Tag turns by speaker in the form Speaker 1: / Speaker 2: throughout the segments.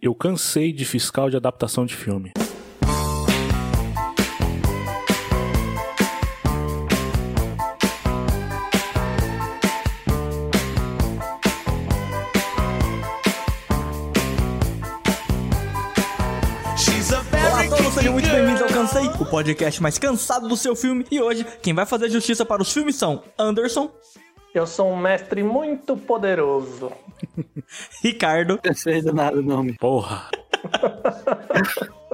Speaker 1: Eu cansei de fiscal de adaptação de filme.
Speaker 2: Olá a todos, sejam muito bem-vindos ao Cansei, o podcast mais cansado do seu filme. E hoje, quem vai fazer justiça para os filmes são Anderson,
Speaker 3: Eu sou um mestre muito poderoso.
Speaker 2: Ricardo,
Speaker 4: Eu sei do nada o nome.
Speaker 1: Porra.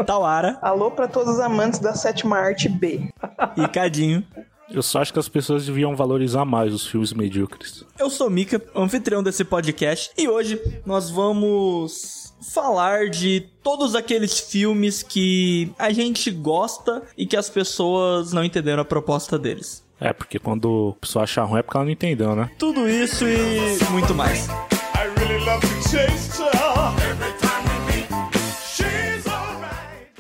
Speaker 2: Tauara
Speaker 5: Alô pra todos os amantes da sétima arte B.
Speaker 2: e Cadinho.
Speaker 1: Eu só acho que as pessoas deviam valorizar mais os filmes medíocres.
Speaker 2: Eu sou Mika, anfitrião desse podcast, e hoje nós vamos falar de todos aqueles filmes que a gente gosta e que as pessoas não entenderam a proposta deles.
Speaker 1: É, porque quando a pessoa acha ruim é porque ela não entendeu, né?
Speaker 2: Tudo isso e muito mais.
Speaker 6: I really love to chase her. Every time we meet, she's alright.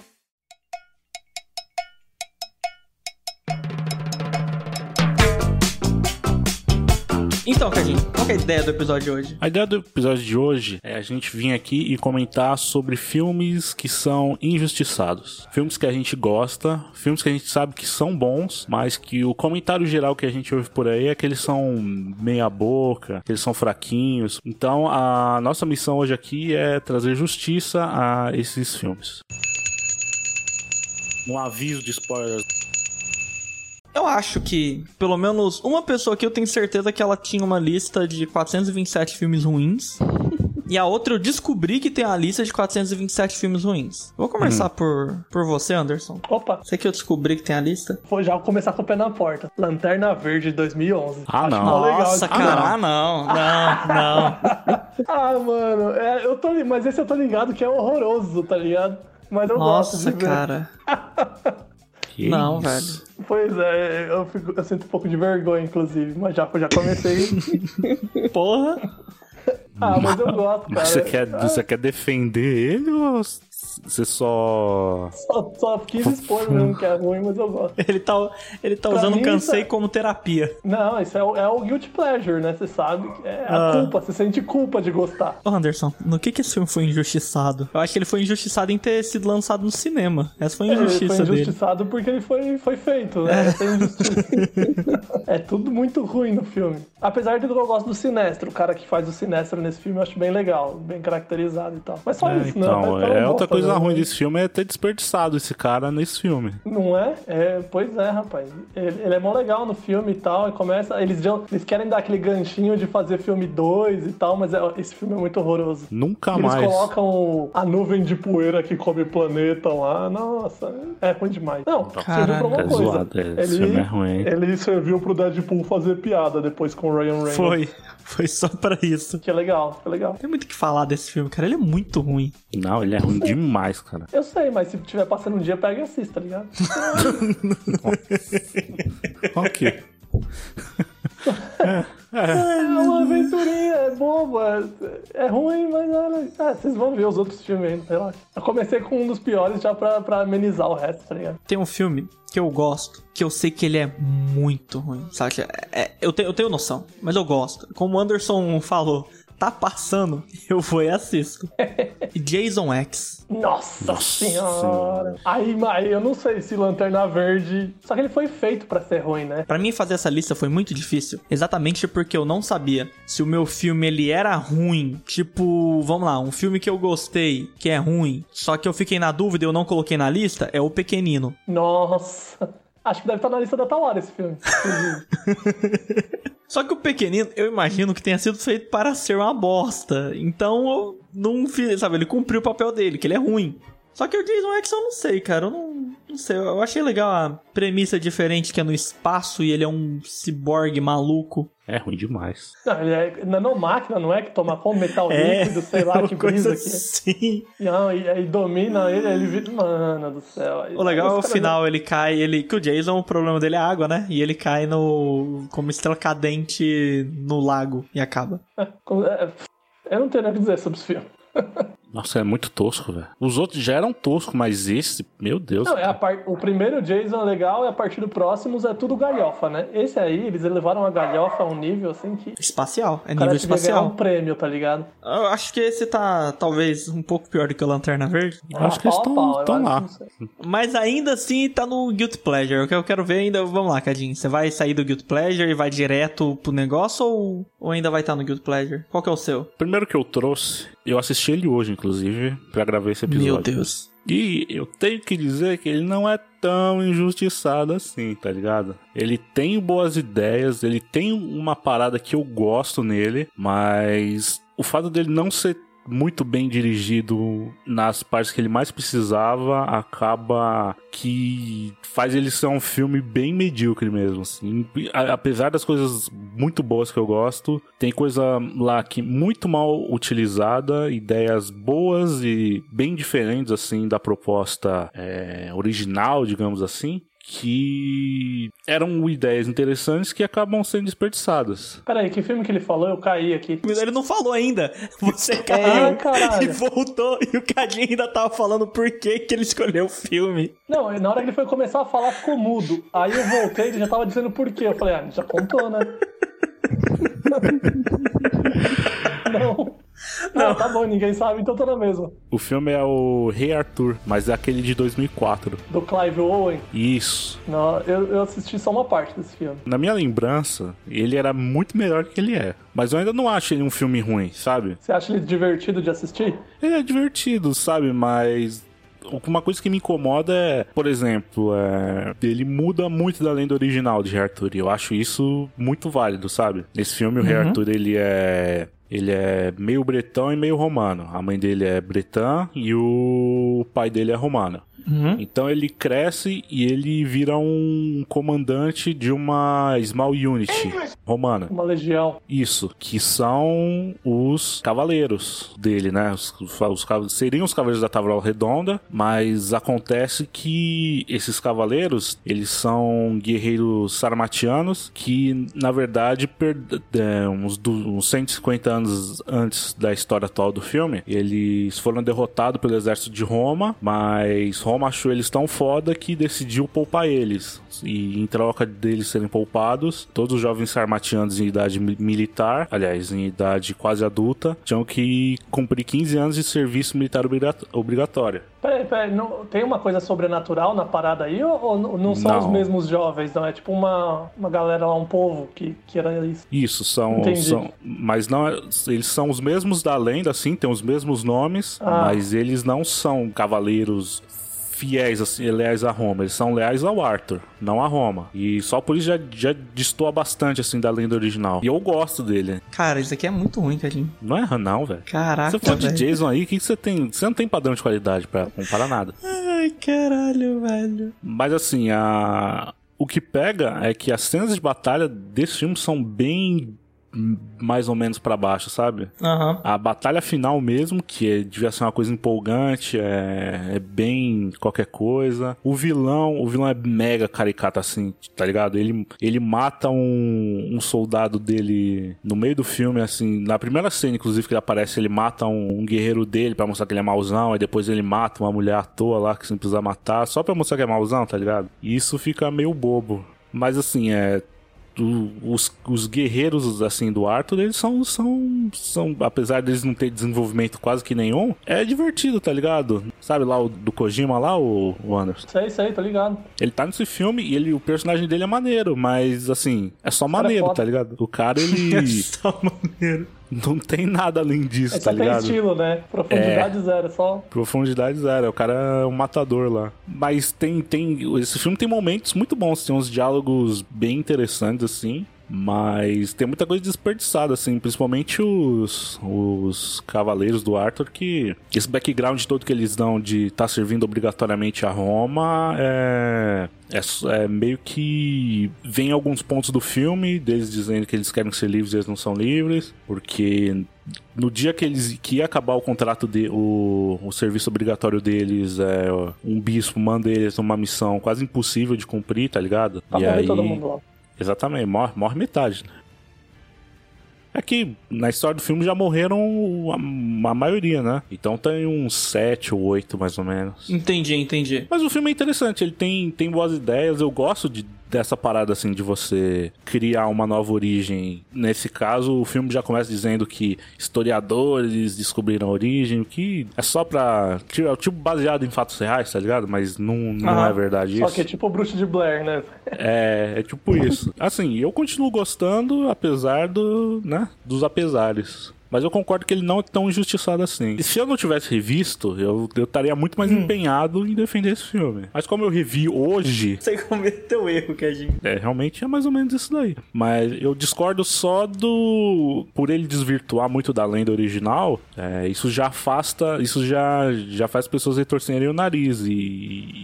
Speaker 2: Então, Cadinho, qual que é a ideia do episódio de hoje?
Speaker 1: A ideia do episódio de hoje é a gente vir aqui e comentar sobre filmes que são injustiçados. Filmes que a gente gosta, filmes que a gente sabe que são bons, mas que o comentário geral que a gente ouve por aí é que eles são meia boca, que eles são fraquinhos. Então a nossa missão hoje aqui é trazer justiça a esses filmes. Um aviso de spoilers.
Speaker 2: Eu acho que, pelo menos, uma pessoa aqui eu tenho certeza que ela tinha uma lista de 427 filmes ruins. e a outra eu descobri que tem a lista de 427 filmes ruins. Vou começar por, por você, Anderson.
Speaker 3: Opa,
Speaker 2: Você que eu descobri que tem a lista?
Speaker 3: vou já começar com o pé na porta. Lanterna Verde 2011.
Speaker 1: Ah, não.
Speaker 3: mó legal
Speaker 2: Nossa,
Speaker 3: esse
Speaker 2: cara, ah, não, não, não.
Speaker 3: Ah, mano, é, eu tô, li- mas esse eu tô ligado que é horroroso, tá ligado? Mas eu
Speaker 2: Nossa,
Speaker 3: gosto de ver.
Speaker 2: cara.
Speaker 1: Que
Speaker 2: Não,
Speaker 1: isso?
Speaker 2: velho.
Speaker 3: Pois é, eu, fico- eu sinto um pouco de vergonha, inclusive, mas já, já comecei.
Speaker 2: Porra.
Speaker 3: ah, mas eu gosto, cara.
Speaker 1: Você quer, você quer defender ele ou s- você só.
Speaker 3: Só, só quis expor mesmo que é ruim, mas eu gosto.
Speaker 2: Ele tá, ele tá
Speaker 3: Pra
Speaker 2: usando o
Speaker 3: mim,
Speaker 2: cansei
Speaker 3: tá-
Speaker 2: como terapia.
Speaker 3: Não, isso é, o- é o guilt pleasure, né? Você sabe. que É a
Speaker 2: Ah.
Speaker 3: culpa, você sente culpa de gostar.
Speaker 2: Ô, Anderson, no que que esse filme foi injustiçado? Eu acho que ele foi injustiçado em ter sido lançado no cinema. Essa foi a
Speaker 3: Ele É, foi
Speaker 2: injustiça dele.
Speaker 3: injustiçado porque ele foi, foi feito, né? Essa É. injustiça. é tudo muito ruim no filme. Apesar de que eu gosto do Sinestro, o cara que faz o Sinestro nesse filme eu acho bem legal, bem caracterizado e tal. Mas só isso, né?
Speaker 1: Então,
Speaker 3: Mas eu não
Speaker 1: é
Speaker 3: gosto,
Speaker 1: outra coisa
Speaker 3: né?
Speaker 1: ruim desse filme é ter desperdiçado esse cara nesse filme.
Speaker 3: Não é? É, Pois é, rapaz. Ele, ele é mó legal no filme e tal, e começa... Eles, já- eles querem dar aquele ganchinho de fazer filme 2 e tal, mas é- esse filme é muito horroroso.
Speaker 1: Nunca
Speaker 3: Eles
Speaker 1: Tá mais.
Speaker 3: colocam a nuvem de poeira que come o planeta lá. Nossa, é ruim demais. Não, serviu pra uma
Speaker 1: é
Speaker 3: coisa.
Speaker 1: zoado, é, esse filme
Speaker 3: ele,
Speaker 1: é ruim.
Speaker 3: ele serviu pro Deadpool fazer piada depois com o Ryan Reynolds.
Speaker 2: Foi. Foi só pra isso.
Speaker 3: Que é legal, que é legal.
Speaker 2: Tem muito o que falar desse filme, cara. Ele é muito ruim.
Speaker 1: Não, ele é ruim demais, cara.
Speaker 3: Eu sei, mas se tiver passando um dia, pega e assista, tá ligado?
Speaker 1: Ok.
Speaker 3: é uma aventurinha, é boba, é é ruim, mas olha. Ah, vocês vão ver os outros filmes ainda, relaxa. Eu comecei com um dos piores já pra, pra amenizar o resto, tá ligado?
Speaker 2: Tem um filme que eu gosto, que eu sei que ele é muito ruim, sabe? É- é- eu, te- eu tenho noção, mas eu gosto. Como o Anderson falou, tá passando, eu vou e assisto. E Jason X.
Speaker 3: Nossa,
Speaker 1: Nossa
Speaker 3: senhora! Aí, aí eu não sei se Lanterna Verde. Só que ele foi feito pra ser ruim, né?
Speaker 2: Pra mim fazer essa lista foi muito difícil, exatamente porque eu não sabia se o meu filme ele era ruim, tipo, vamos lá, um filme que eu gostei, que é ruim, só que eu fiquei na dúvida e eu não coloquei na lista, é O Pequenino.
Speaker 3: Nossa! Acho que deve estar na lista da Tawara esse filme.
Speaker 2: Só que o pequenino, eu imagino que tenha sido feito para ser uma bosta. Então eu não fiz, sabe? Ele cumpriu o papel dele, que ele é ruim. Só que o Jason X eu não sei, cara. Eu não, não sei. Eu achei legal a premissa diferente que é no espaço e ele é um ciborgue maluco.
Speaker 1: É ruim demais.
Speaker 3: Não, ele é nanomáquina, não é? Que toma como metal líquido, É. sei lá,
Speaker 2: É. uma
Speaker 3: que
Speaker 2: coisa
Speaker 3: brisa aqui.
Speaker 2: assim.
Speaker 3: Não, e aí domina ele, ele vira. Mano do céu. aí-
Speaker 2: O legal é o
Speaker 3: os caras-
Speaker 2: final, ele cai, ele. Que o Jason, o problema dele é a água, né? E ele cai no. como estrela cadente no lago e acaba.
Speaker 3: É, Eu não tenho nada a dizer sobre esse filme.
Speaker 1: Nossa, é muito tosco, velho. Os outros já eram toscos, mas esse, meu Deus.
Speaker 3: Não, é a par... O primeiro Jason é legal e a partir do próximo é tudo galhofa, né? Esse aí, eles elevaram a galhofa a um nível assim que.
Speaker 2: Espacial, é
Speaker 3: O cara
Speaker 2: nível
Speaker 3: devia ganhar um
Speaker 2: espacial.
Speaker 3: prêmio, tá ligado?
Speaker 2: Eu acho que esse tá talvez um pouco pior do que o Lanterna Verde.
Speaker 1: Acho que eles
Speaker 3: Ah, pau
Speaker 1: tão-
Speaker 3: a pau, eu
Speaker 1: tão
Speaker 3: acho
Speaker 1: lá.
Speaker 3: que não sei.
Speaker 2: Mas ainda assim tá no Guilt Pleasure. O que eu quero ver ainda. Vamos lá, Cadinho. Você vai sair do Guilt Pleasure e vai direto pro negócio ou, ou ainda vai estar no Guilt Pleasure? Qual que é o seu?
Speaker 1: Primeiro que eu trouxe, eu assisti ele hoje, inclusive, pra gravar esse episódio.
Speaker 2: Meu Deus.
Speaker 1: E eu tenho que dizer que ele não é tão injustiçado assim, tá ligado? Ele tem boas ideias, ele tem uma parada que eu gosto nele, mas o fato dele não ser muito bem dirigido nas partes que ele mais precisava acaba que faz ele ser um filme bem medíocre mesmo assim. A- apesar das coisas muito boas que eu gosto tem coisa lá que muito mal utilizada ideias boas e bem diferentes assim da proposta é, original digamos assim que eram ideias interessantes que acabam sendo desperdiçadas
Speaker 3: Peraí, que filme que ele falou? Eu caí aqui.
Speaker 2: Mas Ele não falou ainda. Você
Speaker 3: Ah,
Speaker 2: caiu e
Speaker 3: caralho.
Speaker 2: voltou. E o Cadinho ainda tava falando por que que ele escolheu o filme.
Speaker 3: Não, na hora que ele foi começar a falar, ficou mudo. Aí eu voltei e ele já tava dizendo por quê. Eu falei, ah, já contou, né? Não. Não, tá bom, ninguém sabe, então tô na mesma.
Speaker 1: o filme é o Rei Arthur mas é aquele de 2004
Speaker 3: Do Clive Owen.
Speaker 1: isso
Speaker 3: Não, eu, eu assisti só uma parte desse filme.
Speaker 1: Na minha lembrança, ele era muito melhor que ele é. Mas eu ainda não acho ele um filme ruim, sabe?
Speaker 3: Você acha ele divertido de assistir?
Speaker 1: Ele é divertido, sabe? Mas. Uma coisa que me incomoda é, por exemplo, é, ele muda muito da lenda original de Rei Arthur. E eu acho isso muito válido, sabe? Nesse filme, o Rei Arthur, ele é. Ele é meio bretão e meio romano. A mãe dele é bretã e o pai dele é romano. Então ele cresce e ele vira um comandante de uma Small Unity romana.
Speaker 3: Uma legião.
Speaker 1: Isso, que são os cavaleiros dele, né? Os, os cava- seriam os cavaleiros da Távola Redonda, mas acontece que esses cavaleiros, eles são guerreiros sarmatianos que, na verdade, per- é, uns, du- uns 150 anos antes da história atual do filme, eles foram derrotados pelo exército de Roma, mas Roma achou eles tão foda que decidiu poupar eles. E em troca deles serem poupados, todos os jovens sarmatianos em idade mi- militar, aliás, em idade quase adulta, tinham que cumprir 15 anos de serviço militar obriga- obrigatório.
Speaker 3: Peraí, peraí, não, tem uma coisa sobrenatural na parada aí ou, ou n- não são
Speaker 1: Não.
Speaker 3: os mesmos jovens, não? É tipo uma, uma galera lá, um povo que, que era isso.
Speaker 1: Isso, são,
Speaker 3: Entendi.
Speaker 1: são- Mas não. é- Eles são os mesmos da lenda, assim, tem os mesmos nomes,
Speaker 3: Ah.
Speaker 1: mas eles não são cavaleiros fiéis, assim, leais a Roma. Eles são leais ao Arthur, não a Roma. E só por isso já, já destoa bastante, assim, da lenda original. E eu gosto dele.
Speaker 2: Cara, isso aqui é muito ruim, Cadinho.
Speaker 1: Não erra, não, velho.
Speaker 2: Caraca,
Speaker 3: Ah,
Speaker 1: Você for de
Speaker 2: velho.
Speaker 1: Jason aí, o que que você tem? Você não tem padrão de qualidade pra comparar nada.
Speaker 2: Ai, caralho, velho.
Speaker 1: Mas assim, a... o que pega é que as cenas de batalha desse filme são bem hum, mais ou menos pra baixo, sabe?
Speaker 2: Aham.
Speaker 1: A batalha final mesmo, que é, devia ser uma coisa empolgante, é, é bem qualquer coisa. O vilão, o vilão é mega caricato, assim, tá ligado? Ele, ele mata um, um soldado dele no meio do filme, assim. Na primeira cena, inclusive, que ele aparece, ele mata um, um guerreiro dele pra mostrar que ele é mauzão. Aí depois ele mata uma mulher à toa lá, que sem precisar matar, só pra mostrar que é mauzão, tá ligado? E isso fica meio bobo. Mas assim, é, do- os, os guerreiros assim do Arthur, eles são, são, são. Apesar deles não ter desenvolvimento quase que nenhum, é divertido, tá ligado? Sabe lá o do Kojima lá, o, o Anderson?
Speaker 3: Isso aí, isso aí, tá ligado?
Speaker 1: Ele tá nesse filme e ele, o personagem dele é maneiro, mas assim, é só
Speaker 3: cara é
Speaker 1: maneiro,
Speaker 3: foda.
Speaker 1: tá ligado? O cara, ele
Speaker 2: Tá maneiro.
Speaker 1: não tem nada além disso,
Speaker 3: É
Speaker 1: tá
Speaker 3: só tem
Speaker 1: ligado? É.
Speaker 3: estilo, né? Profundidade zero, é só.
Speaker 1: Profundidade zero, o cara é um matador lá. Mas tem, tem. Esse filme tem momentos muito bons, tem uns diálogos bem interessantes, assim. Mas tem muita coisa desperdiçada, assim, principalmente os, os cavaleiros do Arthur, que esse background todo que eles dão de estar servindo obrigatoriamente a Roma é, é, s- é meio que vem em alguns pontos do filme, deles dizendo que eles querem ser livres e eles não são livres, porque no dia que eles que ia acabar o contrato de o, o serviço obrigatório deles é um bispo manda eles numa missão quase impossível de cumprir tá ligado
Speaker 3: Pra comer todo mundo lá.
Speaker 1: exatamente morre, morre metade né? É que na história do filme já morreram a, a maioria, né? Então tem uns sete ou oito, mais ou menos.
Speaker 2: Entendi, entendi.
Speaker 1: Mas o filme é interessante, ele tem, tem boas ideias. Eu gosto de, dessa parada, assim, de você criar uma nova origem. Nesse caso, o filme já começa dizendo que historiadores descobriram a origem, o que é só pra. Tipo, tipo baseado em fatos reais, tá ligado? Mas não, não
Speaker 2: Aham.
Speaker 1: é verdade
Speaker 3: Só
Speaker 1: isso.
Speaker 3: que é tipo o bruxo de Blair, né?
Speaker 1: É, é tipo isso. Assim, eu continuo gostando, apesar do, né, dos apesares. Mas eu concordo que ele não é tão injustiçado assim. E se eu não tivesse revisto, eu, eu estaria muito mais empenhado em defender esse filme. Mas como eu revi hoje,
Speaker 2: Você cometeu um erro, Kedinho.
Speaker 1: é, realmente é mais ou menos isso daí. Mas eu discordo só do. Por ele desvirtuar muito da lenda original, é, isso já afasta. Isso já, já faz pessoas retorcerem o nariz. E,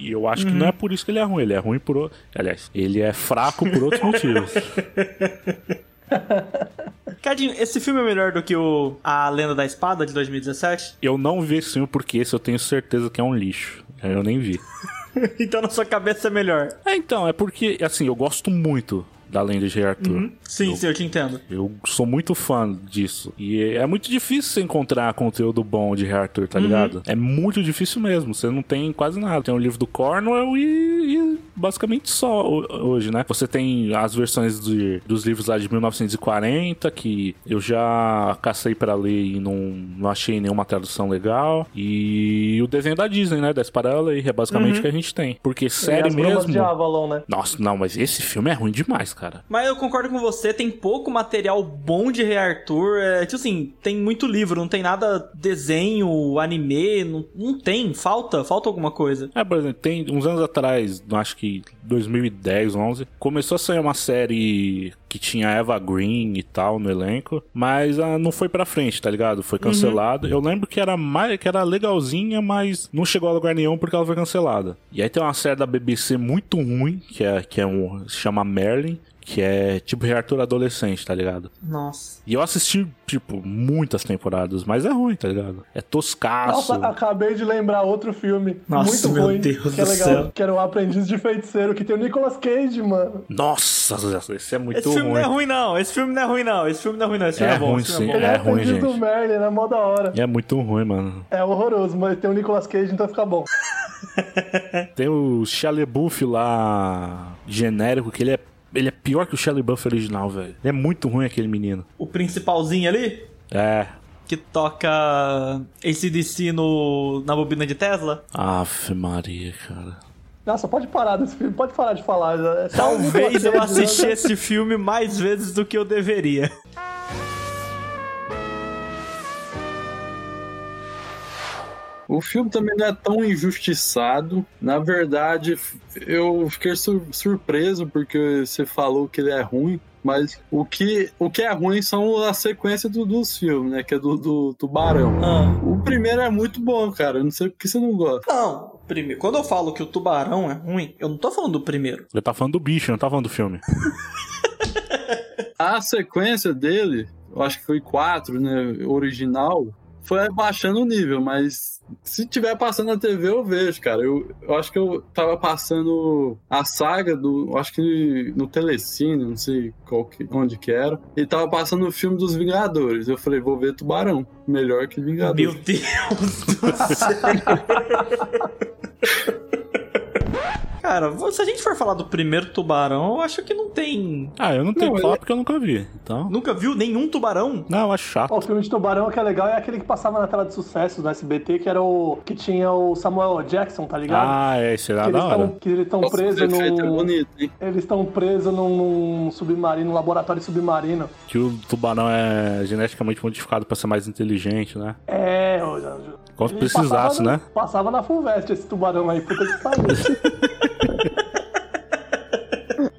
Speaker 1: e eu acho que não é por isso que ele é ruim. Ele é ruim por. o- Aliás, ele é fraco por outros motivos.
Speaker 2: Cadinho, esse filme é melhor do que o A Lenda da Espada de 2017?
Speaker 1: Eu não vi esse filme porque esse eu tenho certeza que é um lixo. Eu nem vi.
Speaker 2: então na sua cabeça é melhor.
Speaker 1: É, então, é porque, assim, eu gosto muito da lenda de Rei Arthur.
Speaker 2: Sim, sim, eu te entendo.
Speaker 1: Eu sou muito fã disso. E é muito difícil você encontrar conteúdo bom de Rei Arthur,
Speaker 3: Uhum.
Speaker 1: tá ligado? É muito difícil mesmo. Você não tem quase nada. Tem o livro do Cornwell e, e basicamente só ho- hoje, né? Você tem as versões de- dos livros lá de 1940, que eu já cacei pra ler e não, não achei nenhuma tradução legal. E o desenho da Disney, né? Da Esparela aí, é basicamente o que a gente tem. Porque
Speaker 3: Uhum. E
Speaker 1: série
Speaker 3: as Brumas
Speaker 1: mesmo.
Speaker 3: de Avalon, né?
Speaker 1: Nossa, não, mas esse filme é ruim demais, cara.
Speaker 2: Mas eu concordo com você, tem pouco material bom de Rei Arthur. É, tipo assim, tem muito livro, não tem nada desenho, anime, não, não tem, falta, falta alguma coisa.
Speaker 1: É, por exemplo, tem uns anos atrás, não acho que 2010, 11, começou a sair uma série que tinha Eva Green e tal no elenco, mas ah, não foi pra frente, tá ligado?
Speaker 2: Uhum.
Speaker 1: Foi cancelada. Eu lembro que era mais, que era legalzinha, mas não chegou a lugar nenhum porque ela foi cancelada. E aí tem uma série da BBC muito ruim, que é que é um se chama Merlin, que é tipo Rei Arthur adolescente, tá ligado?
Speaker 2: Nossa.
Speaker 1: E eu assisti tipo muitas temporadas, mas é ruim, tá ligado? É toscaço.
Speaker 3: Nossa, acabei de lembrar outro filme
Speaker 2: Nossa,
Speaker 3: muito
Speaker 2: meu
Speaker 3: ruim,
Speaker 2: Deus
Speaker 3: que é
Speaker 2: do
Speaker 3: legal,
Speaker 2: céu.
Speaker 3: que era o Aprendiz de Feiticeiro, que tem o Nicolas Cage, mano.
Speaker 1: Nossa, esse é muito
Speaker 2: Esse filme não é ruim, não. Esse filme não é ruim, não. Esse filme não é ruim, não. Esse filme
Speaker 1: É
Speaker 2: é, bom.
Speaker 1: ruim,
Speaker 2: esse filme
Speaker 1: sim.
Speaker 2: é bom.
Speaker 3: Ele é,
Speaker 1: É ruim,
Speaker 3: aprendiz do
Speaker 1: gente.
Speaker 3: Merlin, é mó da hora.
Speaker 1: É muito ruim, mano.
Speaker 3: É horroroso, mas tem o Nicolas Cage, então fica bom.
Speaker 1: Tem o Shalebuff lá, genérico, que ele é, ele é pior que o Shalebuff original, velho. Ele é muito ruim aquele menino.
Speaker 2: O principalzinho ali,
Speaker 1: É.
Speaker 2: que toca ACDC no, na bobina de Tesla.
Speaker 1: Aff, Maria, cara.
Speaker 3: Nossa, pode parar desse filme, pode parar de falar. É só o Nicolas
Speaker 2: Talvez eu
Speaker 3: Cage,
Speaker 2: assisti
Speaker 3: né?
Speaker 2: esse filme mais vezes do que eu deveria.
Speaker 4: O filme também não é tão injustiçado. Na verdade, eu fiquei sur- surpreso porque você falou que ele é ruim. Mas o que, o que é ruim são a sequência do- dos filmes, né? Que é do, do Tubarão.
Speaker 2: Ah.
Speaker 4: O primeiro é muito bom, cara. Eu não sei porque você não gosta.
Speaker 2: Não, primeiro. Quando eu falo que o tubarão é ruim, eu não tô falando do primeiro.
Speaker 1: Eu tava tá falando do bicho, eu não tava falando do filme.
Speaker 4: A sequência dele, eu acho que foi quatro, né? Original, foi baixando o nível, mas se tiver passando na TV, eu vejo, cara. Eu, eu acho que eu tava passando a saga do. eu Acho que no Telecine, não sei qual que- onde que era. E tava passando o filme dos Vingadores. Eu falei, vou ver Tubarão. Melhor que
Speaker 2: Meu
Speaker 4: Vingadores.
Speaker 2: Deus do céu. Cara, se a gente for falar do primeiro tubarão, eu acho que não tem.
Speaker 1: Ah, eu não tenho
Speaker 4: Não,
Speaker 1: que falar
Speaker 3: é-
Speaker 1: porque eu nunca vi. Então.
Speaker 2: Nunca viu nenhum tubarão?
Speaker 1: Não, eu acho chato.
Speaker 3: Ó, O filme de tubarão que é legal é aquele que passava na tela de sucesso do SBT, que era o. que tinha o Samuel Jackson, tá ligado?
Speaker 1: Ah, é, será
Speaker 3: que
Speaker 1: da hora.
Speaker 3: eles estão
Speaker 4: Nossa, o
Speaker 3: presos
Speaker 4: efeito é
Speaker 3: num.
Speaker 4: bonito, hein?
Speaker 3: Eles estão presos num, num submarino, um laboratório submarino.
Speaker 1: Que o tubarão é geneticamente modificado pra ser mais inteligente, né?
Speaker 3: É, ô, já- já-
Speaker 1: Como se precisasse,
Speaker 3: passava na-
Speaker 1: né?
Speaker 3: Passava na Fulvestre esse tubarão aí, puta que pariu.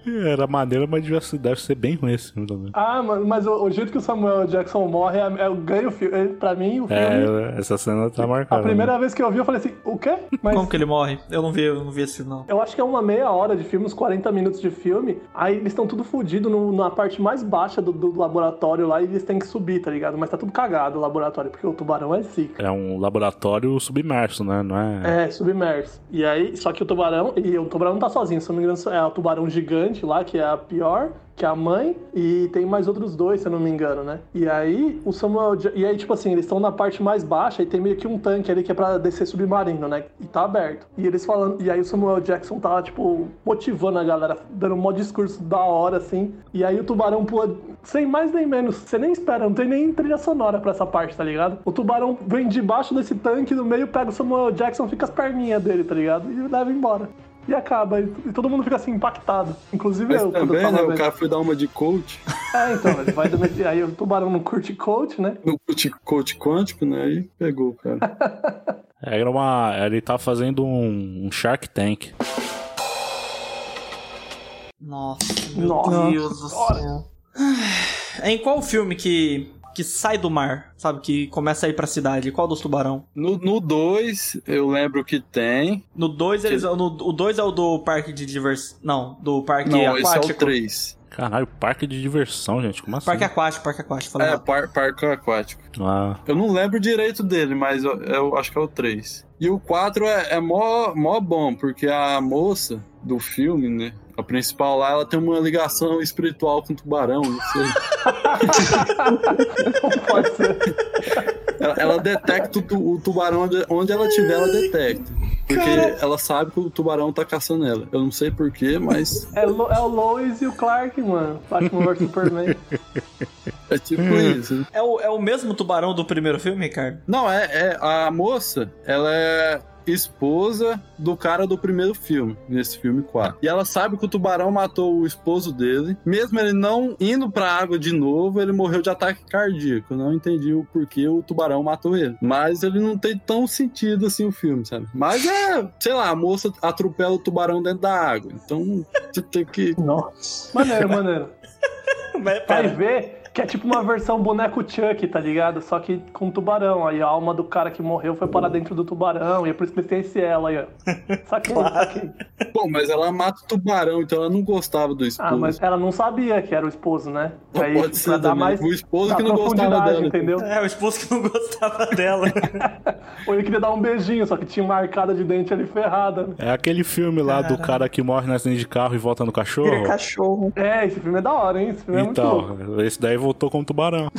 Speaker 1: Era maneiro, mas devia ser- deve ser bem ruim esse filme também.
Speaker 3: ah, mano, mas o, o jeito que o Samuel Jackson morre é, é, ganha o filme. É, Pra mim, o filme.
Speaker 1: É, essa cena tá marcada.
Speaker 3: a
Speaker 1: né?
Speaker 3: primeira vez que eu vi, eu falei assim, o quê? Mas
Speaker 2: Como que ele morre? Eu não vi, eu não vi esse filme, não.
Speaker 3: Eu acho que é uma meia hora de filme, uns 40 minutos de filme. Aí eles estão tudo fodido na parte mais baixa do, do laboratório lá e eles têm que subir, tá ligado? Mas tá tudo cagado o laboratório, porque o tubarão é zica.
Speaker 1: É um laboratório submerso, né? Não é.
Speaker 3: É, submerso. E aí, só que o tubarão, e o tubarão não tá sozinho, se eu não me engano, é o tubarão gigante lá, que é a pior, que é a mãe, e tem mais outros dois, se eu não me engano, né? E aí o Samuel. Ja- E aí, tipo assim, eles estão na parte mais baixa e tem meio que um tanque ali que é pra descer submarino, né? E tá aberto. E eles falando. E aí o Samuel Jackson tá, tipo, motivando a galera, dando um maior discurso da hora, assim. E aí o tubarão pula sem mais nem menos. Você nem espera, não tem nem trilha sonora pra essa parte, tá ligado? O tubarão vem debaixo desse tanque, no meio pega o Samuel Jackson, fica as perninhas dele, tá ligado? E leva embora. E acaba, e e todo mundo fica assim impactado. Inclusive
Speaker 4: Mas
Speaker 3: eu, quando eu
Speaker 4: também,
Speaker 3: tava
Speaker 4: né? O
Speaker 3: vendo.
Speaker 4: cara foi dar uma de coach,
Speaker 3: É, então, ele vai do- aí o tubarão não curte coach, né?
Speaker 4: no coach, coach quântico, né? E pegou, cara.
Speaker 1: Era uma. Ele tá fazendo um, um Shark Tank.
Speaker 2: Nossa,
Speaker 3: Nossa.
Speaker 2: meu Deus do céu. É Em qual filme que, que sai do mar, sabe? Que começa a ir pra cidade? Qual dos tubarão?
Speaker 4: No 2, eu lembro que tem.
Speaker 2: No 2, eles. No, o 2 é o do parque de diversão. Não, do parque
Speaker 4: Não, esse é
Speaker 2: aquático.
Speaker 4: o 3.
Speaker 1: Caralho, parque de diversão, gente. Como assim?
Speaker 2: Parque aquático, parque aquático. Falei
Speaker 4: É,
Speaker 2: errado.
Speaker 4: par, parque aquático.
Speaker 1: Ah,
Speaker 4: Eu não lembro direito dele, mas eu, eu acho que é o 3. E o 4 é, é mó, mó bom, porque a moça do filme, né? A principal lá, ela tem uma ligação espiritual com o tubarão, não sei.
Speaker 3: Pode ser.
Speaker 4: Ela, ela detecta o, tu- o tubarão onde, onde ela tiver, ela detecta. Porque ela sabe que o tubarão tá caçando ela. Eu não sei porquê, mas
Speaker 3: É, Lo- é o Lois e o Clark, mano. Batman vs Superman.
Speaker 4: é tipo isso.
Speaker 2: É o, é o mesmo tubarão do primeiro filme, Ricardo?
Speaker 4: Não, é, é- a moça, ela é esposa do cara do primeiro filme, nesse filme 4. E ela sabe que o tubarão matou o esposo dele. Mesmo ele não indo pra água de novo, ele morreu de ataque cardíaco. Eu não entendi o porquê o tubarão matou ele. Mas ele não tem tão sentido assim o filme, sabe? Mas é, sei lá, a moça atropela o tubarão dentro da água. Então, você tem que
Speaker 5: Nossa.
Speaker 3: Maneiro, maneiro.
Speaker 2: Mas,
Speaker 3: Vai
Speaker 2: pera,
Speaker 3: ver que é tipo uma versão boneco Chuck, tá ligado? Só que com tubarão. Aí a alma do cara que morreu foi parar dentro do tubarão. E é por isso que ele tem esse ela aí, ó. Saquei, saquei.
Speaker 4: Bom, mas ela mata o tubarão, então ela não gostava do esposo.
Speaker 3: Ah, mas ela não sabia que era o esposo, né?
Speaker 4: Não
Speaker 3: Aí,
Speaker 4: pode
Speaker 3: pra
Speaker 4: ser
Speaker 3: dar
Speaker 4: também.
Speaker 3: mais.
Speaker 4: O esposo
Speaker 3: dar
Speaker 4: que não gostava
Speaker 3: profundidade,
Speaker 4: dela.
Speaker 3: entendeu?
Speaker 2: é o esposo que não gostava dela.
Speaker 3: Ou ele queria dar um beijinho, só que tinha uma arcada de dente ali ferrada. né?
Speaker 1: é aquele filme lá do cara que morre na acidente de carro e volta no cachorro.
Speaker 5: Vira cachorro.
Speaker 3: É, esse filme é da hora, hein? Esse filme é muito louco.
Speaker 1: Então, esse daí voltou como tubarão.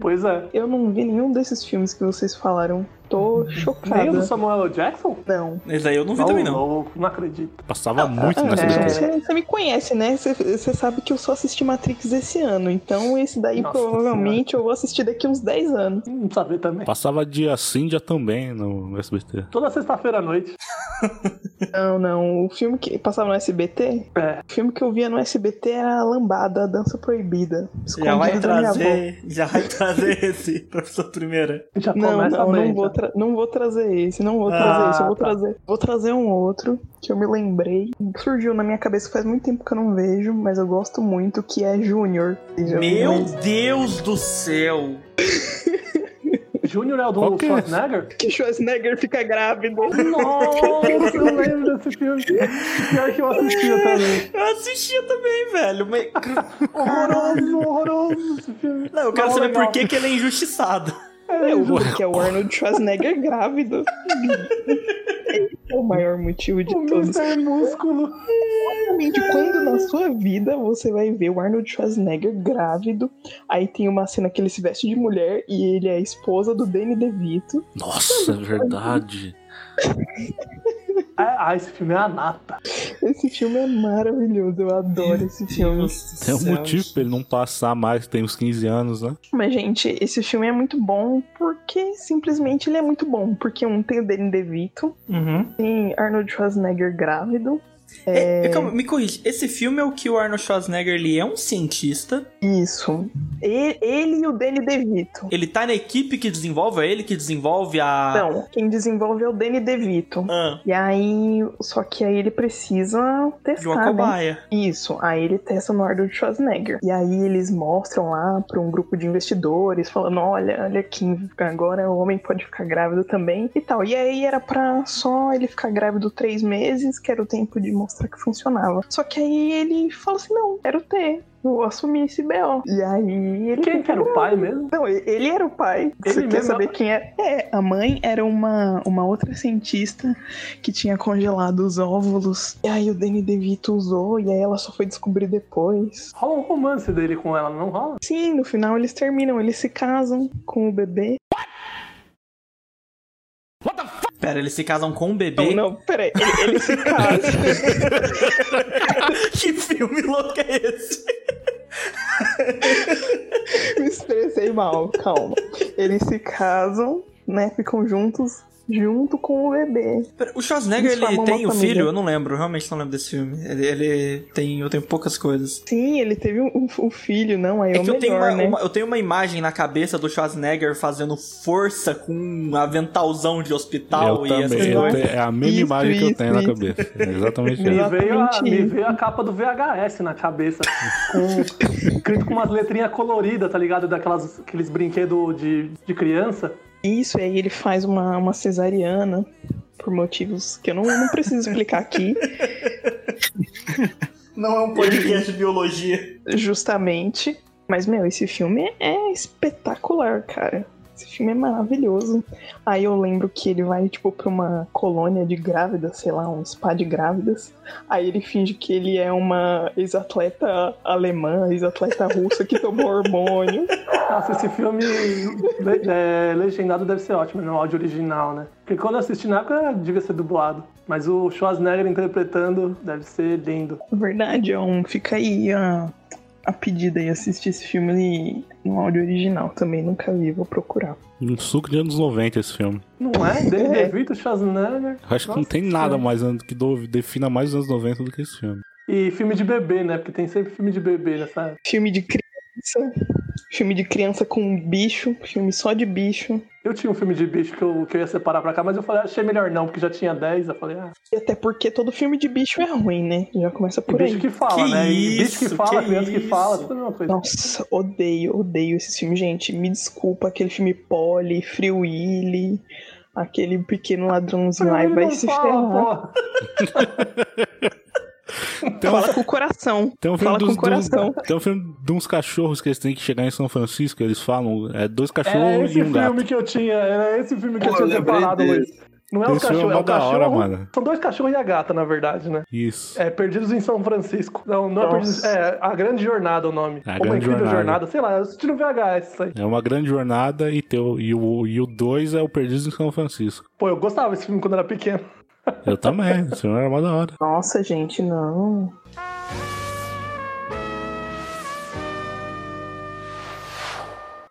Speaker 3: Pois é.
Speaker 5: Eu não vi nenhum desses filmes que vocês falaram. Tô
Speaker 3: Nem o do
Speaker 5: chocada.
Speaker 3: Samuel Jackson?
Speaker 5: Não.
Speaker 2: Esse daí eu
Speaker 4: Tá
Speaker 2: não vi também,
Speaker 3: Ô,
Speaker 2: não.
Speaker 3: louco, não acredito.
Speaker 1: Passava muito
Speaker 5: Ah,
Speaker 1: nessa
Speaker 5: é,
Speaker 1: é...
Speaker 5: você, você me conhece, né? Você, você sabe que eu só assisti Matrix esse ano. Então esse daí
Speaker 3: Nossa
Speaker 5: provavelmente eu vou assistir daqui uns 10 anos.
Speaker 3: Não saber também.
Speaker 1: Passava dia sim, dia também no SBT.
Speaker 3: Toda sexta-feira à noite.
Speaker 5: Não, não. O filme que passava no SBT,
Speaker 3: É.
Speaker 5: o filme que eu via no SBT era a Lambada, a Dança Proibida.
Speaker 2: Já vai
Speaker 5: escondido na minha boca.
Speaker 2: trazer. Já vai trazer esse pra pessoa primeira.
Speaker 3: Já
Speaker 5: Não,
Speaker 3: Tá começa
Speaker 5: não,
Speaker 3: bem.
Speaker 5: não vou,
Speaker 3: já.
Speaker 5: tra- não vou trazer esse, não vou
Speaker 2: Ah,
Speaker 5: trazer esse, eu vou
Speaker 3: tá.
Speaker 5: trazer. Vou trazer um outro que eu me lembrei, surgiu na minha cabeça faz muito tempo que eu não vejo, mas eu gosto muito, que é Júnior. Vocês já viram
Speaker 2: Meu
Speaker 5: esse?
Speaker 2: Deus do céu!
Speaker 3: Júnior é o
Speaker 1: Qual
Speaker 3: do
Speaker 1: que é esse?
Speaker 3: Schwarzenegger?
Speaker 5: Que Schwarzenegger fica grávido.
Speaker 3: Nossa, eu lembro desse filme. Pior que eu assistia também.
Speaker 2: Eu assistia também, velho. Mas...
Speaker 3: Horroroso, horroroso esse filme.
Speaker 2: Não, eu quero
Speaker 3: Não,
Speaker 2: saber
Speaker 3: legal.
Speaker 2: por que, que ele é injustiçado.
Speaker 5: Eu juro que é o Arnold Schwarzenegger grávido. Esse é o maior motivo de
Speaker 3: O tá
Speaker 5: todos.
Speaker 3: Mr. Músculo.
Speaker 5: Exatamente quando na sua vida você vai ver o Arnold Schwarzenegger grávido. Aí tem uma cena que ele se veste de mulher e ele é a esposa do Danny DeVito.
Speaker 1: Nossa, é verdade.
Speaker 3: Ah, ah, esse filme é a nata.
Speaker 5: Esse filme é maravilhoso, eu adoro esse filme.
Speaker 1: Tem um motivo pra ele não passar mais, tem uns 15 anos, né?
Speaker 5: Mas, gente, esse filme é muito bom porque simplesmente ele é muito bom. Porque um tem o Danny DeVito,
Speaker 2: Uhum.
Speaker 5: tem Arnold Schwarzenegger grávido.
Speaker 2: É, calma, me corrige. Esse filme é o que o Arnold Schwarzenegger ele é um cientista.
Speaker 5: Isso. E- Ele e o Danny DeVito.
Speaker 2: Ele tá na equipe que desenvolve, é ele que desenvolve a.
Speaker 5: Então, quem desenvolveu o Danny DeVito.
Speaker 2: Ah,
Speaker 5: E aí, só que aí ele precisa
Speaker 2: de uma
Speaker 5: testar, né?
Speaker 2: cobaia.
Speaker 5: Isso, aí ele testa no Arnold Schwarzenegger. E aí eles mostram lá pra um grupo de investidores, falando, olha, olha aqui, agora o homem pode ficar grávido também e tal. E aí era pra só ele ficar grávido três meses, que era o tempo de mostrar que funcionava. Só que aí ele fala assim, não, quero ter. vou assumir esse B.O. E aí ele.
Speaker 3: Quem que era o pai mesmo?
Speaker 5: Não, e- ele era o pai.
Speaker 3: Ele
Speaker 5: Você quer
Speaker 3: mesmo
Speaker 5: saber
Speaker 3: era-
Speaker 5: quem é? É, a mãe era uma, uma outra cientista que tinha congelado os óvulos. E aí o Danny DeVito usou, e aí ela só foi descobrir depois.
Speaker 3: Rola um romance dele com ela, não rola?
Speaker 5: Sim, no final eles terminam, eles se casam com o bebê.
Speaker 2: Pera, eles se casam com um
Speaker 5: Não,
Speaker 2: bebê?
Speaker 5: não, peraí, ele- eles se casam.
Speaker 2: que filme louco é esse?
Speaker 5: Me expressei mal, calma. Eles se casam, né? Ficam juntos, junto com o bebê.
Speaker 2: Pera, O Schwarzenegger,
Speaker 5: Eles formam
Speaker 2: ele
Speaker 5: uma
Speaker 2: tem o
Speaker 5: família.
Speaker 2: filho? Eu não lembro, realmente não lembro desse filme. Ele, ele tem, eu tenho poucas coisas.
Speaker 5: Sim, ele teve um, um filho, não, aí é,
Speaker 2: É
Speaker 5: o
Speaker 2: que
Speaker 5: melhor,
Speaker 2: eu tenho, uma,
Speaker 5: né?
Speaker 2: uma- eu tenho uma imagem na cabeça do Schwarzenegger fazendo força com um aventalzão de hospital
Speaker 1: eu
Speaker 2: e
Speaker 1: também.
Speaker 2: essas
Speaker 1: eu
Speaker 2: coisas.
Speaker 1: tenho- é a mesma
Speaker 5: Isso,
Speaker 1: imagem que eu
Speaker 5: isso,
Speaker 1: tenho na
Speaker 5: isso.
Speaker 1: cabeça. É exatamente
Speaker 5: Meu
Speaker 1: isso.
Speaker 3: Me veio, a,
Speaker 5: Exatamente
Speaker 3: me
Speaker 5: isso.
Speaker 3: veio a capa do VHS na cabeça. Com, escrito com umas letrinhas coloridas, tá ligado? Daquelas, aqueles brinquedos de, de criança.
Speaker 5: Isso, e aí ele faz uma, uma cesariana, por motivos que eu não, não preciso explicar aqui,
Speaker 2: Não é um podcast de biologia.
Speaker 5: justamente. Mas, meu, esse filme é espetacular, cara. Esse filme é maravilhoso. Aí eu lembro que ele vai, tipo, pra uma colônia de grávidas, sei lá, um spa de grávidas. Aí ele finge que ele é uma ex-atleta alemã, ex-atleta russa que tomou hormônio.
Speaker 3: Nossa, esse filme le- é, legendado deve ser ótimo, no áudio original, né? Porque quando eu assisti na época, devia ser dublado. Mas o Schwarzenegger interpretando deve ser lindo.
Speaker 5: Na Verdade, ó, um, fica aí a, a pedida e assistir esse filme no áudio original também. Nunca vi, vou procurar.
Speaker 1: Um suco de anos 90 esse filme.
Speaker 3: Não é? Danny
Speaker 5: É.
Speaker 3: DeVito, Schwarzenegger.
Speaker 1: Eu acho que não
Speaker 3: Nossa,
Speaker 1: tem nada mais an- que do- defina mais os anos 90 do que esse filme.
Speaker 3: E filme de bebê, né? Porque tem sempre filme de bebê nessa.
Speaker 5: Filme de criança. Filme de criança com bicho. Filme só de bicho.
Speaker 3: Eu tinha um filme de bicho que eu, que eu ia separar pra cá, mas eu falei, "Ah, achei melhor não, porque já tinha 10. Eu falei, ah,
Speaker 5: E até porque todo filme de bicho é ruim, né? Já começa
Speaker 3: e
Speaker 5: por aí.
Speaker 3: bicho que fala,
Speaker 2: Que
Speaker 3: né? E bicho
Speaker 2: isso,
Speaker 3: que fala,
Speaker 2: que
Speaker 3: criança que fala,
Speaker 2: isso.
Speaker 3: tudo a mesma coisa.
Speaker 5: Nossa, odeio, odeio esse filme, gente. Me desculpa, aquele filme Polly, Free Willy, aquele pequeno ladrãozinho lá,
Speaker 3: Ele
Speaker 5: vai
Speaker 3: não
Speaker 5: se
Speaker 3: fala,
Speaker 5: ferrar.
Speaker 3: pô.
Speaker 1: Então,
Speaker 5: Fala com o coração.
Speaker 1: Tem um filme
Speaker 5: Fala com
Speaker 1: dos,
Speaker 5: o coração.
Speaker 1: dos- tem um filme de uns cachorros que eles têm que chegar em São Francisco. Eles falam, é dois
Speaker 3: É
Speaker 1: cachorros
Speaker 3: esse
Speaker 1: e um gato.
Speaker 3: filme que eu tinha, era esse filme que
Speaker 4: Pô,
Speaker 3: eu
Speaker 4: eu
Speaker 3: tinha
Speaker 4: lembrei
Speaker 3: separado,
Speaker 4: dele.
Speaker 3: Luiz. Não é o
Speaker 1: Esse filme é
Speaker 3: cachorro, é
Speaker 1: mó
Speaker 3: o
Speaker 1: da
Speaker 3: cachorro.
Speaker 1: hora, mano.
Speaker 3: São dois cachorros e a gata, na verdade, né?
Speaker 1: Isso.
Speaker 3: É, Perdidos em São Francisco. Não, não é
Speaker 5: Nossa.
Speaker 3: Perdidos. É, A Grande Jornada o nome.
Speaker 1: A
Speaker 3: Ou
Speaker 1: Grande
Speaker 3: uma incrível
Speaker 1: Jornada.
Speaker 3: jornada. sei lá, eu assisti no VHS isso aí.
Speaker 1: É uma grande jornada e, teu, e o 2 e o dois é o Perdido em São Francisco.
Speaker 3: Pô, eu gostava desse filme quando era pequeno.
Speaker 1: Eu também, esse filme era mó da hora.
Speaker 5: Nossa, gente, não.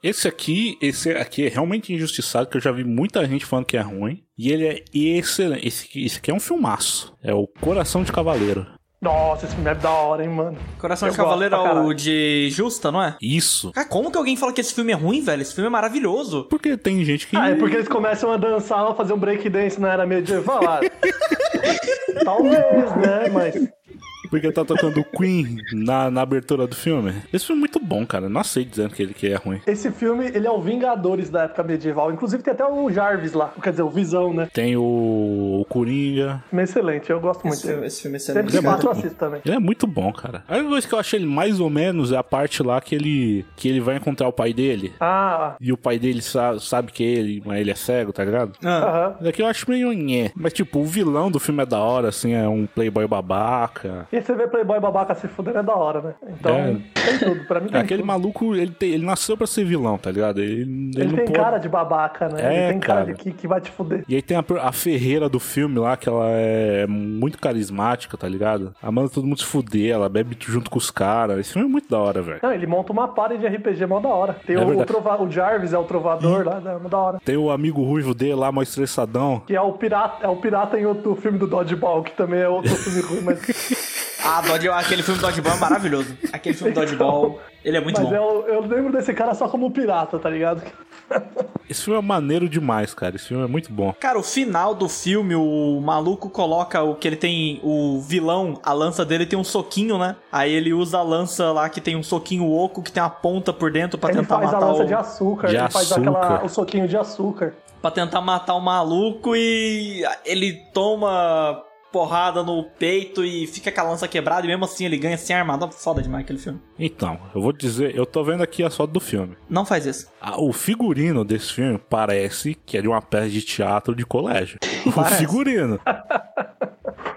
Speaker 1: Esse aqui, esse aqui é realmente injustiçado, que eu já vi muita gente falando que é ruim. E ele é excelente. Esse, aqui- esse aqui é um filmaço. É o Coração de Cavaleiro.
Speaker 3: Nossa, esse filme é da hora, hein, mano.
Speaker 2: Coração
Speaker 3: Eu
Speaker 2: de
Speaker 3: gosto
Speaker 2: Cavaleiro é
Speaker 3: pra caralho.
Speaker 2: o de Justa, não é?
Speaker 1: Isso.
Speaker 2: Cara, como que alguém fala que esse filme é ruim, velho? Esse filme é maravilhoso.
Speaker 1: Porque tem gente que.
Speaker 3: Ah, é porque eles começam a dançar, a fazer um break dance na era medieval. Ah, Talvez, né? Mas.
Speaker 1: Porque tá tocando Queen na, na abertura do filme. Esse filme é muito bom, cara. Eu Não aceito dizendo que ele que é ruim.
Speaker 3: Esse filme, ele é o Vingadores da época medieval. Inclusive tem até o Jarvis lá. Quer dizer, o Visão, né?
Speaker 1: Tem o, o Coringa.
Speaker 3: Filme excelente, eu gosto muito
Speaker 2: Esse filme,
Speaker 3: dele.
Speaker 2: esse filme é
Speaker 3: Sempre
Speaker 2: excelente.
Speaker 3: que
Speaker 2: cara.
Speaker 3: passo, eu assisto também.
Speaker 1: Ele é muito bom, cara. A única coisa que eu achei ele mais ou menos é a parte lá que ele, que ele vai encontrar o pai dele.
Speaker 3: Ah,
Speaker 1: E o pai dele sa- sabe que é ele, mas ele é cego, tá ligado?
Speaker 2: Ah,
Speaker 3: aham.
Speaker 1: Daqui eu acho meio nhé. Mas, tipo, o vilão do filme é da hora, assim, é um playboy babaca.
Speaker 3: E você vê Playboy babaca se fudendo é da hora, né? Então,
Speaker 1: É.
Speaker 3: tem tudo. Pra mim
Speaker 1: É
Speaker 3: tem
Speaker 1: aquele
Speaker 3: tudo.
Speaker 1: maluco, ele, tem- ele nasceu pra ser vilão, tá ligado? Ele, ele
Speaker 3: Ele
Speaker 1: não
Speaker 3: tem
Speaker 1: pode-
Speaker 3: cara de babaca, né?
Speaker 1: É,
Speaker 3: ele tem cara,
Speaker 1: cara.
Speaker 3: de que, que vai te fuder.
Speaker 1: E aí tem a, per- a Ferreira do filme lá, que ela é muito carismática, tá ligado? Ela manda todo mundo se fuder, ela bebe junto com os caras. Esse filme é muito da hora, velho.
Speaker 3: Não, ele monta uma party de RPG mó da hora. Tem
Speaker 1: É
Speaker 3: o, o,
Speaker 1: verdade.
Speaker 3: trova, o Jarvis, é o trovador lá, né? mó da hora.
Speaker 1: Tem o amigo ruivo dele lá, mó estressadão.
Speaker 3: Que é o pirata, é o pirata em outro filme do Dodgeball, que também é outro filme ruim, mas,
Speaker 2: ah Dodge- aquele filme Dodgeball é maravilhoso. Aquele filme Dodgeball, ele é muito
Speaker 3: mas um-
Speaker 2: bom.
Speaker 3: eu, eu lembro desse cara só como pirata, tá ligado?
Speaker 1: Esse filme é maneiro demais, cara. Esse filme é muito bom.
Speaker 2: Cara, o final do filme, o maluco coloca o que ele tem. O vilão, a lança dele tem um soquinho, né? Aí ele usa a lança lá que tem um soquinho oco que tem uma ponta por dentro pra
Speaker 3: Ele
Speaker 2: tentar
Speaker 3: faz a
Speaker 2: matar
Speaker 3: lança
Speaker 2: o.
Speaker 3: de açúcar,
Speaker 1: De
Speaker 3: ele faz
Speaker 1: açúcar.
Speaker 3: aquela, o soquinho de açúcar.
Speaker 2: Pra tentar matar o maluco e ele toma porrada no peito e fica com a lança quebrada e mesmo assim ele ganha sem armadura. Foda demais aquele filme.
Speaker 1: Então, eu vou dizer, eu tô vendo aqui a foto do filme.
Speaker 2: Não faz isso.
Speaker 1: Ah, O figurino desse filme parece que é de uma peça de teatro de colégio. O
Speaker 2: Parece.
Speaker 1: figurino.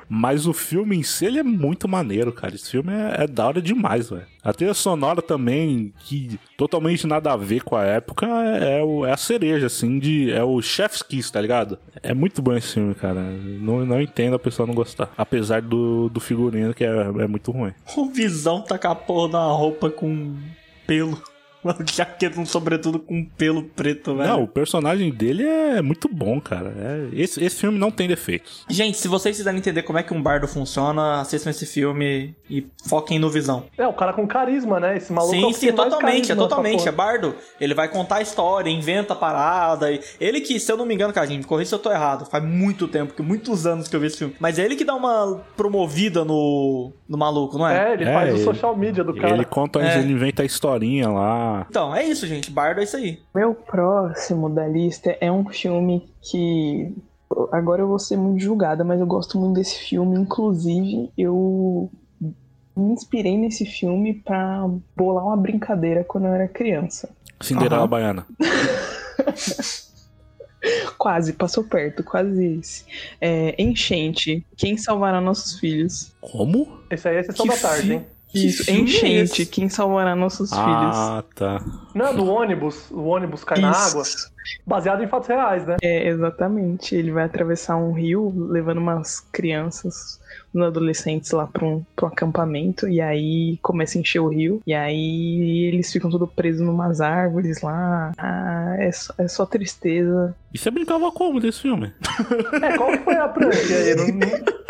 Speaker 1: Mas o filme em si, ele é muito maneiro, cara. Esse filme é, é da hora demais, velho. A trilha sonora também, que totalmente nada a ver com a época, é, é o- é a cereja, assim, de, é o chef's kiss, tá ligado? É muito bom esse filme, cara. Não, não entendo a pessoa não gostar. Apesar do, do figurino, que é, é muito ruim.
Speaker 2: O Visão tá com a porra da roupa com pelo. Uma jaqueta, um sobretudo com pelo preto, velho.
Speaker 1: Não, o personagem dele é muito bom, cara. É- esse, esse filme não tem defeitos.
Speaker 2: Gente, se vocês quiserem entender como é que um bardo funciona, assistam esse filme e foquem no Visão.
Speaker 3: É, o cara com carisma, né? Esse maluco é o
Speaker 2: sim,
Speaker 3: que
Speaker 2: sim,
Speaker 3: tem mais
Speaker 2: totalmente,
Speaker 3: carisma
Speaker 2: é
Speaker 3: nessa
Speaker 2: totalmente. É
Speaker 3: porra.
Speaker 2: bardo, ele vai contar a história, inventa a parada. e- Ele que, se eu não me engano, cara, gente, me corrija se eu tô errado. Faz muito tempo, que muitos anos que eu vi esse filme. Mas é ele que dá uma promovida no, no maluco, não é?
Speaker 3: É, ele
Speaker 1: É,
Speaker 3: faz
Speaker 1: ele-
Speaker 3: o social media do cara.
Speaker 1: Ele conta,
Speaker 2: É.
Speaker 1: ele inventa a historinha lá.
Speaker 2: Então, é isso, gente. Bardo é isso aí.
Speaker 5: Meu próximo da lista é um filme que. Agora eu vou ser muito julgada, mas eu gosto muito desse filme. Inclusive, eu me inspirei nesse filme pra bolar uma brincadeira quando eu era criança.
Speaker 1: Cinderela
Speaker 2: Aham.
Speaker 1: Baiana.
Speaker 5: Quase, passou perto, quase isso. É, enchente. Quem salvará nossos filhos?
Speaker 1: Como?
Speaker 3: Esse aí é sessão
Speaker 2: Que
Speaker 3: da tarde,
Speaker 2: fi-
Speaker 3: hein?
Speaker 2: que
Speaker 5: isso,
Speaker 2: filme é
Speaker 5: enchente.
Speaker 2: esse?
Speaker 5: Quem salvará nossos filhos?
Speaker 1: Ah, tá.
Speaker 3: Não é do ônibus, o ônibus cai Tá na água.
Speaker 5: Isso.
Speaker 3: Baseado em fatos reais, né?
Speaker 5: É, exatamente. Ele vai atravessar um rio levando umas crianças, uns adolescentes lá pra um, pra um acampamento. E aí começa a encher o rio. E aí eles ficam tudo presos numas árvores lá. Ah, é só, é só tristeza.
Speaker 1: E você brincava como desse filme?
Speaker 3: É, qual que foi a prancha aí? Não- não-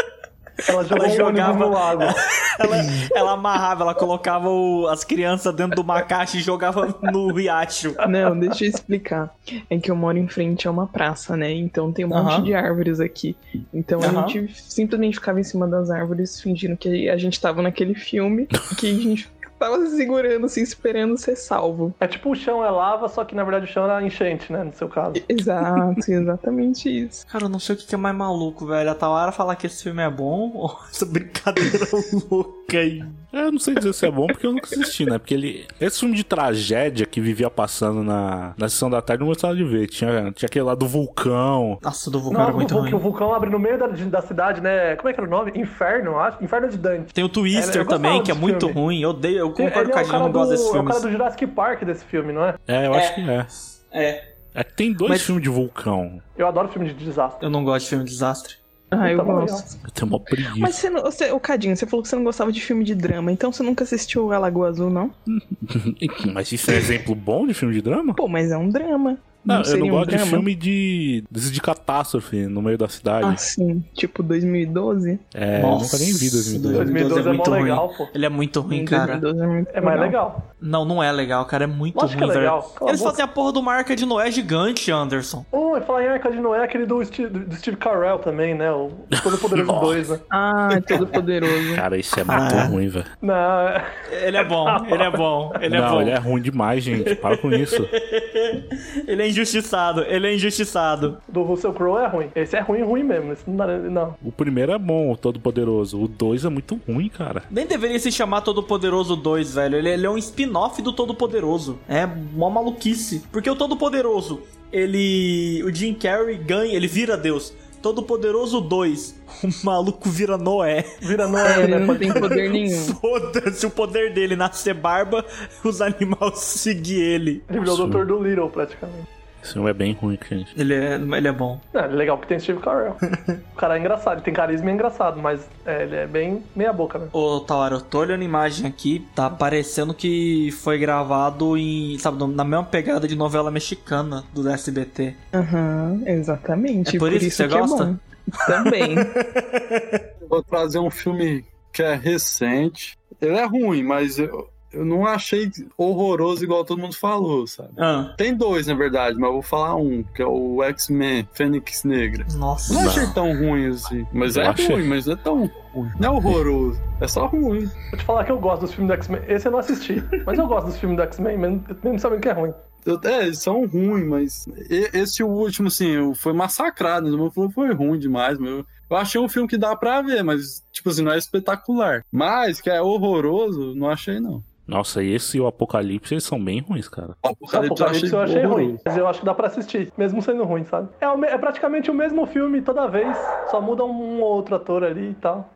Speaker 3: Ela jogou o ônibus
Speaker 2: jogava-
Speaker 3: no lago.
Speaker 2: Ela, ela amarrava, ela colocava o- as crianças dentro de uma caixa e jogava no riacho.
Speaker 5: Não, deixa eu explicar. É que eu moro em frente a uma praça, né? Então tem um monte
Speaker 2: Aham.
Speaker 5: de árvores aqui. Então
Speaker 2: Aham.
Speaker 5: a gente simplesmente ficava em cima das árvores fingindo que a gente tava naquele filme. Que a gente tava se segurando, assim, esperando ser salvo.
Speaker 3: É tipo o chão é lava, só que na verdade o chão era enchente, né? No seu caso.
Speaker 5: Exato, exatamente isso.
Speaker 2: Cara, eu não sei o que que é mais maluco, velho. A Tawara falar que esse filme é bom ou essa brincadeira louca aí.
Speaker 1: É, eu não sei dizer se é bom porque eu nunca assisti, né? Porque ele. Esse filme de tragédia que vivia passando na, na sessão da tarde eu não gostava de ver. Tinha, tinha aquele lá do vulcão.
Speaker 2: Nossa, do vulcão
Speaker 3: Não,
Speaker 2: era
Speaker 3: o,
Speaker 2: é muito
Speaker 3: vul-
Speaker 2: ruim.
Speaker 3: que o vulcão abre no meio da, da cidade, né? Como é que era o nome? Inferno, eu acho. Inferno de Dante.
Speaker 2: Tem o Twister
Speaker 3: Eu gostava
Speaker 2: também, que é
Speaker 3: desse
Speaker 2: muito
Speaker 3: filme.
Speaker 2: ruim. Eu odeio, eu
Speaker 3: Ele
Speaker 2: concordo com a
Speaker 3: é o
Speaker 2: gente, eu
Speaker 3: cara
Speaker 2: não
Speaker 3: do-
Speaker 2: gosto desses
Speaker 3: É o cara
Speaker 2: filmes.
Speaker 3: do Jurassic Park desse filme, não é?
Speaker 1: É, eu
Speaker 2: É.
Speaker 1: acho que é.
Speaker 2: É,
Speaker 1: É que tem dois
Speaker 2: Mas-
Speaker 1: filmes de vulcão.
Speaker 3: Eu adoro filme de desastre.
Speaker 2: eu não gosto de filme de desastre.
Speaker 5: Ah, eu
Speaker 3: Então, tá
Speaker 5: gosto.
Speaker 1: Eu tenho uma preguiça.
Speaker 5: Mas você, não- você, ô Cadinho, você falou que você não gostava de filme de drama, então você nunca assistiu A Lagoa Azul, não?
Speaker 1: Mas isso é exemplo bom de filme de drama?
Speaker 5: Pô, mas é um drama.
Speaker 1: Não, eu
Speaker 5: seria
Speaker 1: não
Speaker 5: um
Speaker 1: gosto de
Speaker 5: drama?
Speaker 1: filme de. desses de catástrofe no meio da cidade.
Speaker 5: Ah, sim, tipo 2012.
Speaker 1: é, eu nunca nem vi 2012.
Speaker 3: 2012 é,
Speaker 2: é
Speaker 3: mó
Speaker 2: muito ruim.
Speaker 3: legal, pô.
Speaker 2: Ele é muito ruim, cara.
Speaker 5: 2012 é, muito
Speaker 3: É mais legal.
Speaker 2: Não, não é legal, cara. É muito
Speaker 3: Lógico que
Speaker 2: ruim,
Speaker 3: é legal.
Speaker 2: velho.
Speaker 3: Cala a
Speaker 2: Eles
Speaker 3: boca.
Speaker 2: fazem a porra do marca de Noé gigante, Anderson.
Speaker 3: Oh, e falar em Arca de Noé, aquele do Steve, do Steve Carell também, né? O Todo Poderoso
Speaker 1: Nossa.
Speaker 3: 2, né?
Speaker 5: Ah, Todo Poderoso.
Speaker 1: Cara, isso é muito
Speaker 2: Ah.
Speaker 1: ruim, velho.
Speaker 3: Não,
Speaker 2: Ele é bom, ele é bom, ele é
Speaker 1: não,
Speaker 2: bom.
Speaker 1: ele é ruim demais, gente. Para com isso.
Speaker 2: ele é injustiçado, ele é injustiçado.
Speaker 3: do Russell Crowe é ruim. Esse é ruim, ruim mesmo. Esse não, dá- não.
Speaker 1: O primeiro é bom, o Todo-Poderoso. O dois é muito ruim, cara.
Speaker 2: Nem deveria se chamar Todo Poderoso 2, velho. Ele, ele é um spin-off do Todo Poderoso. É uma maluquice. Porque o Todo Poderoso, ele. O Jim Carrey ganha, ele vira Deus. Todo Poderoso 2, o maluco vira Noé.
Speaker 3: Vira Noé,
Speaker 5: Ele
Speaker 3: né?
Speaker 5: É, não
Speaker 3: Pode...
Speaker 5: tem poder nenhum.
Speaker 2: Foda-se o poder dele nascer barba, os animais seguir ele.
Speaker 3: Ele virou o
Speaker 1: Nossa.
Speaker 3: doutor do Little, praticamente.
Speaker 1: Esse filme é bem ruim, gente.
Speaker 2: Ele é, ele é bom.
Speaker 3: Não, é legal que tem Steve Carell. o cara é engraçado, ele tem carisma e é engraçado, mas é, ele é bem meia boca, né?
Speaker 2: Ô, Tawara, eu tô olhando a imagem aqui, tá parecendo que foi gravado em, sabe, na mesma pegada de novela mexicana do SBT.
Speaker 5: Aham, exatamente.
Speaker 2: É por isso que você
Speaker 5: que é
Speaker 2: gosta?
Speaker 5: bom. Também.
Speaker 4: Vou trazer um filme que é recente. Ele é ruim, mas eu, eu não achei horroroso igual todo mundo falou, sabe?
Speaker 2: Ah,
Speaker 4: Tem dois, na verdade, mas eu vou falar um, que é o X-Men Fênix Negra.
Speaker 2: nossa.
Speaker 4: Não achei tão ruim assim. Mas
Speaker 1: Eu
Speaker 4: é
Speaker 1: achei.
Speaker 4: ruim, mas não é tão ruim. Não é horroroso. É só ruim.
Speaker 3: Vou te falar que eu gosto dos filmes do X-Men. Esse eu não assisti, mas eu gosto dos filmes do X-Men, mesmo, mesmo sabendo que é ruim.
Speaker 4: Eu- É, eles são ruins, mas e- esse último, assim, eu- foi massacrado. né? Todo mundo falou foi ruim demais, mas eu- Eu achei um filme que dá pra ver, mas, tipo assim, não é espetacular. Mas, que é horroroso, não achei, não.
Speaker 1: Nossa, e esse e o Apocalipse, eles são bem ruins, cara.
Speaker 4: O
Speaker 3: O
Speaker 4: Apocalipse,
Speaker 3: Apocalipse eu achei
Speaker 4: horroroso.
Speaker 3: ruim, mas eu acho que dá pra assistir, mesmo sendo ruim, sabe? É, o me- é praticamente o mesmo filme toda vez, só muda um ou outro ator ali e tal.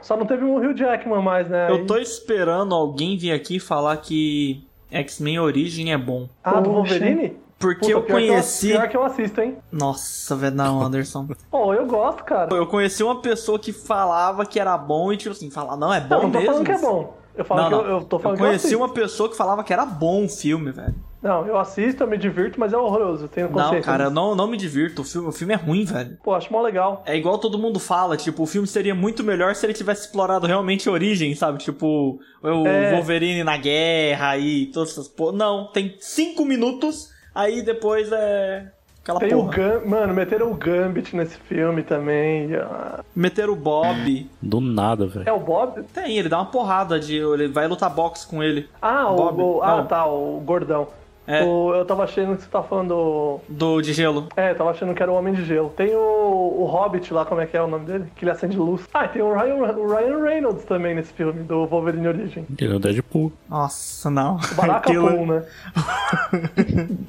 Speaker 3: Só não teve um Hugh Jackman mais, né?
Speaker 2: Eu
Speaker 3: Aí-
Speaker 2: tô esperando alguém vir aqui falar que X-Men Origem é bom.
Speaker 3: Ah, do
Speaker 5: Poxa.
Speaker 3: Wolverine?
Speaker 2: Porque
Speaker 3: Puta,
Speaker 2: eu
Speaker 3: pior que
Speaker 2: conheci.
Speaker 3: pior que eu assisto, hein?
Speaker 2: Nossa, velho, não, Anderson.
Speaker 3: Pô, eu gosto, cara.
Speaker 2: eu conheci uma pessoa que falava que era bom e, tipo assim, falar, não, é bom
Speaker 3: não, eu não tô
Speaker 2: mesmo.
Speaker 3: falando que é bom. Eu falo
Speaker 2: Não,
Speaker 3: que
Speaker 2: não.
Speaker 3: eu, eu tô falando
Speaker 2: eu conheci
Speaker 3: que é assim. eu assisto.
Speaker 2: uma pessoa que falava que era bom o filme, velho.
Speaker 3: Não, eu assisto, eu me divirto, mas é horroroso, eu tenho consciência.
Speaker 2: Não, cara, eu
Speaker 3: disso.
Speaker 2: não, não me divirto. O filme, o filme é ruim, velho.
Speaker 3: Pô, acho mó legal.
Speaker 2: É igual todo mundo fala, tipo, o filme seria muito melhor se ele tivesse explorado realmente a origem, sabe? Tipo, o
Speaker 3: É.
Speaker 2: Wolverine na guerra e todas essas porra. Não, tem cinco minutos, aí depois é. Aquela
Speaker 3: Tem o
Speaker 2: porra.
Speaker 3: Gambit, mano, meteram o Gambit nesse filme também. ah.
Speaker 2: Meter o Bob.
Speaker 1: Do nada, velho.
Speaker 3: É o Bob?
Speaker 2: Tem, ele dá uma porrada de. Ele vai lutar boxe com ele.
Speaker 3: Ah, o,
Speaker 2: Bob,
Speaker 3: o- ah
Speaker 2: não.
Speaker 3: tá, o gordão.
Speaker 2: É.
Speaker 3: O- eu tava achando que você tá falando.
Speaker 2: Do de gelo.
Speaker 3: É, eu tava achando que era o Homem de Gelo. Tem o, o Hobbit lá, como é que é o nome dele? Que ele acende luz. Ah, e tem o Ryan, o Ryan Reynolds também nesse filme, do Wolverine Origem.
Speaker 1: Ele é o Deadpool.
Speaker 2: Nossa, não.
Speaker 3: Baraka né?
Speaker 2: Aquilo-
Speaker 3: Boom, né?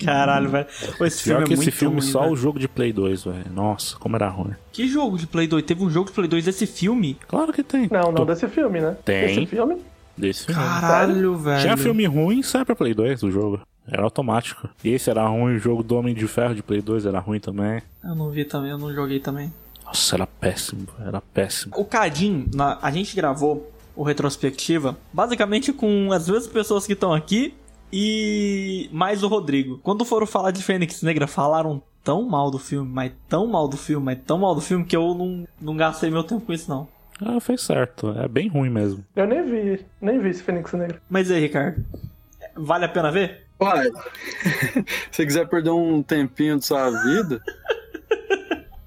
Speaker 2: Caralho, velho. Esse filme
Speaker 1: Pior
Speaker 2: é
Speaker 1: que
Speaker 2: muito
Speaker 1: esse filme,
Speaker 2: ruim,
Speaker 1: só
Speaker 2: velho.
Speaker 1: o jogo de Play 2, velho. Nossa, como era ruim.
Speaker 2: Que jogo de Play 2? Teve um jogo de Play 2 desse filme?
Speaker 1: Claro que tem.
Speaker 3: Não, não
Speaker 1: Tô-
Speaker 3: desse filme, né?
Speaker 1: Tem.
Speaker 3: Desse filme?
Speaker 1: desse filme.
Speaker 2: Caralho, velho.
Speaker 1: Tinha filme ruim, sai pra Play 2 o jogo. Era automático. E esse era ruim, o jogo do Homem de Ferro de Play 2 era ruim também.
Speaker 2: Eu não vi também, eu não joguei também.
Speaker 1: Nossa, era péssimo, era péssimo.
Speaker 2: O Cadim, na- a gente gravou o Retrospectiva basicamente com as duas pessoas que estão aqui e mais o Rodrigo. Quando foram falar de Fênix Negra, falaram tão mal do filme, mas tão mal do filme, mas tão mal do filme que eu não, não gastei meu tempo com isso, não.
Speaker 1: Ah, fez certo. É bem ruim mesmo.
Speaker 3: Eu nem vi, nem vi esse Fênix Negro.
Speaker 2: Mas e aí, Ricardo? Vale a pena ver?
Speaker 4: Uai, se você quiser perder um tempinho de sua vida.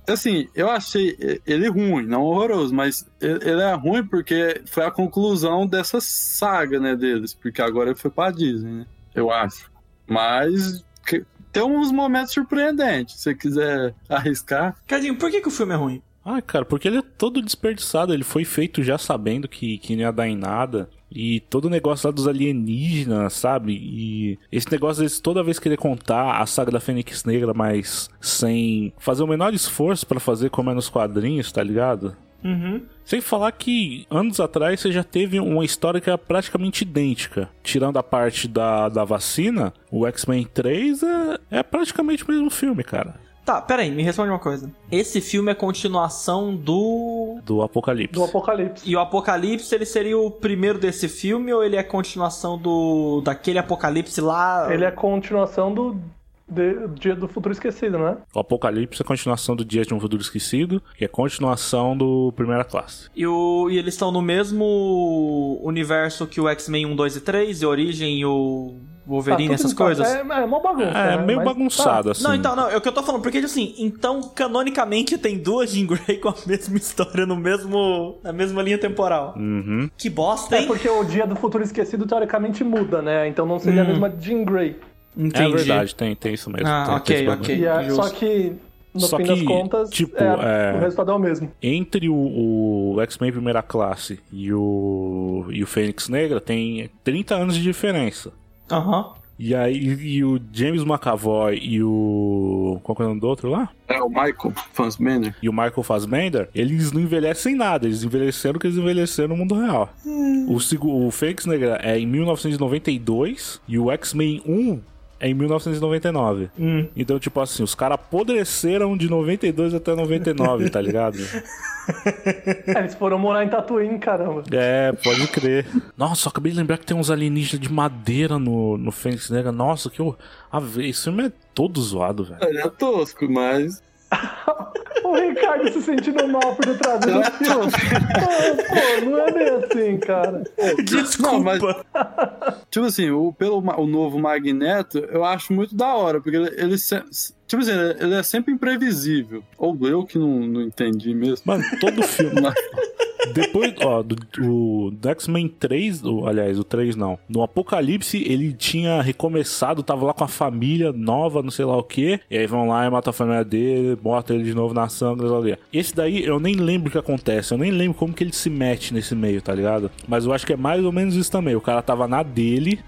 Speaker 4: Assim, eu achei ele ruim, não horroroso, mas ele ele é ruim porque foi a conclusão dessa saga, né, deles. Porque agora ele foi pra Disney, né? Eu acho. Mas que- tem uns momentos surpreendentes, se você quiser arriscar.
Speaker 2: Cadinho, por que, que o filme é ruim?
Speaker 1: Ah, cara, porque ele é todo desperdiçado. Ele foi feito já sabendo que, que não ia dar em nada. E todo o negócio lá dos alienígenas, sabe? E esse negócio deles toda vez querer contar a saga da Fênix Negra, mas sem fazer o menor esforço pra fazer como é nos quadrinhos, tá ligado?
Speaker 2: Uhum.
Speaker 1: Sem falar que anos atrás você já teve uma história que era praticamente idêntica. Tirando a parte da, da vacina, o X-Men 3 é, é praticamente o mesmo filme, cara.
Speaker 2: Tá, peraí, me responde uma coisa. Esse filme é continuação do.
Speaker 1: Do Apocalipse.
Speaker 3: Do Apocalipse.
Speaker 2: E o Apocalipse, ele seria o primeiro desse filme ou ele é continuação do. daquele Apocalipse
Speaker 1: Ah.
Speaker 2: lá.
Speaker 3: Ele é continuação do de- Dia do Futuro Esquecido, né?
Speaker 1: O Apocalipse é a continuação do Dias de um Futuro Esquecido, que é a continuação do Primeira Classe.
Speaker 2: E, o... e eles estão no mesmo universo que o X-Men 1, 2 e 3, e Origem e o Wolverine,
Speaker 3: tudo
Speaker 2: essas
Speaker 3: despa-
Speaker 2: coisas.
Speaker 3: É, é mó bagunça.
Speaker 1: É,
Speaker 3: né?
Speaker 1: meio
Speaker 3: Mas
Speaker 1: bagunçado, assim.
Speaker 2: tá. Não, então, não, é o que eu tô falando, porque assim, então canonicamente tem duas Jean Grey com a mesma história no mesmo, na mesma linha temporal.
Speaker 1: Uhum.
Speaker 2: Que bosta,
Speaker 3: Tá. É
Speaker 2: hein?
Speaker 3: porque o Dia do Futuro Esquecido teoricamente muda, né? Então não
Speaker 1: Hum.
Speaker 3: seria a mesma Jean Grey.
Speaker 1: É verdade, tem, tem isso mesmo.
Speaker 2: Ah,
Speaker 1: tem- tem esse
Speaker 2: ok,
Speaker 1: bagulho.
Speaker 2: ok.
Speaker 3: E é-
Speaker 2: justo.
Speaker 3: só que, no
Speaker 1: Só
Speaker 3: fim
Speaker 1: que,
Speaker 3: das contas,
Speaker 1: tipo,
Speaker 3: é,
Speaker 1: é-
Speaker 3: o resultado é o mesmo.
Speaker 1: Entre o, o X-Men Primeira Classe e o, e o Fênix Negra tem 30 anos de diferença.
Speaker 2: Aham.
Speaker 1: E aí, e o James McAvoy e o. Qual que é o nome do outro lá?
Speaker 4: É o Michael Fassbender.
Speaker 1: E o Michael Fassbender, eles não envelhecem nada. Eles envelheceram o que eles envelheceram no mundo real. O, segu- o Fênix Negra é em 1992 e o X-Men 1 é em 1999.
Speaker 2: Hum.
Speaker 1: Então, tipo assim, os caras apodreceram de 92 até 99, tá ligado?
Speaker 3: É, eles foram morar em Tatooine, caramba.
Speaker 1: É, pode crer. Nossa, acabei de lembrar que tem uns alienígenas de madeira no, no Fênix Negra. Nossa, que. hor- Ah, véi, esse filme é todo zoado, velho.
Speaker 4: Ele é tosco, mas.
Speaker 3: O Ricardo se sentindo mal por detrás do filme. Ah, Pô, não é bem assim, cara.
Speaker 2: Desculpa.
Speaker 4: Não, mas- Tipo assim, o, pelo ma- o novo Magneto, eu acho muito da hora, porque ele, ele se- tipo assim, ele ele é sempre imprevisível. Ou eu que não, não entendi mesmo.
Speaker 1: Mano, todo filme.
Speaker 4: Mas-
Speaker 1: Depois, ó, do, do, do X-Men 3, do- aliás, o 3 não. No Apocalipse, ele tinha recomeçado, tava lá com a família nova, não sei lá o que. E aí vão lá e matam a família dele, botam ele de novo na sangue, blá, blá, blá. Esse daí eu nem lembro o que acontece, eu nem lembro como que ele se mete nesse meio, tá ligado? Mas eu acho que é mais ou menos isso também. O cara tava na dele,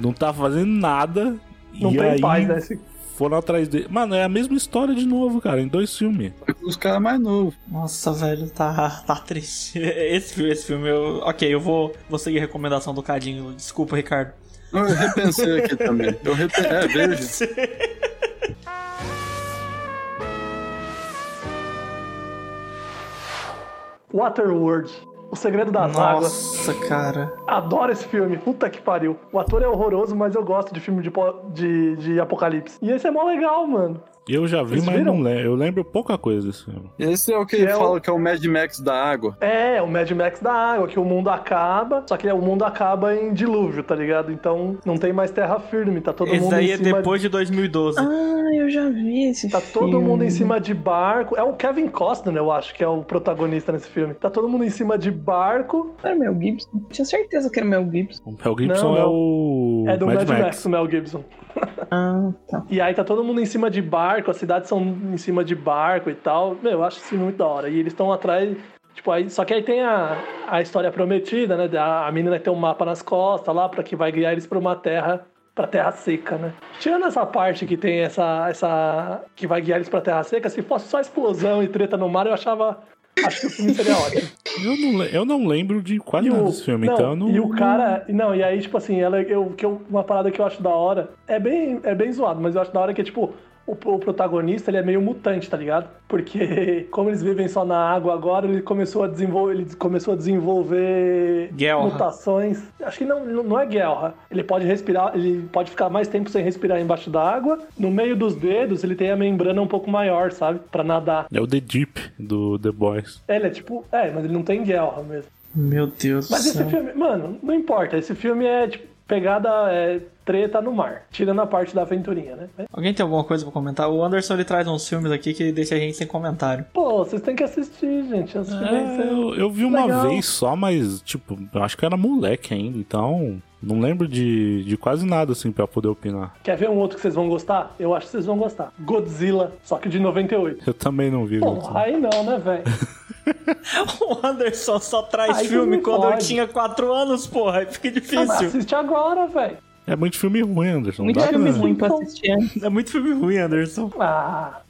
Speaker 1: não tava fazendo nada.
Speaker 3: Não
Speaker 1: e
Speaker 3: tem
Speaker 1: aí,
Speaker 3: paz, né? Esse-
Speaker 1: Foram atrás dele. Mano, é a mesma história de novo, cara, em dois filmes.
Speaker 4: É Os caras mais novos.
Speaker 2: Nossa, velho, tá, tá triste. Esse, filme- esse filme, eu, ok, eu vou, vou seguir a recomendação do Cadinho. Desculpa, Ricardo.
Speaker 4: Eu repensei aqui também. Eu repen... É, veja.
Speaker 2: Tá,
Speaker 3: Waterworld. O Segredo
Speaker 2: tá
Speaker 3: das Águas.
Speaker 2: Nossa, cara.
Speaker 3: Adoro esse filme. Puta que pariu. O ator é horroroso, mas eu gosto de filme de, po- de, de apocalipse. E esse é mó legal, mano.
Speaker 1: Eu já vi,
Speaker 3: Vocês
Speaker 1: mas
Speaker 3: viram?
Speaker 1: não lembro. Eu lembro pouca coisa desse filme.
Speaker 4: Esse é o que
Speaker 3: Que é o-
Speaker 4: fala que é o Mad Max da água.
Speaker 3: É, o Mad Max da água, que o mundo acaba, só que é, o mundo acaba em dilúvio, tá ligado? Então não tem mais terra firme, tá todo
Speaker 2: Esse
Speaker 3: mundo
Speaker 2: daí
Speaker 3: em
Speaker 2: é
Speaker 3: cima
Speaker 2: depois de 2012.
Speaker 5: Ah, eu já vi esse
Speaker 3: Tá
Speaker 5: filme.
Speaker 3: todo mundo em cima de barco. É o Kevin Costner, eu acho, que é o protagonista nesse filme. Tá todo mundo em cima de barco.
Speaker 5: Era Mel Gibson. Tinha certeza que era Mel Gibson.
Speaker 1: O Mel Gibson
Speaker 3: Não,
Speaker 1: é
Speaker 3: não.
Speaker 1: o.
Speaker 3: é do
Speaker 1: Mad, Max.
Speaker 3: o Mel Gibson.
Speaker 5: Ah, tá.
Speaker 3: E aí tá todo mundo em cima de barco, as cidades são em cima de barco e tal. Meu, eu acho isso muito da hora. E eles estão atrás. Tipo, aí, só que aí tem a, a história prometida, né? A, a menina tem um mapa nas costas lá, pra que vai guiar eles pra uma terra, pra terra seca, né? Tirando essa parte que tem essa. essa que vai guiar eles pra terra seca, se fosse só explosão e treta no mar, eu achava. Acho que o filme seria ótimo.
Speaker 1: Eu não, le- eu Ah, não lembro de quase
Speaker 3: E
Speaker 1: nada
Speaker 3: o-
Speaker 1: desse filme,
Speaker 3: não,
Speaker 1: então eu não.
Speaker 3: E o cara. Não, e aí, tipo assim, ela, eu, que eu- uma parada que eu acho da hora. É bem, é bem zoado, mas eu acho da hora que, tipo, o, o protagonista ele é meio mutante, tá ligado? Porque como eles vivem só na água agora, ele começou a desenvolver. Ele começou a desenvolver
Speaker 2: Guelra.
Speaker 3: mutações. Acho que não, não é guerra. Ele pode respirar, ele pode ficar mais tempo sem respirar embaixo d'água. No meio dos dedos, ele tem a membrana um pouco maior, sabe? Pra nadar.
Speaker 1: É o The Deep do The Boys.
Speaker 3: Ele é tipo. É, mas ele não tem guerra mesmo.
Speaker 2: Meu Deus do
Speaker 3: Mas esse
Speaker 2: céu.
Speaker 3: filme, mano, não importa. Esse filme é tipo, pegada é, treta no mar, tirando a parte da aventurinha, né? Mas,
Speaker 2: Alguém tem alguma coisa pra comentar? O Anderson ele traz uns filmes aqui que deixa a gente sem comentário.
Speaker 3: pô, vocês têm que assistir, gente. Assistir bem
Speaker 1: É,
Speaker 3: sério.
Speaker 1: eu, eu vi uma
Speaker 3: Legal.
Speaker 1: vez só, mas, tipo, eu acho que eu era moleque ainda, então. Não lembro de, de quase nada, assim, pra poder opinar.
Speaker 3: Quer ver um outro que vocês vão gostar? Eu acho que vocês vão gostar. Godzilla, só que de 98.
Speaker 1: Eu também não vi.
Speaker 3: Pô,
Speaker 1: muito.
Speaker 3: aí não, né, velho?
Speaker 2: O Anderson só traz
Speaker 3: Ai,
Speaker 2: filme
Speaker 3: não
Speaker 2: quando eu
Speaker 3: pode.
Speaker 2: tinha 4 anos, porra. Aí Fica difícil.
Speaker 3: Ah, Assiste agora, velho.
Speaker 1: É muito filme ruim, Anderson.
Speaker 5: Muito
Speaker 1: dá
Speaker 5: filme
Speaker 1: pra-
Speaker 5: ruim pra assistir. né?
Speaker 2: É muito filme ruim, Anderson.
Speaker 3: Ah.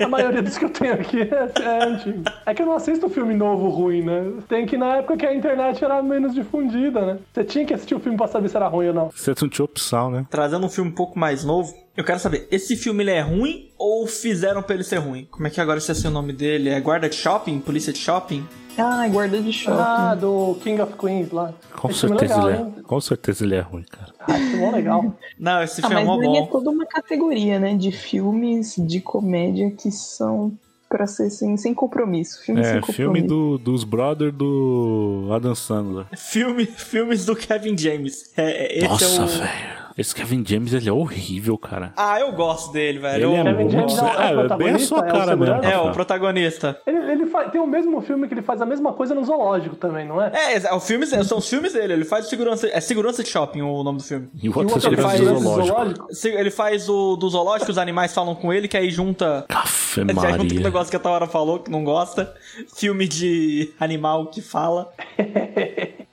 Speaker 3: A maioria dos que eu tenho aqui é, é antigo. É que eu não assisto filme novo ruim, né? Tem que na época que a internet era menos difundida, né? Você tinha que assistir o filme pra saber se era ruim ou não.
Speaker 1: Você não tinha opção, né?
Speaker 2: Trazendo um filme um pouco mais novo, eu quero saber, esse filme ele é ruim ou fizeram pra ele ser ruim? Como é que agora esse é o nome dele? É guarda de shopping? Polícia de shopping?
Speaker 5: Ah, guarda de shopping.
Speaker 3: Ah, do King of Queens lá.
Speaker 1: Com
Speaker 3: Esse filme é
Speaker 1: certeza
Speaker 3: legal,
Speaker 1: ele é.
Speaker 3: hein?
Speaker 1: Com certeza ele é ruim, cara.
Speaker 3: Ah, esse filme é legal.
Speaker 2: Não, esse
Speaker 5: Ah,
Speaker 2: filme é
Speaker 5: mas
Speaker 2: mó
Speaker 5: ele é
Speaker 2: bom.
Speaker 5: toda uma categoria, né? De filmes de comédia que são pra ser sem, sem compromisso. Filme sem
Speaker 1: É,
Speaker 5: compromisso.
Speaker 1: filme do, dos brother do Adam Sandler.
Speaker 2: Filme, filmes do Kevin James. É, é, esse
Speaker 1: Nossa,
Speaker 2: é o...
Speaker 1: velho. Esse Kevin James, ele é horrível, cara.
Speaker 2: Ah, eu gosto dele, velho.
Speaker 1: Ele é
Speaker 2: Eu-
Speaker 3: Kevin
Speaker 1: muito...
Speaker 3: James é o- é o
Speaker 1: é, é bem a sua
Speaker 3: protagonista, é o
Speaker 1: cara mesmo.
Speaker 3: segurança?
Speaker 2: é o
Speaker 1: cara.
Speaker 2: protagonista.
Speaker 3: Ele, ele faz- tem o mesmo filme que ele faz a mesma coisa no zoológico também, não é?
Speaker 2: É, é, o filme, são os filmes dele, ele faz o segurança. É segurança de shopping o nome do filme.
Speaker 1: E o outro
Speaker 3: outro
Speaker 1: ele
Speaker 2: ele
Speaker 1: faz
Speaker 2: faz
Speaker 1: do
Speaker 2: esse
Speaker 1: zoológico.
Speaker 2: Se- Ele faz o do zoológico, os animais falam com ele, que aí junta.
Speaker 1: Café
Speaker 2: Já junta é aquele
Speaker 1: Maria.
Speaker 2: negócio que a Taura falou, que não gosta. Filme de animal que fala.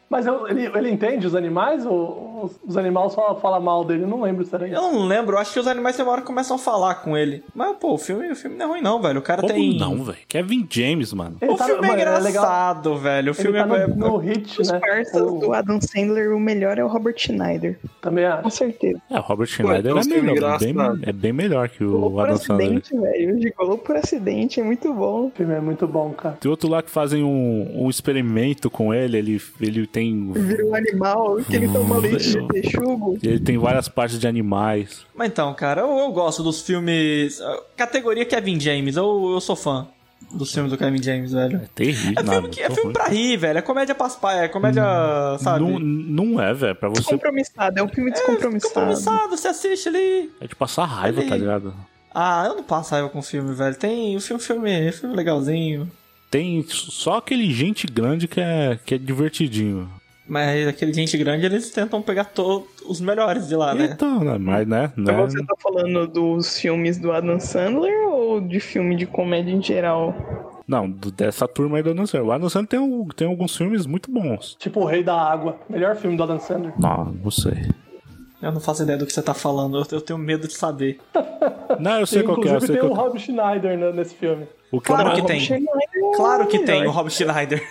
Speaker 3: Mas eu- ele, ele entende os animais ou os, os animais só falam mal dele? Eu Não lembro se era
Speaker 2: Eu
Speaker 3: isso.
Speaker 2: não lembro, eu acho que os animais tem uma hora que começam a falar com ele. Mas, pô, o filme, o filme não é ruim, não, velho. O cara
Speaker 1: Como
Speaker 2: tem.
Speaker 1: não, velho? Kevin James, mano.
Speaker 3: Ele tá
Speaker 2: O filme é
Speaker 3: mano, ele
Speaker 2: engraçado, velho. O
Speaker 3: Ele
Speaker 2: filme
Speaker 3: tá
Speaker 2: é.
Speaker 3: no, no hit,
Speaker 5: Os
Speaker 3: né?
Speaker 5: parças
Speaker 3: O-
Speaker 5: do Adam Sandler, o melhor é o Robert Schneider.
Speaker 3: Também
Speaker 5: Com
Speaker 3: acho.
Speaker 5: certeza.
Speaker 1: É, o Robert Schneider
Speaker 4: então
Speaker 1: é,
Speaker 4: esse filme
Speaker 1: melhor,
Speaker 4: engraçado.
Speaker 1: bem, é bem melhor que o
Speaker 5: Golou por
Speaker 1: Adam Sandler.
Speaker 5: acidente, velho. Gigolou por acidente, é muito bom.
Speaker 3: O filme é muito bom, cara.
Speaker 1: Tem outro lá que fazem um, um experimento com ele, ele, ele tem.
Speaker 5: Vira um animal, que ele toma leite de
Speaker 1: Meu.
Speaker 5: texugo.
Speaker 1: Ele tem várias partes de animais.
Speaker 2: Mas então, cara, eu, eu gosto dos filmes. ah, Categoria Kevin James, eu, eu sou fã dos filmes do Kevin James, velho.
Speaker 1: É terrível,
Speaker 2: É filme,
Speaker 1: nada.
Speaker 2: que, é
Speaker 1: tô ruim.
Speaker 2: filme
Speaker 1: Hum,
Speaker 2: pra rir, velho. É comédia paspaia, é comédia, sabe?
Speaker 1: Não, não é, velho. Pra você.
Speaker 5: Descompromissado, é um filme descompromissado.
Speaker 2: Compromissado, você assiste ali.
Speaker 1: É de passar raiva,
Speaker 2: Ele-
Speaker 1: tá ligado?
Speaker 2: Ah, eu não passo raiva com filme, velho. Tem o filme, filme, filme legalzinho.
Speaker 1: Tem só aquele gente grande que é, que é divertidinho.
Speaker 2: Mas aquele gente grande, eles tentam pegar todos os melhores de
Speaker 3: Ah,
Speaker 2: lá, né?
Speaker 1: Então, né? Mas, né? né?
Speaker 5: Então você tá falando dos filmes do Adam Sandler ou de filme de comédia em geral?
Speaker 1: Não, do- dessa turma aí do Adam Sandler. O Adam Sandler tem, um- tem alguns filmes muito bons.
Speaker 3: Tipo O Rei da Água. Melhor filme do Adam Sandler.
Speaker 1: Não, Ah, não sei.
Speaker 2: Eu não faço ideia do que você tá falando, eu- eu tenho medo de saber.
Speaker 1: Não, eu sei qual que é. Eu
Speaker 3: Inclusive
Speaker 1: sei
Speaker 3: tem o
Speaker 1: qual...
Speaker 3: Rob Schneider né, nesse filme.
Speaker 1: O, que
Speaker 5: Ah,
Speaker 2: Claro
Speaker 1: eu-
Speaker 2: que tem.
Speaker 5: é
Speaker 2: Claro que tem o Rob Schneider.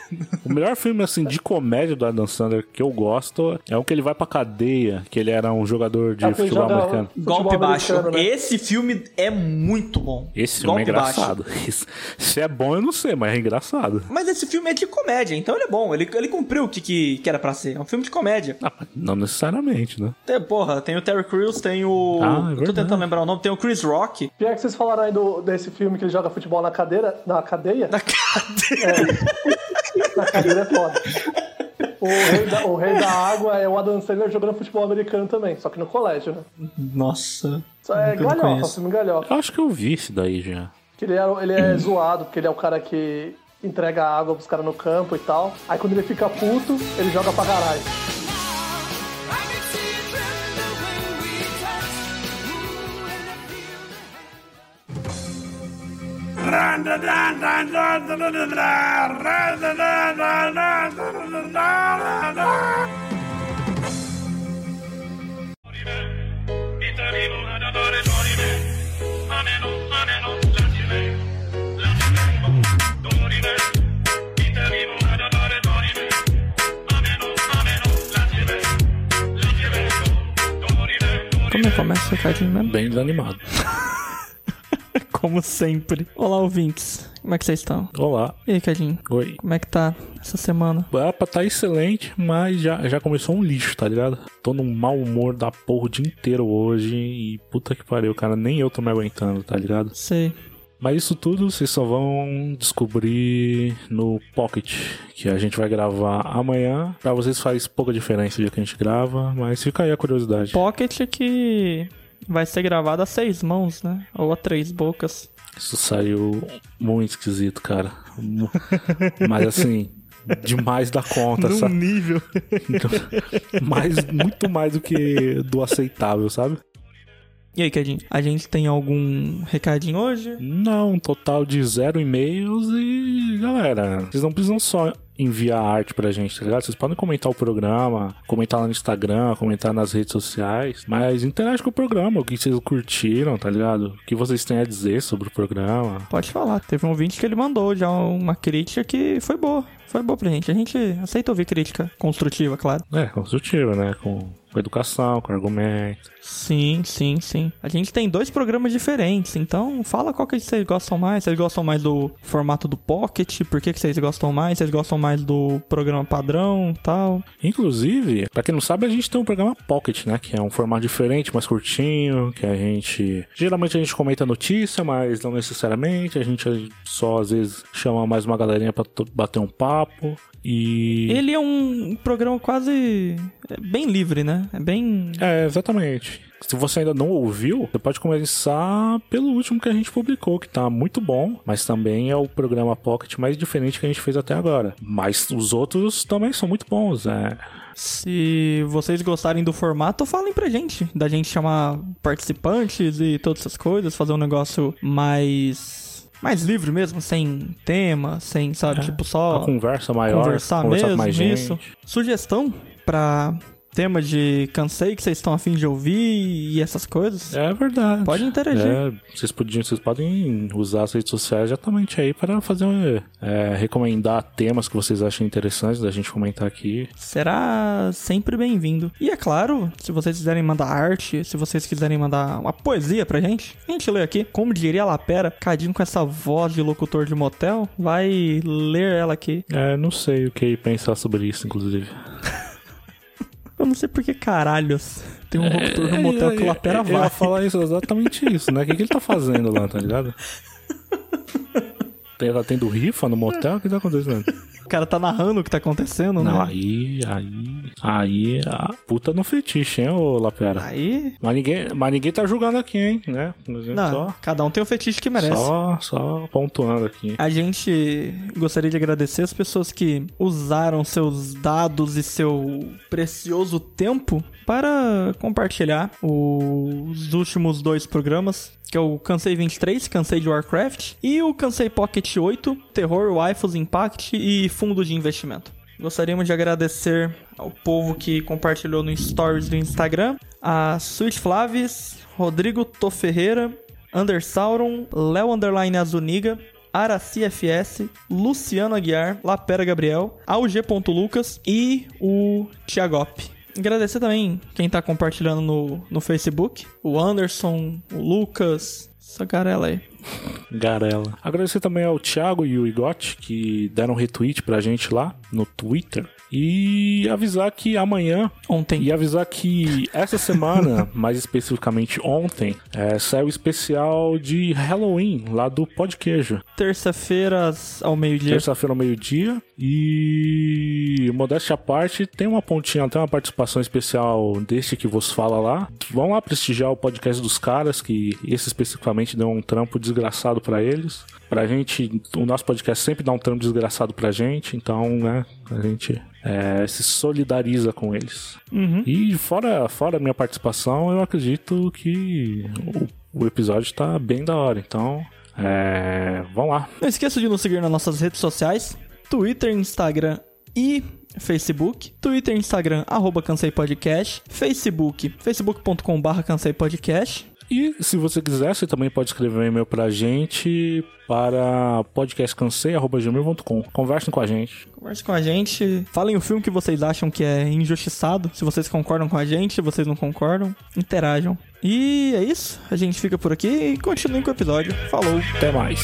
Speaker 1: o melhor filme assim, de comédia do Adam Sandler que eu gosto é o que ele vai pra cadeia, que ele era um jogador de
Speaker 3: É o que ele
Speaker 1: futebol
Speaker 3: joga
Speaker 1: americano.
Speaker 3: futebol
Speaker 2: Golpe baixo.
Speaker 3: americano, né?
Speaker 2: Esse filme é muito bom.
Speaker 1: Esse filme
Speaker 2: Golpe
Speaker 1: é
Speaker 2: Baixo.
Speaker 1: engraçado. Isso- Se é bom, eu não sei, mas é engraçado.
Speaker 2: Mas esse filme é de comédia, então ele é bom. Ele, ele cumpriu o que, que, que era pra ser. É um filme de comédia.
Speaker 1: Ah, mas não necessariamente, né?
Speaker 2: Tem, porra, tem o Terry Crews, tem o.
Speaker 1: Ah, é
Speaker 2: eu tô
Speaker 1: verdade.
Speaker 2: tentando lembrar o nome, tem o Chris Rock.
Speaker 3: Pior que vocês falaram aí do, desse filme que ele joga futebol na cadeira. Na cadeia?
Speaker 2: Da cadeira.
Speaker 3: Na cadeira é foda. O rei, da, o Rei da Água é o Adam Sandler jogando futebol americano também, só que no colégio, né?
Speaker 2: Nossa.
Speaker 3: Isso é
Speaker 2: Nunca eu
Speaker 3: galhofa,
Speaker 2: conheço.
Speaker 3: filme galhofa.
Speaker 1: Eu acho que eu vi esse daí já.
Speaker 3: Que ele, é, ele é zoado, porque ele é o cara que entrega água pros caras no campo e tal. Aí quando ele fica puto, ele joga pra caralho.
Speaker 2: Como é que começa o recadinho mesmo?
Speaker 1: Bem desanimado.
Speaker 2: Como sempre. Olá, ouvintes. Como é que vocês estão?
Speaker 1: Olá.
Speaker 2: E aí, Cadinho?
Speaker 1: Oi.
Speaker 2: Como é que tá essa semana?
Speaker 1: Era pra tá excelente, mas já, já começou um lixo, tá ligado? Tô num mau humor da porra o dia inteiro hoje e puta que pariu, cara, nem eu tô me aguentando, tá ligado?
Speaker 2: Sei.
Speaker 1: Mas isso tudo vocês só vão descobrir no Pocket, que a gente vai gravar amanhã. Pra vocês faz pouca diferença o dia que a gente grava, mas fica aí a curiosidade.
Speaker 2: Pocket que vai ser gravado a seis mãos, né? Ou a três bocas.
Speaker 1: Isso saiu muito esquisito, cara. Mu- Mas assim, demais da conta, sabe? Então,
Speaker 2: nível.
Speaker 1: mais, muito mais do que do aceitável, sabe?
Speaker 2: E aí, Cadinho? A gente tem algum recadinho hoje?
Speaker 1: Não, um total de zero e-mails e galera, vocês não precisam só enviar arte pra gente, tá ligado? Vocês podem comentar o programa, comentar lá no Instagram, comentar nas redes sociais, mas interage com o programa, o que vocês curtiram, tá ligado? O que vocês têm a dizer sobre o programa.
Speaker 2: Pode falar. Teve um ouvinte que ele mandou já uma crítica que foi boa. Foi boa pra gente. A gente aceita ouvir crítica construtiva, claro.
Speaker 1: É, construtiva, né? Com, com educação, com argumento.
Speaker 2: Sim, sim, sim. A gente tem dois programas diferentes, então fala qual que vocês gostam mais. Vocês gostam mais do formato do Pocket? Por que, que vocês gostam mais? Vocês gostam mais do programa padrão tal?
Speaker 1: Inclusive, pra quem não sabe, a gente tem um programa Pocket, né? Que é um formato diferente, mais curtinho, que a gente. Geralmente a gente comenta notícia, mas não necessariamente. A gente só às vezes chama mais uma galerinha pra to- bater um papo. E.
Speaker 2: Ele é um programa quase é bem livre, né? É bem.
Speaker 1: É, exatamente. Se você ainda não ouviu, você pode começar pelo último que a gente publicou, que tá muito bom, mas também é o programa Pocket mais diferente que a gente fez até agora. Mas os outros também são muito bons, né?
Speaker 2: Se vocês gostarem do formato, falem pra gente. Da gente chamar participantes e todas essas coisas, fazer um negócio mais. mais livre mesmo, sem tema, sem,
Speaker 1: É.
Speaker 2: sabe, tipo só.
Speaker 1: Uma conversa maior,
Speaker 2: conversar, mesmo,
Speaker 1: com mais gente.
Speaker 2: isso. Sugestão pra tema de cansei que vocês estão afim de ouvir e essas coisas.
Speaker 1: É verdade.
Speaker 2: Pode interagir.
Speaker 1: É, vocês, podiam, vocês podem usar as redes sociais exatamente aí para fazer é, recomendar temas que vocês acham interessantes da gente comentar aqui.
Speaker 2: Será sempre bem-vindo. E é claro, se vocês quiserem mandar arte, se vocês quiserem mandar uma poesia pra gente, a gente lê aqui. Como diria a Lapera, Cadinho com essa voz de locutor de motel, vai ler ela aqui.
Speaker 1: É, não sei o que pensar sobre isso, inclusive.
Speaker 2: Eu não sei por que caralhos tem
Speaker 1: É,
Speaker 2: um locutor de motel que o Lapera
Speaker 1: Eu ia
Speaker 2: vai.
Speaker 1: falar isso, exatamente isso, né? O que, que ele tá fazendo lá, tá ligado? Tem- Tá tendo rifa no motel? O que tá acontecendo?
Speaker 2: O cara tá narrando o que tá acontecendo,
Speaker 1: Não,
Speaker 2: né?
Speaker 1: aí, aí, Aí a puta no fetiche, hein, ô Lapera?
Speaker 2: Aí.
Speaker 1: Mas ninguém, mas ninguém tá julgando aqui, hein, né? Mas é
Speaker 2: Não, cada um tem o fetiche que
Speaker 1: Só,
Speaker 2: merece.
Speaker 1: só, só pontuando aqui.
Speaker 2: A gente gostaria de agradecer as pessoas que usaram seus dados e seu precioso tempo para compartilhar os últimos dois programas, que é o Cansei 23, Cansei de Warcraft, e o Cansei Pocket 8, Terror, Waifus, Impact e Fundo de Investimento. Gostaríamos de agradecer ao povo que compartilhou no Stories do Instagram, a Switch Flaves, Rodrigo Tô Ferreira, Undersauron, Léo Underline Azuniga, Araci FS, Luciano Aguiar, Lapera Gabriel, AUG.Lucas e o Tiagop. Agradecer também quem tá compartilhando no, no Facebook, o Anderson, o Lucas, essa garela aí.
Speaker 1: Garela. Agradecer também ao Thiago e o Igote que deram retweet pra gente lá no Twitter. E avisar que amanhã
Speaker 2: Ontem.
Speaker 1: E avisar que essa semana, mais especificamente ontem, é, saiu o especial de Halloween lá do Pod Queijo.
Speaker 2: Terça-feira às- ao meio-dia.
Speaker 1: Terça-feira ao meio-dia. E modéstia à parte, tem uma pontinha, tem uma participação especial deste que vos fala lá. Vão lá prestigiar o podcast dos caras, que esse especificamente deu um trampo desgraçado pra eles. Pra gente, o nosso podcast sempre dá um trampo desgraçado pra gente, então, né, a gente é, se solidariza com eles.
Speaker 2: Uhum.
Speaker 1: E fora, fora a minha participação, eu acredito que o, o episódio tá bem da hora. Então, é, vão lá.
Speaker 2: Não esqueça de nos seguir nas nossas redes sociais: Twitter, Instagram e Facebook. Twitter, Instagram, arroba Cansei Podcast. Facebook, facebook.com.br Cansei Podcast.
Speaker 1: E se você quiser, você também pode escrever um e-mail pra gente para podcastcansei.gmail.com. Conversem com a gente.
Speaker 2: Converse com a gente. Falem o filme que vocês acham que é injustiçado. Se vocês concordam com a gente, se vocês não concordam, interajam. E é isso. A gente fica por aqui e continue com o episódio. Falou!
Speaker 1: Até mais.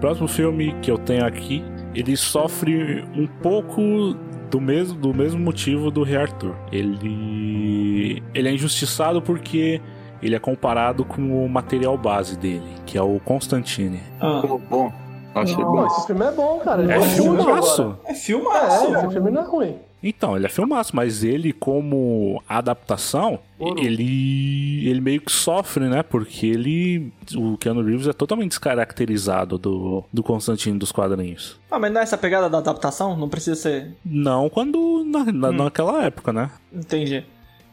Speaker 1: próximo filme que eu tenho aqui, ele sofre um pouco do mesmo, do mesmo motivo do Rei Arthur. Ele, ele é injustiçado porque ele é comparado com o material base dele, que é o Constantine.
Speaker 3: Ah.
Speaker 4: Pô, bom. Achei
Speaker 3: Pô,
Speaker 4: bom.
Speaker 3: esse filme é bom, cara. Ele
Speaker 1: É
Speaker 3: é muito
Speaker 1: filmaço!
Speaker 3: agora.
Speaker 2: É
Speaker 3: É,
Speaker 2: filmaço!
Speaker 3: esse filme não é ruim.
Speaker 1: Então, ele é filmaço, mas ele como adaptação, ele ele meio que sofre, né? Porque ele o Keanu Reeves é totalmente descaracterizado do do Constantine dos quadrinhos.
Speaker 2: Ah, mas não é essa pegada da adaptação? Não precisa ser.
Speaker 1: Não quando na,
Speaker 2: Hum.
Speaker 1: na- naquela época, né?
Speaker 2: Entendi.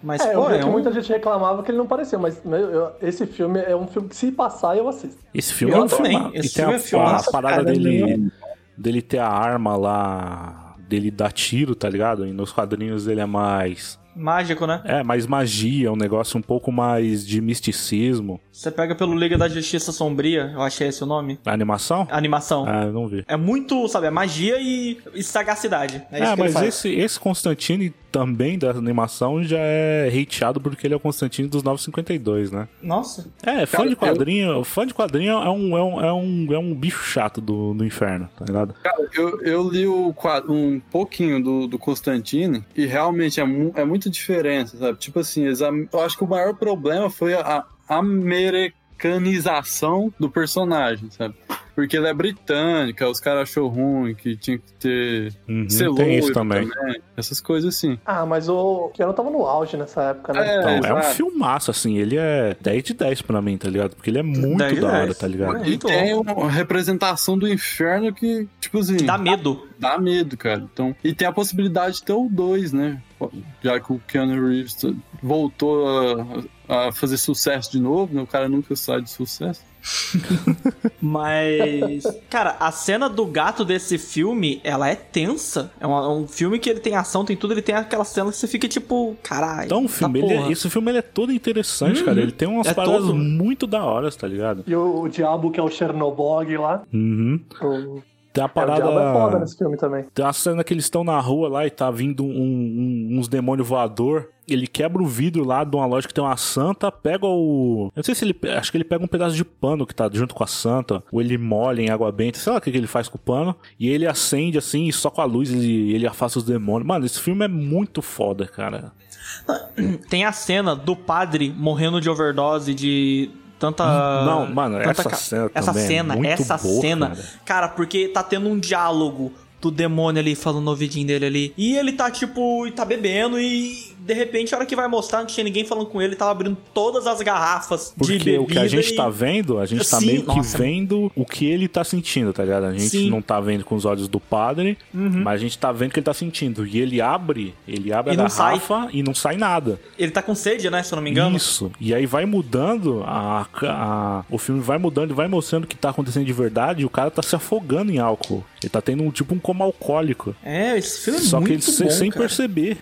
Speaker 2: Mas,
Speaker 3: É, eu
Speaker 2: pô,
Speaker 3: vi
Speaker 2: é
Speaker 3: que
Speaker 2: um...
Speaker 3: muita gente reclamava que ele não pareceu, mas meu, eu- esse filme é um filme que se passar eu assisto.
Speaker 1: Esse filme
Speaker 2: Eu
Speaker 1: é um
Speaker 2: também.
Speaker 1: filmaço.
Speaker 2: Esse
Speaker 1: E tem
Speaker 2: filme
Speaker 1: a,
Speaker 2: é filmaço
Speaker 1: a parada
Speaker 2: pra caramba,
Speaker 1: dele, dele ter a arma lá, dele dar tiro, tá ligado? E nos quadrinhos ele é mais.
Speaker 2: mágico, né?
Speaker 1: É, mais magia, um negócio um pouco mais de misticismo.
Speaker 2: Você pega pelo Liga da Justiça Sombria, eu achei esse o nome.
Speaker 1: A animação?
Speaker 2: A animação.
Speaker 1: Ah, eu não vi.
Speaker 2: É muito, sabe, é magia e, e sagacidade. É, isso
Speaker 1: É,
Speaker 2: que ele
Speaker 1: mas
Speaker 2: faz.
Speaker 1: esse, esse Constantine também da animação já é hateado porque ele é o Constantine dos 952, né?
Speaker 2: Nossa.
Speaker 1: É, fã
Speaker 4: Cara,
Speaker 1: de
Speaker 4: eu-
Speaker 1: quadrinho, fã de quadrinho é um, é um, é um, é um bicho chato do, do inferno, tá ligado?
Speaker 4: Eu, eu li o quadro, um pouquinho do, do Constantine e realmente é, mu é muita diferença, sabe? Tipo assim, eles am- eu acho que o maior problema foi a a americanização do personagem, sabe? Porque ele é britânico, aí os caras achou ruim, que tinha que ter
Speaker 1: Uhum,
Speaker 4: ser
Speaker 1: tem
Speaker 4: loiro
Speaker 1: isso também.
Speaker 4: essas coisas assim.
Speaker 3: Ah, mas o Keanu tava no auge nessa época, né?
Speaker 4: É,
Speaker 1: Então, é um
Speaker 4: exato.
Speaker 1: filmaço, assim, ele é 10 de 10 pra mim, tá ligado? Porque ele é muito
Speaker 2: 10 de
Speaker 1: da hora,
Speaker 2: 10.
Speaker 1: tá ligado?
Speaker 4: E
Speaker 2: Muito
Speaker 4: tem uma representação do inferno que, tipo assim,
Speaker 2: Dá medo.
Speaker 4: dá medo, cara. Então, e tem a possibilidade de ter o 2, né? Já que o Keanu Reeves voltou a, a fazer sucesso de novo, né? O cara nunca sai de sucesso.
Speaker 2: Mas. Cara, a cena do gato desse filme, ela é tensa. É um, é um filme que ele tem ação, tem tudo, ele tem aquela cena que você fica tipo, caralho.
Speaker 1: Então, o
Speaker 2: tá
Speaker 1: filme, ele é-
Speaker 2: porra.
Speaker 1: esse filme ele é todo interessante,
Speaker 2: Uhum.
Speaker 1: cara. Ele tem umas
Speaker 2: É
Speaker 1: paradas
Speaker 2: todo.
Speaker 1: muito da hora, tá ligado?
Speaker 3: E o, o Diabo, que é o Chernobog lá.
Speaker 1: Uhum.
Speaker 3: O,
Speaker 1: Tem uma parada.
Speaker 3: O diabo é foda nesse filme também.
Speaker 1: Tem uma cena que eles estão na rua lá e tá vindo um- um- uns demônios voador. Ele quebra o vidro lá de uma loja que tem uma santa, pega o. Eu não sei se ele. pe- Acho que ele pega um pedaço de pano que tá junto com a santa, ou ele molha em água benta, sei lá o que, que ele faz com o pano. E ele acende assim, e só com a luz ele, ele afasta os demônios. Mano, esse filme é muito foda, cara.
Speaker 2: Tem a cena do padre morrendo de overdose de tanta.
Speaker 1: Não, mano,
Speaker 2: tanta
Speaker 1: essa
Speaker 2: ca-
Speaker 1: cena
Speaker 2: Essa
Speaker 1: também é
Speaker 2: cena,
Speaker 1: muito
Speaker 2: essa
Speaker 1: boa,
Speaker 2: cena.
Speaker 1: cara.
Speaker 2: Cara. porque tá tendo um diálogo do demônio ali falando no ouvidinho dele ali. E ele tá tipo, e tá bebendo e. De repente, a hora que vai mostrar, não tinha ninguém falando com ele, ele tava abrindo todas as garrafas de
Speaker 1: Porque
Speaker 2: bebida.
Speaker 1: o que a gente
Speaker 2: e...
Speaker 1: tá vendo, a gente tá
Speaker 2: Sim,
Speaker 1: meio que
Speaker 2: nossa.
Speaker 1: vendo o que ele tá sentindo, tá ligado? A gente
Speaker 2: Sim. Uhum.
Speaker 1: não tá vendo com os olhos do padre, mas a gente tá vendo o que ele tá sentindo. E ele abre, ele abre
Speaker 2: E
Speaker 1: a
Speaker 2: não sai.
Speaker 1: garrafa e não sai nada.
Speaker 2: Ele tá com sede, né? Se eu não me engano.
Speaker 1: Isso. E aí vai mudando, a, a- o filme vai mudando e vai mostrando o que tá acontecendo de verdade e o cara tá se afogando em álcool. Ele tá tendo um tipo um coma alcoólico.
Speaker 2: É, esse filme é
Speaker 1: Só
Speaker 2: muito
Speaker 1: que ele se-
Speaker 2: bom,
Speaker 1: sem
Speaker 2: cara.
Speaker 1: perceber.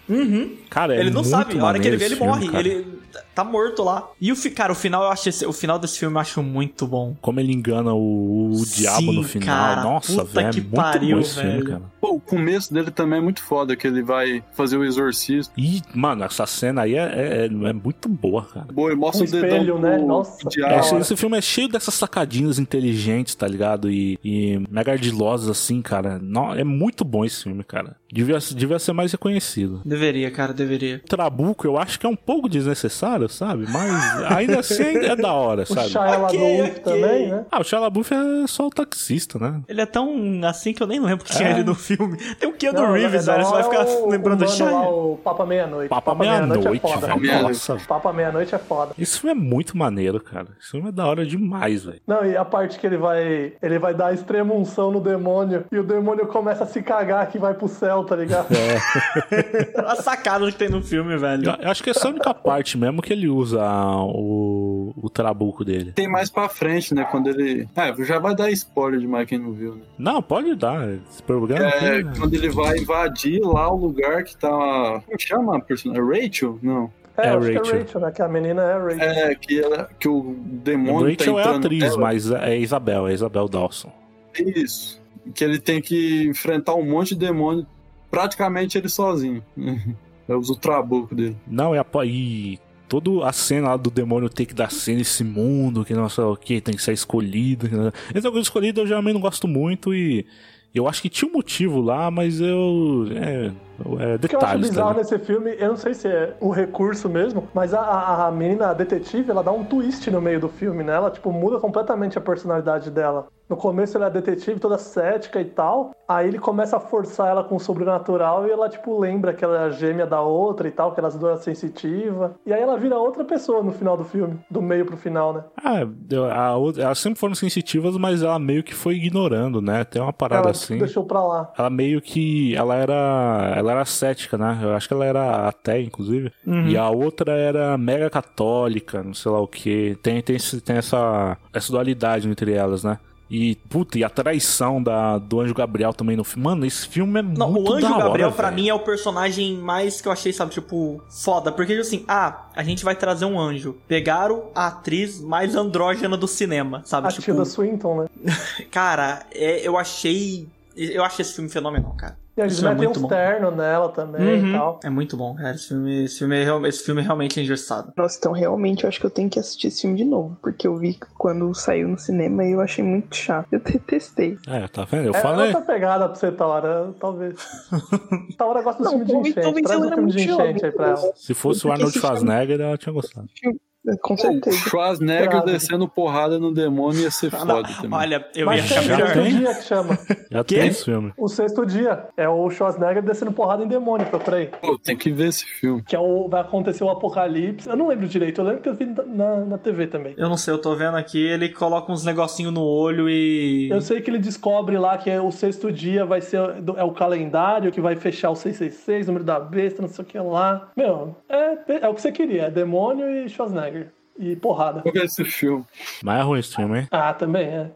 Speaker 1: Cara, é
Speaker 2: Uhum. ele não
Speaker 1: muito
Speaker 2: sabe. A hora que ele
Speaker 1: maneiro
Speaker 2: vê, ele
Speaker 1: esse filme,
Speaker 2: morre.
Speaker 1: cara.
Speaker 2: Ele tá morto lá. E o fi- cara, o final eu acho esse- o final desse filme eu acho muito bom.
Speaker 1: Como ele engana o, o diabo
Speaker 2: Sim,
Speaker 1: no final.
Speaker 2: cara,
Speaker 1: Nossa,
Speaker 2: puta
Speaker 1: velho. É
Speaker 2: que
Speaker 1: muito
Speaker 2: pariu,
Speaker 1: bom esse filme,
Speaker 2: velho.
Speaker 1: cara.
Speaker 4: Pô, o começo dele também é muito foda, que ele vai fazer o exorcismo.
Speaker 1: E, mano, essa cena aí é, é- é muito boa, cara.
Speaker 4: Pô, e mostra
Speaker 3: Um
Speaker 4: o dedão
Speaker 3: espelho,
Speaker 4: do
Speaker 3: né? Nossa.
Speaker 4: diabo.
Speaker 3: É,
Speaker 1: Esse, esse filme é cheio dessas sacadinhas inteligentes, tá ligado? E, e mega ardilosas, assim, cara. Não, é muito bom esse filme, cara. Devia, devia ser mais reconhecido.
Speaker 2: Deveria, cara, deveria.
Speaker 1: Trabuco, eu acho que é um pouco desnecessário, sabe? Mas ainda assim é da hora,
Speaker 3: O
Speaker 1: sabe?
Speaker 3: Shia LaBeouf
Speaker 2: Ok, ok.
Speaker 3: também, né?
Speaker 1: Ah, o Shia LaBeouf é só o taxista, né?
Speaker 2: Ele é tão assim que eu nem lembro que
Speaker 1: É.
Speaker 2: tinha ele no filme. Tem o Keanu
Speaker 3: Não,
Speaker 2: Reeves,
Speaker 3: é da
Speaker 2: velho. Você vai
Speaker 3: hora
Speaker 2: ficar
Speaker 3: o- o
Speaker 2: lembrando do
Speaker 3: mano lá,
Speaker 2: Shia.
Speaker 3: O Papa Meia-Noite.
Speaker 1: Papa meia-noite,
Speaker 3: é foda.
Speaker 1: velho.
Speaker 4: Meia-Noite.
Speaker 1: Nossa,
Speaker 3: Papa Meia-Noite é foda.
Speaker 1: esse filme é muito maneiro, cara. Esse filme é da hora demais, velho.
Speaker 3: Não, e a parte que ele vai. Ele vai dar extrema unção no demônio e o demônio começa a se cagar que vai pro céu, tá ligado?
Speaker 2: A sacada que tem no filme,
Speaker 1: Eu
Speaker 2: velho.
Speaker 1: eu acho que essa é a única parte mesmo que ele usa o, o trabuco dele.
Speaker 4: Tem mais pra frente, né? Quando ele. Ah, já vai dar spoiler demais quem não viu, né?
Speaker 1: Não, pode dar. Esse programa
Speaker 4: É,
Speaker 1: aqui,
Speaker 4: quando ele vai invadir lá o lugar que tá. Como chama a personagem? Rachel? Não.
Speaker 1: É
Speaker 3: acho que
Speaker 1: Rachel.
Speaker 3: é Rachel, né? Que a menina é Rachel.
Speaker 4: É, que, ela, que o demônio tá
Speaker 1: Rachel é
Speaker 4: entrando
Speaker 1: atriz,
Speaker 4: nela.
Speaker 1: mas é Isabel, é Isabel Dawson.
Speaker 4: Isso. Que ele tem que enfrentar um monte de demônio praticamente ele sozinho. É o trabuco dele.
Speaker 1: Não, é a. po- E toda a cena lá do demônio ter que dar cena esse mundo, que não sei o que, tem que ser escolhido. que não- Essa coisa escolhida eu geralmente não gosto muito e. Eu acho que tinha um motivo lá, mas eu. É, é
Speaker 3: O que eu acho
Speaker 1: detalhes. tá
Speaker 3: bizarro
Speaker 1: ligado?
Speaker 3: nesse filme, eu não sei se é o recurso mesmo, mas a, a, a menina a detetive, ela dá um twist no meio do filme, né? Ela, tipo, muda completamente a personalidade dela. No começo ela é detetive, toda cética e tal, aí ele começa a forçar ela com o sobrenatural e ela, tipo, lembra que ela é gêmea da outra e tal, que elas duas sensitivas. E aí ela vira outra pessoa no final do filme, do meio pro final, né?
Speaker 1: Ah, eu- a outra- elas sempre foram sensitivas, mas ela meio que foi ignorando, né? Tem uma parada
Speaker 3: ela
Speaker 1: assim.
Speaker 3: deixou pra lá.
Speaker 1: ela meio que ela era ela era cética, né? Eu acho que ela era até inclusive. E a outra era mega católica, não sei lá o que. Tem tem esse- tem essa essa dualidade entre elas, né? E puta, e a traição da do Anjo Gabriel também no filme. Mano, esse filme é
Speaker 2: Não,
Speaker 1: muito
Speaker 2: o Anjo
Speaker 1: da hora,
Speaker 2: Gabriel, pra
Speaker 1: velho.
Speaker 2: mim, é o personagem mais que eu achei, sabe, tipo, foda. Porque, assim, ah, a gente vai trazer um anjo. Pegaram a atriz mais andrógena do cinema, sabe?
Speaker 3: A
Speaker 2: tipo,
Speaker 3: Tilda Swinton, né?
Speaker 2: Cara, é- eu achei. Eu achei esse filme fenomenal, cara.
Speaker 3: E eles
Speaker 2: Isso é
Speaker 3: metem
Speaker 2: muito
Speaker 3: uns
Speaker 2: bom.
Speaker 3: terno nela também
Speaker 1: Uhum.
Speaker 3: e tal.
Speaker 2: É muito bom, cara. Esse filme, esse filme, é, real- esse filme é realmente engessado.
Speaker 5: Nossa, então realmente eu acho que eu tenho que assistir esse filme de novo, porque eu vi quando saiu no cinema e eu achei muito chato. Eu detestei.
Speaker 1: É, tá vendo? Eu
Speaker 3: É
Speaker 1: falei.
Speaker 3: outra pegada pra você, Taura, talvez. Taura gosta do
Speaker 5: Não,
Speaker 3: filme de
Speaker 5: talvez-
Speaker 3: enchente.
Speaker 5: talvez ela
Speaker 3: Traz um
Speaker 5: era
Speaker 3: filme de
Speaker 5: muito
Speaker 3: enchente aí pra ela.
Speaker 1: Se fosse o
Speaker 5: Porque
Speaker 1: Arnold
Speaker 5: esse filme-
Speaker 1: Schwarzenegger, ela tinha gostado.
Speaker 5: né, Com
Speaker 4: O
Speaker 5: certeza.
Speaker 4: Schwarzenegger
Speaker 3: Claro.
Speaker 4: descendo porrada no demônio ia ser foda também.
Speaker 2: Ah, Olha, eu
Speaker 3: Mas
Speaker 2: ia
Speaker 3: tem
Speaker 1: achar
Speaker 2: achar
Speaker 1: melhor.
Speaker 3: sexto
Speaker 2: melhor.
Speaker 1: Tem?
Speaker 3: dia que chama.
Speaker 1: Já tem esse filme.
Speaker 3: O sexto dia. É o Schwarzenegger descendo porrada em demônio, procura aí.
Speaker 4: Pô, tem que ver esse filme.
Speaker 3: Que é o, vai acontecer o apocalipse. Eu não lembro direito, eu lembro que eu vi na, na TV também.
Speaker 2: Eu não sei, eu tô vendo aqui, ele coloca uns negocinho no olho e.
Speaker 3: Eu sei que ele descobre lá que é o sexto dia vai ser é o calendário que vai fechar o 666, número da besta, não sei o que lá. Meu, é, é o que você queria, é demônio e Schwarzenegger. E porrada.
Speaker 4: Vou ver esse filme.
Speaker 1: Mas é ruim esse filme, hein?
Speaker 3: Ah, também é.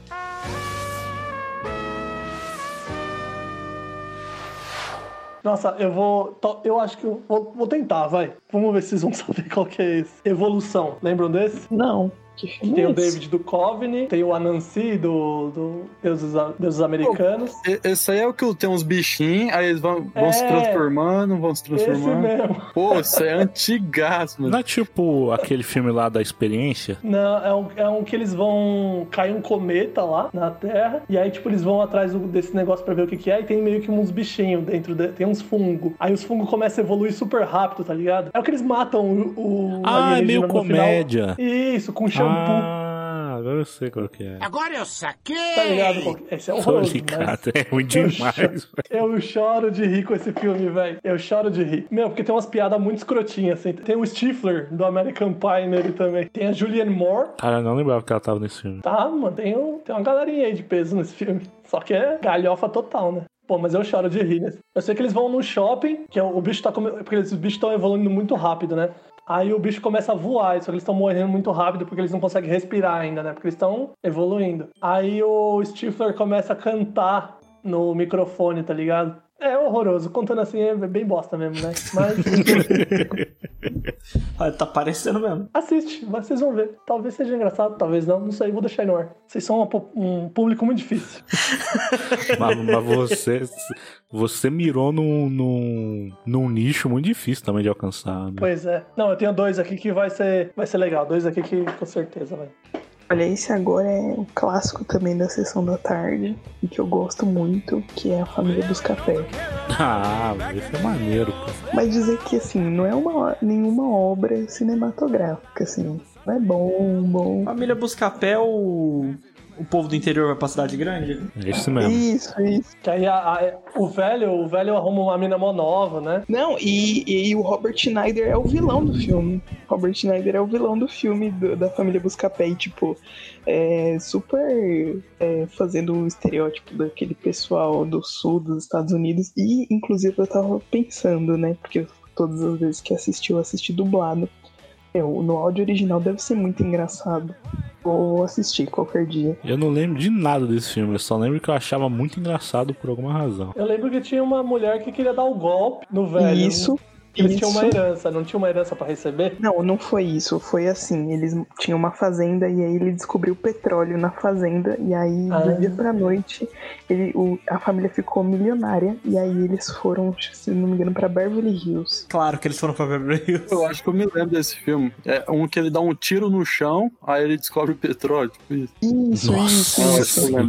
Speaker 3: Nossa, eu vou. to- Eu acho que eu vou, vou tentar, vai. Vamos ver se vocês vão saber qual que é esse. Evolução. Lembram desse?
Speaker 5: Não. Que filme
Speaker 3: Tem
Speaker 5: é
Speaker 3: o
Speaker 5: esse?
Speaker 3: David Duchovny, tem o Anansi do, do Deuses, Deuses Americanos.
Speaker 4: E- Esse aí é o que tem uns bichinhos, aí eles vão, vão
Speaker 3: É.
Speaker 4: se transformando, vão se
Speaker 3: Esse
Speaker 4: transformando.
Speaker 3: mesmo.
Speaker 4: Pô, isso é antigaço, mano.
Speaker 1: Não é tipo aquele filme lá da experiência?
Speaker 3: Não, é um, é um que eles vão. Cai um cometa lá na Terra. E aí, tipo, eles vão atrás do- desse negócio pra ver o que, que é. E tem meio que uns bichinhos dentro. de- tem uns fungos. Aí os fungos começam a evoluir super rápido, tá ligado? É o que eles matam o. o
Speaker 1: Ah, é
Speaker 3: alienígena
Speaker 1: meio
Speaker 3: no
Speaker 1: comédia.
Speaker 3: Final. Isso, com shampoo.
Speaker 1: Ah, agora eu sei qual que é.
Speaker 3: Tá ligado? Esse é horroroso.
Speaker 1: Sorry,
Speaker 3: né?
Speaker 1: cara, é ruim demais. velho.
Speaker 3: Eu choro de rir com esse filme, velho. Eu choro de rir. Meu, porque tem umas piadas muito escrotinhas, assim. Tem o Stifler, do American Pie, nele também. Tem a Julianne Moore.
Speaker 1: Cara, eu não lembrava que ela tava nesse filme.
Speaker 3: Tá, mano, tem, um, tem uma galerinha aí de peso nesse filme. Só que é galhofa total, né? Pô, mas eu choro de rir, né? Eu sei que eles vão num shopping, que é o o bicho tá... come- Porque eles- os bichos estão evoluindo muito rápido, né? Aí o bicho começa a voar, só que eles estão morrendo muito rápido porque eles não conseguem respirar ainda, né? Porque eles estão evoluindo. Aí o Stifler começa a cantar no microfone, tá ligado? É horroroso. Contando assim é bem bosta mesmo, né? Mas
Speaker 2: Ah, tá parecendo mesmo.
Speaker 3: assiste, vocês vão ver. Talvez seja engraçado, talvez não. Não sei, vou deixar aí no ar. Vocês são uma pu- um público muito difícil.
Speaker 1: Mas, mas você, você mirou num, num, num nicho muito difícil também de alcançar. Né?
Speaker 3: Pois é. Não, eu tenho dois aqui que vai ser, vai ser legal. Dois aqui que com certeza vai.
Speaker 5: Olha, esse agora é um clássico também da sessão da tarde e que eu gosto muito, que é a família dos cafés.
Speaker 1: Ah, velho, esse é maneiro, pô.
Speaker 5: Mas dizer que assim, não é uma, nenhuma obra cinematográfica, assim. Não é bom, bom.
Speaker 2: Família Buscapé, o... o povo do interior vai pra cidade grande?
Speaker 1: É isso mesmo.
Speaker 5: Isso, isso.
Speaker 3: Que aí a- a- o velho, o velho arruma uma mina mó nova, né?
Speaker 5: Não, e, e, o Robert Schneider é o vilão do filme. Robert Schneider é o vilão do filme do- da família Buscapé. E, tipo, é super é, fazendo um estereótipo daquele pessoal do sul dos Estados Unidos. E, inclusive, eu tava pensando, né? Porque todas as vezes que assisti, eu assisti dublado. Eu, no áudio original deve ser muito engraçado. Vou assistir qualquer dia.
Speaker 1: Eu não lembro de nada desse filme, eu só lembro que eu achava muito engraçado por alguma razão.
Speaker 3: Eu lembro que tinha uma mulher que queria dar o golpe no velho.
Speaker 5: isso.
Speaker 3: Eles
Speaker 5: isso.
Speaker 3: tinham uma herança, não tinha uma herança pra receber?
Speaker 5: Não, não foi isso. Foi assim, eles tinham uma fazenda e aí ele descobriu petróleo na fazenda e aí
Speaker 3: Ah.
Speaker 5: do dia pra noite ele, o- a família ficou milionária e aí eles foram, se não me engano, pra Beverly Hills.
Speaker 2: Claro que eles foram pra Beverly Hills.
Speaker 4: Eu acho que eu me lembro desse filme. É um que ele dá um tiro no chão, aí ele descobre o petróleo, tipo isso.
Speaker 5: Isso,
Speaker 1: Nossa,
Speaker 5: isso, isso.
Speaker 1: senhora.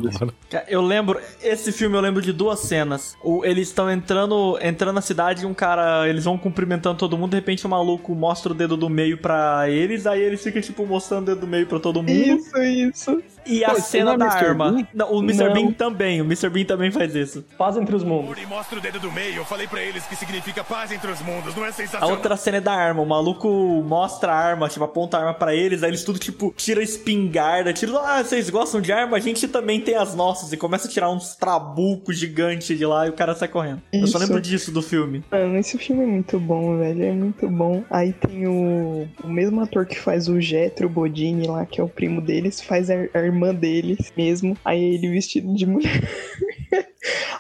Speaker 2: Cara, Eu lembro, esse filme eu lembro de duas cenas. O- eles estão entrando, entrando na cidade e um cara, eles vão cumprimentando todo mundo, de repente o maluco mostra o dedo do meio pra eles, aí eles ficam tipo mostrando o dedo do meio pra todo mundo.
Speaker 5: Isso, isso.
Speaker 2: E a
Speaker 4: Pô, isso
Speaker 2: cena
Speaker 4: não
Speaker 2: da
Speaker 4: é Mr.
Speaker 2: arma.
Speaker 4: Bean?
Speaker 2: Não, o Mr.
Speaker 3: Não.
Speaker 2: Bean também, o Mr. Bean também faz isso.
Speaker 3: Paz entre os mundos.
Speaker 6: E mostra o dedo do meio. Eu falei pra eles que significa paz entre os mundos. Não é
Speaker 2: A
Speaker 6: sensacional?
Speaker 2: outra cena é da arma, o maluco mostra a arma, tipo, aponta a arma pra eles, aí eles tudo tipo tira a espingarda, tira, ah, vocês gostam de arma? A gente também tem as nossas e começa a tirar uns trabucos gigantes de lá e o cara sai correndo. Eu
Speaker 5: Isso.
Speaker 2: só lembro disso do filme.
Speaker 5: Mano, esse filme é muito bom, velho. É muito bom. Aí tem o, o mesmo ator que faz o Jetro Bodini lá, que é o primo deles, faz a, a irmã deles mesmo. Aí ele vestido de mulher.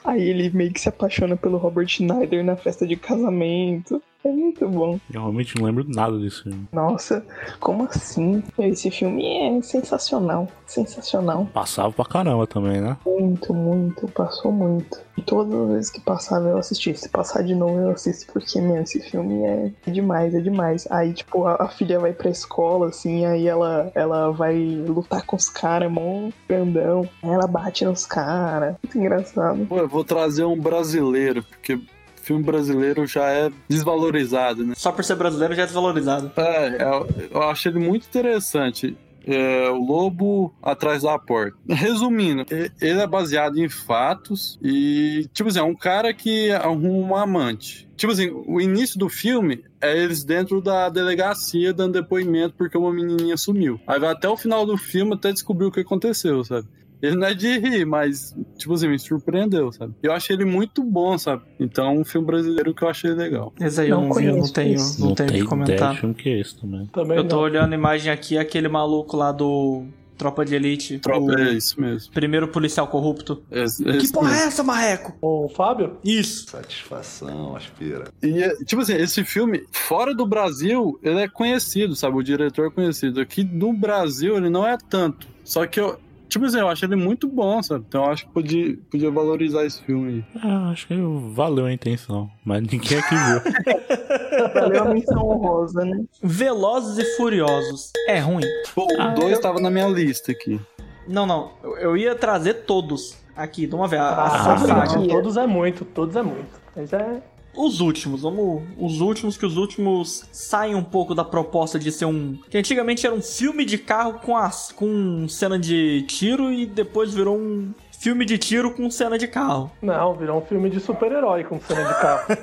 Speaker 5: Aí ele meio que se apaixona pelo Robert Schneider na festa de casamento. É muito bom.
Speaker 1: Eu realmente não lembro nada desse filme.
Speaker 5: Nossa, como assim? Esse filme é sensacional. Sensacional.
Speaker 1: Passava pra caramba também, né?
Speaker 5: Muito, muito. Passou muito. E todas as vezes que passava eu assisti. Se passar de novo eu assisto, porque, meu, esse filme é demais, é demais. Aí, tipo, a, a filha vai pra escola, assim, aí ela, ela vai lutar com os caras, mó grandão. Aí ela bate nos caras. Muito engraçado.
Speaker 4: Pô, eu vou trazer um brasileiro, porque filme brasileiro já é desvalorizado, né?
Speaker 2: Só por ser brasileiro já é desvalorizado.
Speaker 4: É, eu, eu achei ele muito interessante. É, o Lobo Atrás da Porta. Resumindo, e- ele é baseado em fatos e, tipo assim, é um cara que arruma um amante. Tipo assim, o início do filme é eles dentro da delegacia dando depoimento porque uma menininha sumiu. Aí vai até o final do filme até descobrir o que aconteceu, sabe? Ele não é de rir, mas, tipo assim, me surpreendeu, sabe? Eu achei ele muito bom, sabe? Então, um filme brasileiro que eu achei legal.
Speaker 2: Esse aí
Speaker 5: Não
Speaker 2: eu não vi, eu não
Speaker 5: conheço
Speaker 2: tenho,
Speaker 5: esse.
Speaker 2: não tenho o que
Speaker 1: ideia
Speaker 2: comentar.
Speaker 1: de filme que é esse também.
Speaker 3: Também
Speaker 2: Eu tô
Speaker 3: não.
Speaker 2: olhando a imagem aqui, aquele maluco lá do Tropa de Elite.
Speaker 4: Tropa,
Speaker 2: o
Speaker 4: é isso mesmo.
Speaker 2: Primeiro policial corrupto.
Speaker 4: É- é
Speaker 2: Que
Speaker 4: isso
Speaker 2: porra
Speaker 4: mesmo.
Speaker 2: é essa, Marreco?
Speaker 3: O Fábio?
Speaker 2: Isso.
Speaker 7: Satisfação, aspira.
Speaker 4: E, é, tipo assim, esse filme, fora do Brasil, ele é conhecido, sabe? O diretor é conhecido. Aqui no Brasil, ele não é tanto. Só que eu. Tipo assim, eu acho ele muito bom, sabe? Então eu acho que podia, podia valorizar esse filme aí.
Speaker 1: Ah, acho que valeu a intenção. Mas ninguém aqui viu.
Speaker 5: Valeu a menção honrosa, né?
Speaker 2: Velozes e Furiosos. É ruim.
Speaker 4: Pô, o 2 tava na minha lista aqui.
Speaker 2: Não, não. Eu, eu ia trazer todos aqui, de uma vez. A, a
Speaker 3: Ah,
Speaker 2: saga.
Speaker 3: não, todos é muito, todos é muito. Mas é.
Speaker 2: Os últimos, vamos. Os últimos, que os últimos saem um pouco da proposta de ser um. Que antigamente era um filme de carro com, as, com cena de tiro e depois virou um filme de tiro com cena de carro.
Speaker 3: Não, virou um filme de super-herói com cena de carro.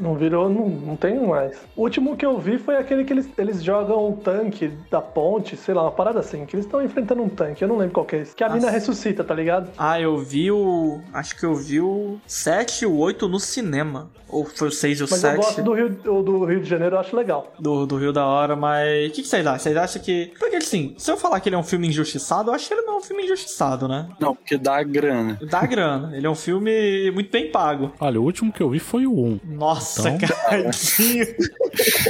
Speaker 3: não virou, não, não tem um mais. O último que eu vi foi aquele que eles, eles jogam um tanque da ponte, sei lá, uma parada assim, que eles estão enfrentando um tanque, eu não lembro qual que é esse. Que a mina
Speaker 2: Nossa.
Speaker 3: ressuscita, tá ligado?
Speaker 2: Ah, eu vi o. Acho que eu vi o 7 e o 8 no cinema. Ou foi o 6 e o
Speaker 3: Mas
Speaker 2: 7
Speaker 3: eu gosto do Rio, do- do Rio de Janeiro, eu acho legal.
Speaker 2: do, do Rio da Hora, mas. O que, que vocês acham? Vocês acham que. Porque assim, se eu falar que ele é um filme injustiçado, eu acho que ele não é um filme injustiçado, né?
Speaker 4: Não, porque dá grana.
Speaker 2: Dá grana. Ele é um filme muito bem pago.
Speaker 1: Olha, o último que eu vi foi o 1.
Speaker 2: Nossa,
Speaker 1: Então,
Speaker 2: Carlinho.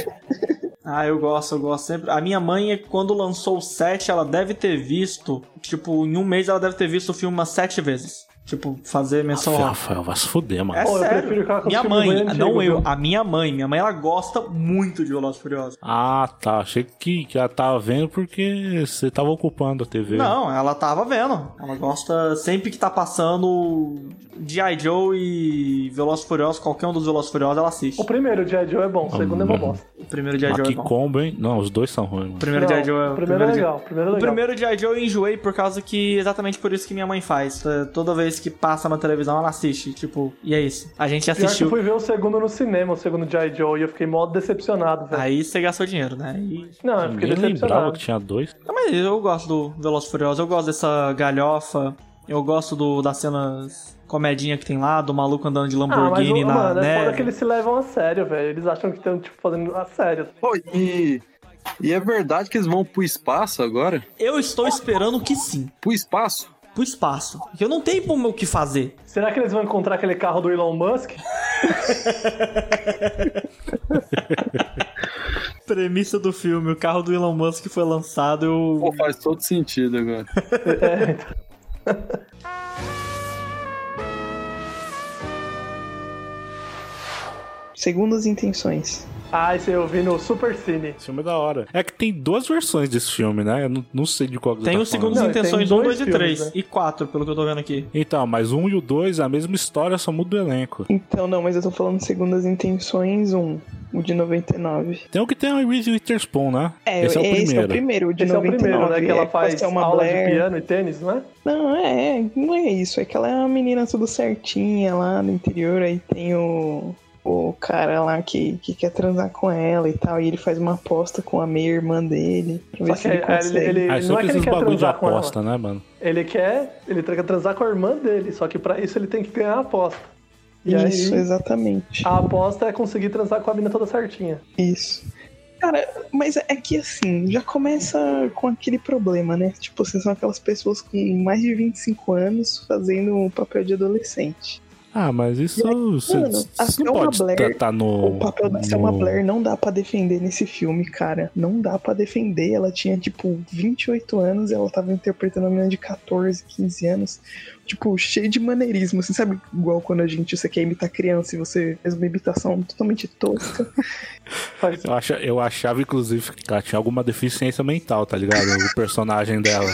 Speaker 2: ah, eu gosto, eu gosto sempre. A minha mãe, quando lançou o 7, ela deve ter visto. Tipo, em um mês ela deve ter visto o filme umas 7 vezes. Tipo, fazer
Speaker 1: Ah,
Speaker 2: menção. honrosa.
Speaker 1: Rafael, vai se fuder, mano.
Speaker 2: É
Speaker 3: Pô, eu
Speaker 2: sério.
Speaker 3: prefiro ficar com
Speaker 2: minha
Speaker 3: os filmes
Speaker 2: mãe,
Speaker 3: bem
Speaker 2: não
Speaker 3: antigos,
Speaker 2: eu,
Speaker 3: viu?
Speaker 2: a minha mãe. Minha mãe, ela gosta muito de Velozes e Furiosos.
Speaker 1: Ah, tá. Achei que, que ela tava vendo porque você tava ocupando a TV.
Speaker 2: Não, ela tava vendo. Ela gosta sempre que tá passando G.I. Joe e Velozes e Furiosos, qualquer um dos Velozes e Furiosos, ela assiste.
Speaker 3: O primeiro G.I. Joe é bom, o segundo é uma
Speaker 1: Hum.
Speaker 3: bosta.
Speaker 2: O primeiro G.I.
Speaker 1: Mas
Speaker 2: Joe é
Speaker 1: que
Speaker 2: bom.
Speaker 1: combo, hein? Não, os dois são ruins,
Speaker 2: O
Speaker 1: mano.
Speaker 2: primeiro
Speaker 3: Não,
Speaker 2: G.I. Joe é
Speaker 3: o primeiro é
Speaker 2: G.I.
Speaker 3: legal, o primeiro é
Speaker 2: O
Speaker 3: legal.
Speaker 2: primeiro G.I. Joe eu enjoei por causa que. Exatamente por isso que minha mãe faz. É, Toda vez que passa na televisão, ela assiste. Tipo, e é isso. A gente
Speaker 3: Pior que eu
Speaker 2: assistiu.
Speaker 3: fui ver o segundo no cinema, o segundo G.I. Joe, e eu fiquei mó decepcionado, velho.
Speaker 2: Aí você gastou dinheiro, né? E-
Speaker 3: Não, eu fiquei
Speaker 1: Nem lembrava
Speaker 3: decepcionado.
Speaker 1: que tinha dois.
Speaker 2: Não, Mas eu gosto do Veloz Furioso, eu gosto dessa galhofa, eu gosto do das cenas comedinha que tem lá, do maluco andando de
Speaker 3: Ah, mas
Speaker 2: Lamborghini
Speaker 3: o-
Speaker 2: na
Speaker 3: mano,
Speaker 5: né?
Speaker 3: é foda
Speaker 2: neve.
Speaker 3: que eles se levam a sério, velho. Eles acham que estão, tipo, fazendo a sério.
Speaker 4: Pô, e, e é verdade que eles vão pro espaço agora?
Speaker 2: Eu estou esperando que sim,
Speaker 4: Pro espaço?
Speaker 2: pro espaço. Eu não tenho como o que fazer.
Speaker 3: Será que eles vão encontrar aquele carro do Elon Musk?
Speaker 2: Premissa do filme, o carro do Elon Musk foi lançado, eu...
Speaker 4: Pô, faz todo sentido agora.
Speaker 3: É, então.
Speaker 5: Segundas intenções.
Speaker 3: Ah, isso aí eu vi no Super Cine.
Speaker 1: Esse filme é da hora. É que tem duas versões desse filme, né? Eu não, não sei de qual que você
Speaker 2: Tem
Speaker 1: tá
Speaker 2: os segundos
Speaker 1: falando.
Speaker 3: Não, tem
Speaker 2: intenções 1,
Speaker 3: dois
Speaker 2: 2 e
Speaker 3: filmes,
Speaker 2: 3.
Speaker 3: né?
Speaker 2: E 4, pelo que eu tô vendo aqui.
Speaker 1: Então, mas um e o dois, a mesma história, só muda o elenco.
Speaker 5: Então, não, mas eu tô falando segundas intenções 1, o de 99.
Speaker 1: Tem o que tem o Reese Witherspoon, né?
Speaker 5: É,
Speaker 1: esse é o
Speaker 5: esse é
Speaker 1: primeiro.
Speaker 5: o primeiro, o de
Speaker 3: Esse é o
Speaker 5: 99.
Speaker 3: primeiro, né? Que ela
Speaker 5: é
Speaker 3: faz
Speaker 5: é uma
Speaker 3: aula
Speaker 5: Blair.
Speaker 3: de piano e tênis, não é?
Speaker 5: Não, é, é, não é isso. É que ela é uma menina tudo certinha lá no interior, aí tem o, o cara lá que, que quer transar com ela e tal, e ele faz uma aposta com a meia-irmã dele pra ver
Speaker 3: Só
Speaker 5: se
Speaker 3: que
Speaker 5: ele
Speaker 3: é- ele,
Speaker 5: consegue.
Speaker 3: ele-
Speaker 1: Ah,
Speaker 3: não
Speaker 1: só que
Speaker 3: é que ele
Speaker 1: esses
Speaker 3: quer
Speaker 1: bagulho de
Speaker 3: transar com ela.
Speaker 1: aposta, né, mano?
Speaker 3: Ele quer, ele quer transar com a irmã dele, só que pra isso ele tem que ganhar a aposta. E
Speaker 5: Isso,
Speaker 3: aí,
Speaker 5: exatamente.
Speaker 3: a aposta é conseguir transar com a mina toda certinha.
Speaker 5: Isso. Cara, mas é que assim, já começa com aquele problema, né? Tipo, vocês são aquelas pessoas com mais de 25 anos fazendo o papel de adolescente.
Speaker 1: Ah, mas isso. Você
Speaker 5: mano, a
Speaker 1: você não
Speaker 5: Selma
Speaker 1: pode
Speaker 5: Blair-
Speaker 1: tratar no.
Speaker 5: o papel da
Speaker 1: no-
Speaker 5: Selma Blair não dá pra defender nesse filme, cara. Não dá pra defender. Ela tinha, tipo, 28 anos, ela tava interpretando uma menina de 14, 15 anos. Tipo, cheio de maneirismo. Você sabe, igual quando a gente, você quer imitar criança e você faz uma imitação totalmente tosca.
Speaker 3: Faz-
Speaker 1: Eu, acha- eu achava, inclusive, que ela tinha alguma deficiência mental, tá ligado? O personagem dela.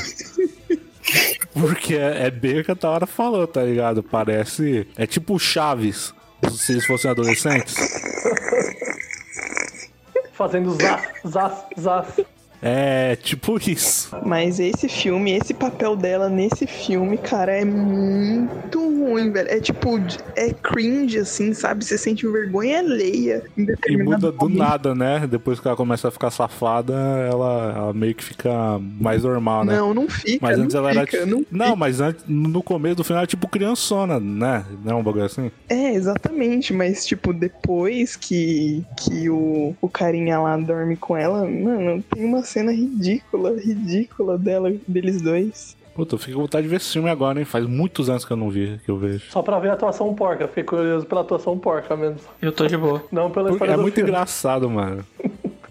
Speaker 1: Porque é, é bem o que a Taura falou, tá ligado? Parece. É tipo o Chaves, se eles fossem adolescentes.
Speaker 3: fazendo zaz, zaz, zaz.
Speaker 1: É tipo isso.
Speaker 5: Mas esse filme, esse papel dela nesse filme, cara, é muito ruim, velho. É tipo, é cringe, assim, sabe? Você sente vergonha alheia em
Speaker 1: E
Speaker 5: determinado
Speaker 1: muda do nada, né? Depois que ela começa a ficar safada, ela, ela meio que fica mais normal, né?
Speaker 5: Não, não fica.
Speaker 1: Mas antes
Speaker 5: não
Speaker 1: ela era.
Speaker 5: fica,
Speaker 1: tipo-
Speaker 5: não...
Speaker 1: Não, mas antes, no começo do final era tipo criançona, né? Não é um bagulho assim?
Speaker 5: É, exatamente. Mas, tipo, depois que, que o, o carinha lá dorme com ela, mano, tem uma cena ridícula, ridícula dela, deles dois.
Speaker 1: Puta, eu fiquei com vontade de ver esse filme agora, hein? Faz muitos anos que eu não vi, que eu vejo.
Speaker 3: Só pra ver a atuação porca. Fiquei curioso pela atuação porca mesmo.
Speaker 2: Eu tô de boa.
Speaker 3: Não pela história
Speaker 1: É
Speaker 3: Tá do
Speaker 1: muito
Speaker 3: filme.
Speaker 1: engraçado, mano.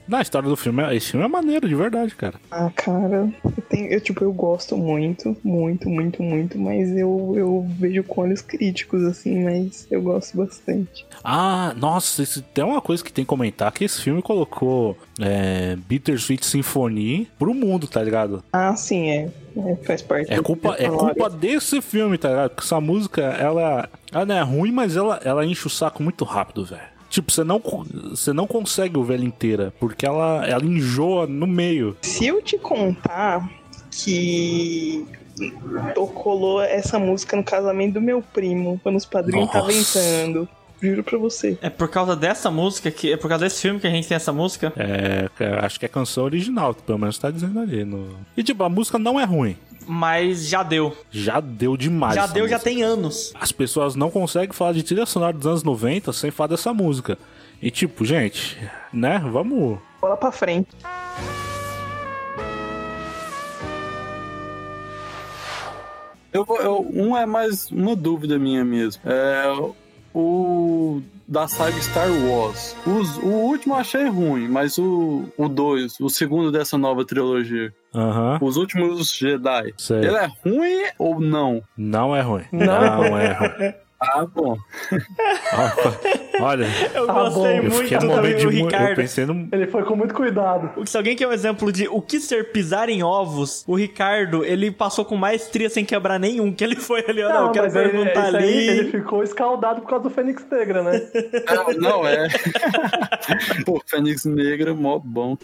Speaker 1: Na história do filme, esse filme é maneiro, de verdade, cara.
Speaker 5: Ah, cara, eu tenho, eu, tipo, eu gosto muito, muito, muito, muito, mas eu, eu vejo com olhos críticos, assim, mas eu gosto bastante.
Speaker 1: Ah, nossa, isso tem uma coisa que tem que comentar, que esse filme colocou é, Bittersweet Symphony pro mundo, tá ligado?
Speaker 5: Ah, sim, é. é, faz parte.
Speaker 1: É
Speaker 5: do-
Speaker 1: culpa, é
Speaker 5: falar.
Speaker 1: culpa desse filme, tá ligado? Porque essa música, ela, ela não é ruim, mas ela, ela enche o saco muito rápido, velho. Tipo, você não, co- você não consegue ouvir ela inteira, porque ela, ela enjoa no meio.
Speaker 5: Se eu te contar que colou essa música no casamento do meu primo, quando os padrinhos estavam
Speaker 1: Nossa.
Speaker 5: entrando, juro pra você.
Speaker 2: É por causa dessa música, que, é por causa desse filme que a gente tem essa música.
Speaker 1: É, cara, acho que é canção original, pelo menos tá dizendo ali. No... E tipo, a música não é ruim.
Speaker 2: Mas já deu.
Speaker 1: Já deu demais.
Speaker 2: já
Speaker 1: essa
Speaker 2: deu, já
Speaker 1: música.
Speaker 2: tem anos.
Speaker 1: As pessoas não conseguem falar de trilha sonora dos anos 90 sem falar dessa música. E tipo, gente, né? Vamos.
Speaker 5: Bola pra frente.
Speaker 4: Eu, vou- eu- um é mais uma dúvida minha mesmo. É o da saga Star Wars. Os- o último eu achei ruim, mas o o dois, o segundo dessa nova trilogia,
Speaker 1: Aham.
Speaker 4: os últimos Jedi.
Speaker 1: Sei.
Speaker 4: Ele é ruim ou não?
Speaker 1: Não é ruim.
Speaker 3: Não.
Speaker 1: é ruim.
Speaker 4: Ah, bom.
Speaker 1: Olha,
Speaker 2: Eu
Speaker 3: Tá
Speaker 2: gostei
Speaker 3: bom.
Speaker 1: eu
Speaker 2: É muito
Speaker 1: fiquei no
Speaker 2: do
Speaker 1: momento de
Speaker 2: amigo
Speaker 1: muito. Eu
Speaker 2: Ricardo.
Speaker 1: pensei no.
Speaker 3: Ele foi com muito cuidado.
Speaker 2: O que- Se alguém quer um exemplo de o que ser pisar em ovos, o Ricardo, ele passou com maestria sem quebrar nenhum, que ele foi ali, ó, não, eu quero
Speaker 3: mas ele-
Speaker 2: perguntar
Speaker 3: esse aí,
Speaker 2: ali.
Speaker 3: ele ficou escaldado por causa do Fênix Negra, né?
Speaker 4: Ah, não, é. Pô, Fênix Negra, mó bom.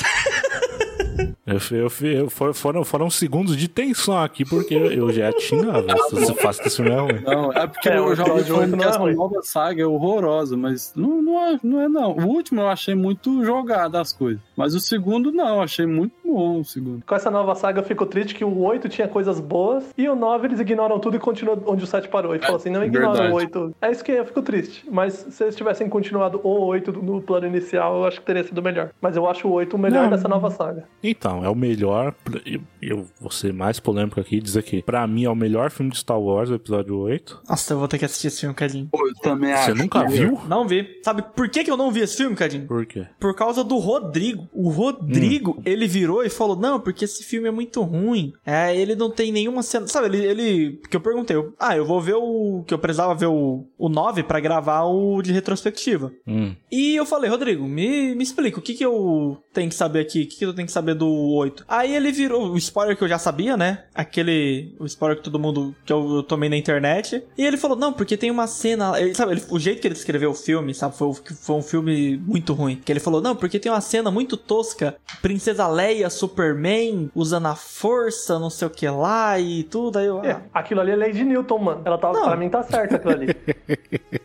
Speaker 1: Eu, fi- eu, fi- eu- for- foram, foram segundos de tensão aqui, porque eu, eu já tinha visto. Você faz que isso não é ruim.
Speaker 4: Não, é porque
Speaker 3: É, o
Speaker 4: eu já ouvi
Speaker 3: episódio oito
Speaker 4: falando que
Speaker 3: não é
Speaker 4: essa
Speaker 3: ruim.
Speaker 4: nova saga é horrorosa, mas não, não, é, não é não. O último eu achei muito jogado as coisas. Mas o segundo não, eu achei muito bom o segundo.
Speaker 3: Com essa nova saga eu fico triste que o 8 tinha coisas boas e o 9 eles ignoram tudo e continuam onde o 7 parou. E falam assim, não ignora
Speaker 4: Verdade.
Speaker 3: o 8. É isso que eu fico triste. Mas se eles tivessem continuado o 8 do- no plano inicial, eu acho que teria sido melhor. Mas eu acho o 8 o melhor
Speaker 1: Não.
Speaker 3: dessa nova saga.
Speaker 1: Então, é o melhor. Eu, eu vou ser mais polêmico aqui e dizer que, pra mim, é o melhor filme de Star Wars, o episódio 8.
Speaker 2: Nossa, eu vou ter que assistir esse filme, Cadinho.
Speaker 4: Pô, eu também
Speaker 1: Você
Speaker 4: acho. é.
Speaker 1: nunca viu?
Speaker 2: Não vi. Sabe por que, que eu não vi esse filme, Cadinho?
Speaker 1: Por quê?
Speaker 2: Por causa do Rodrigo. O Rodrigo, ele virou e falou: Não, porque esse filme é muito ruim. É, ele não tem nenhuma cena. Sabe, ele. ele que eu perguntei: eu, Ah, eu vou ver o. Que eu precisava ver o, o 9 pra gravar o de retrospectiva.
Speaker 1: Hum.
Speaker 2: E eu falei, Rodrigo, me, me explica, o que que eu tenho que saber aqui? O que que eu tenho que saber do 8? Aí ele virou o spoiler que eu já sabia, né? Aquele o spoiler que todo mundo, que eu, eu tomei na internet. E ele falou, não, porque tem uma cena... Ele, sabe, ele- o jeito que ele descreveu o filme, sabe? Foi, foi um filme muito ruim. Que ele falou, não, porque tem uma cena muito tosca. Princesa Leia, Superman, usando a força, não sei o que lá e tudo. Aí eu...
Speaker 3: É,
Speaker 2: ah,
Speaker 3: aquilo ali é lei de Newton, mano. Ela tá,
Speaker 2: Não.
Speaker 3: pra mim tá certo aquilo ali.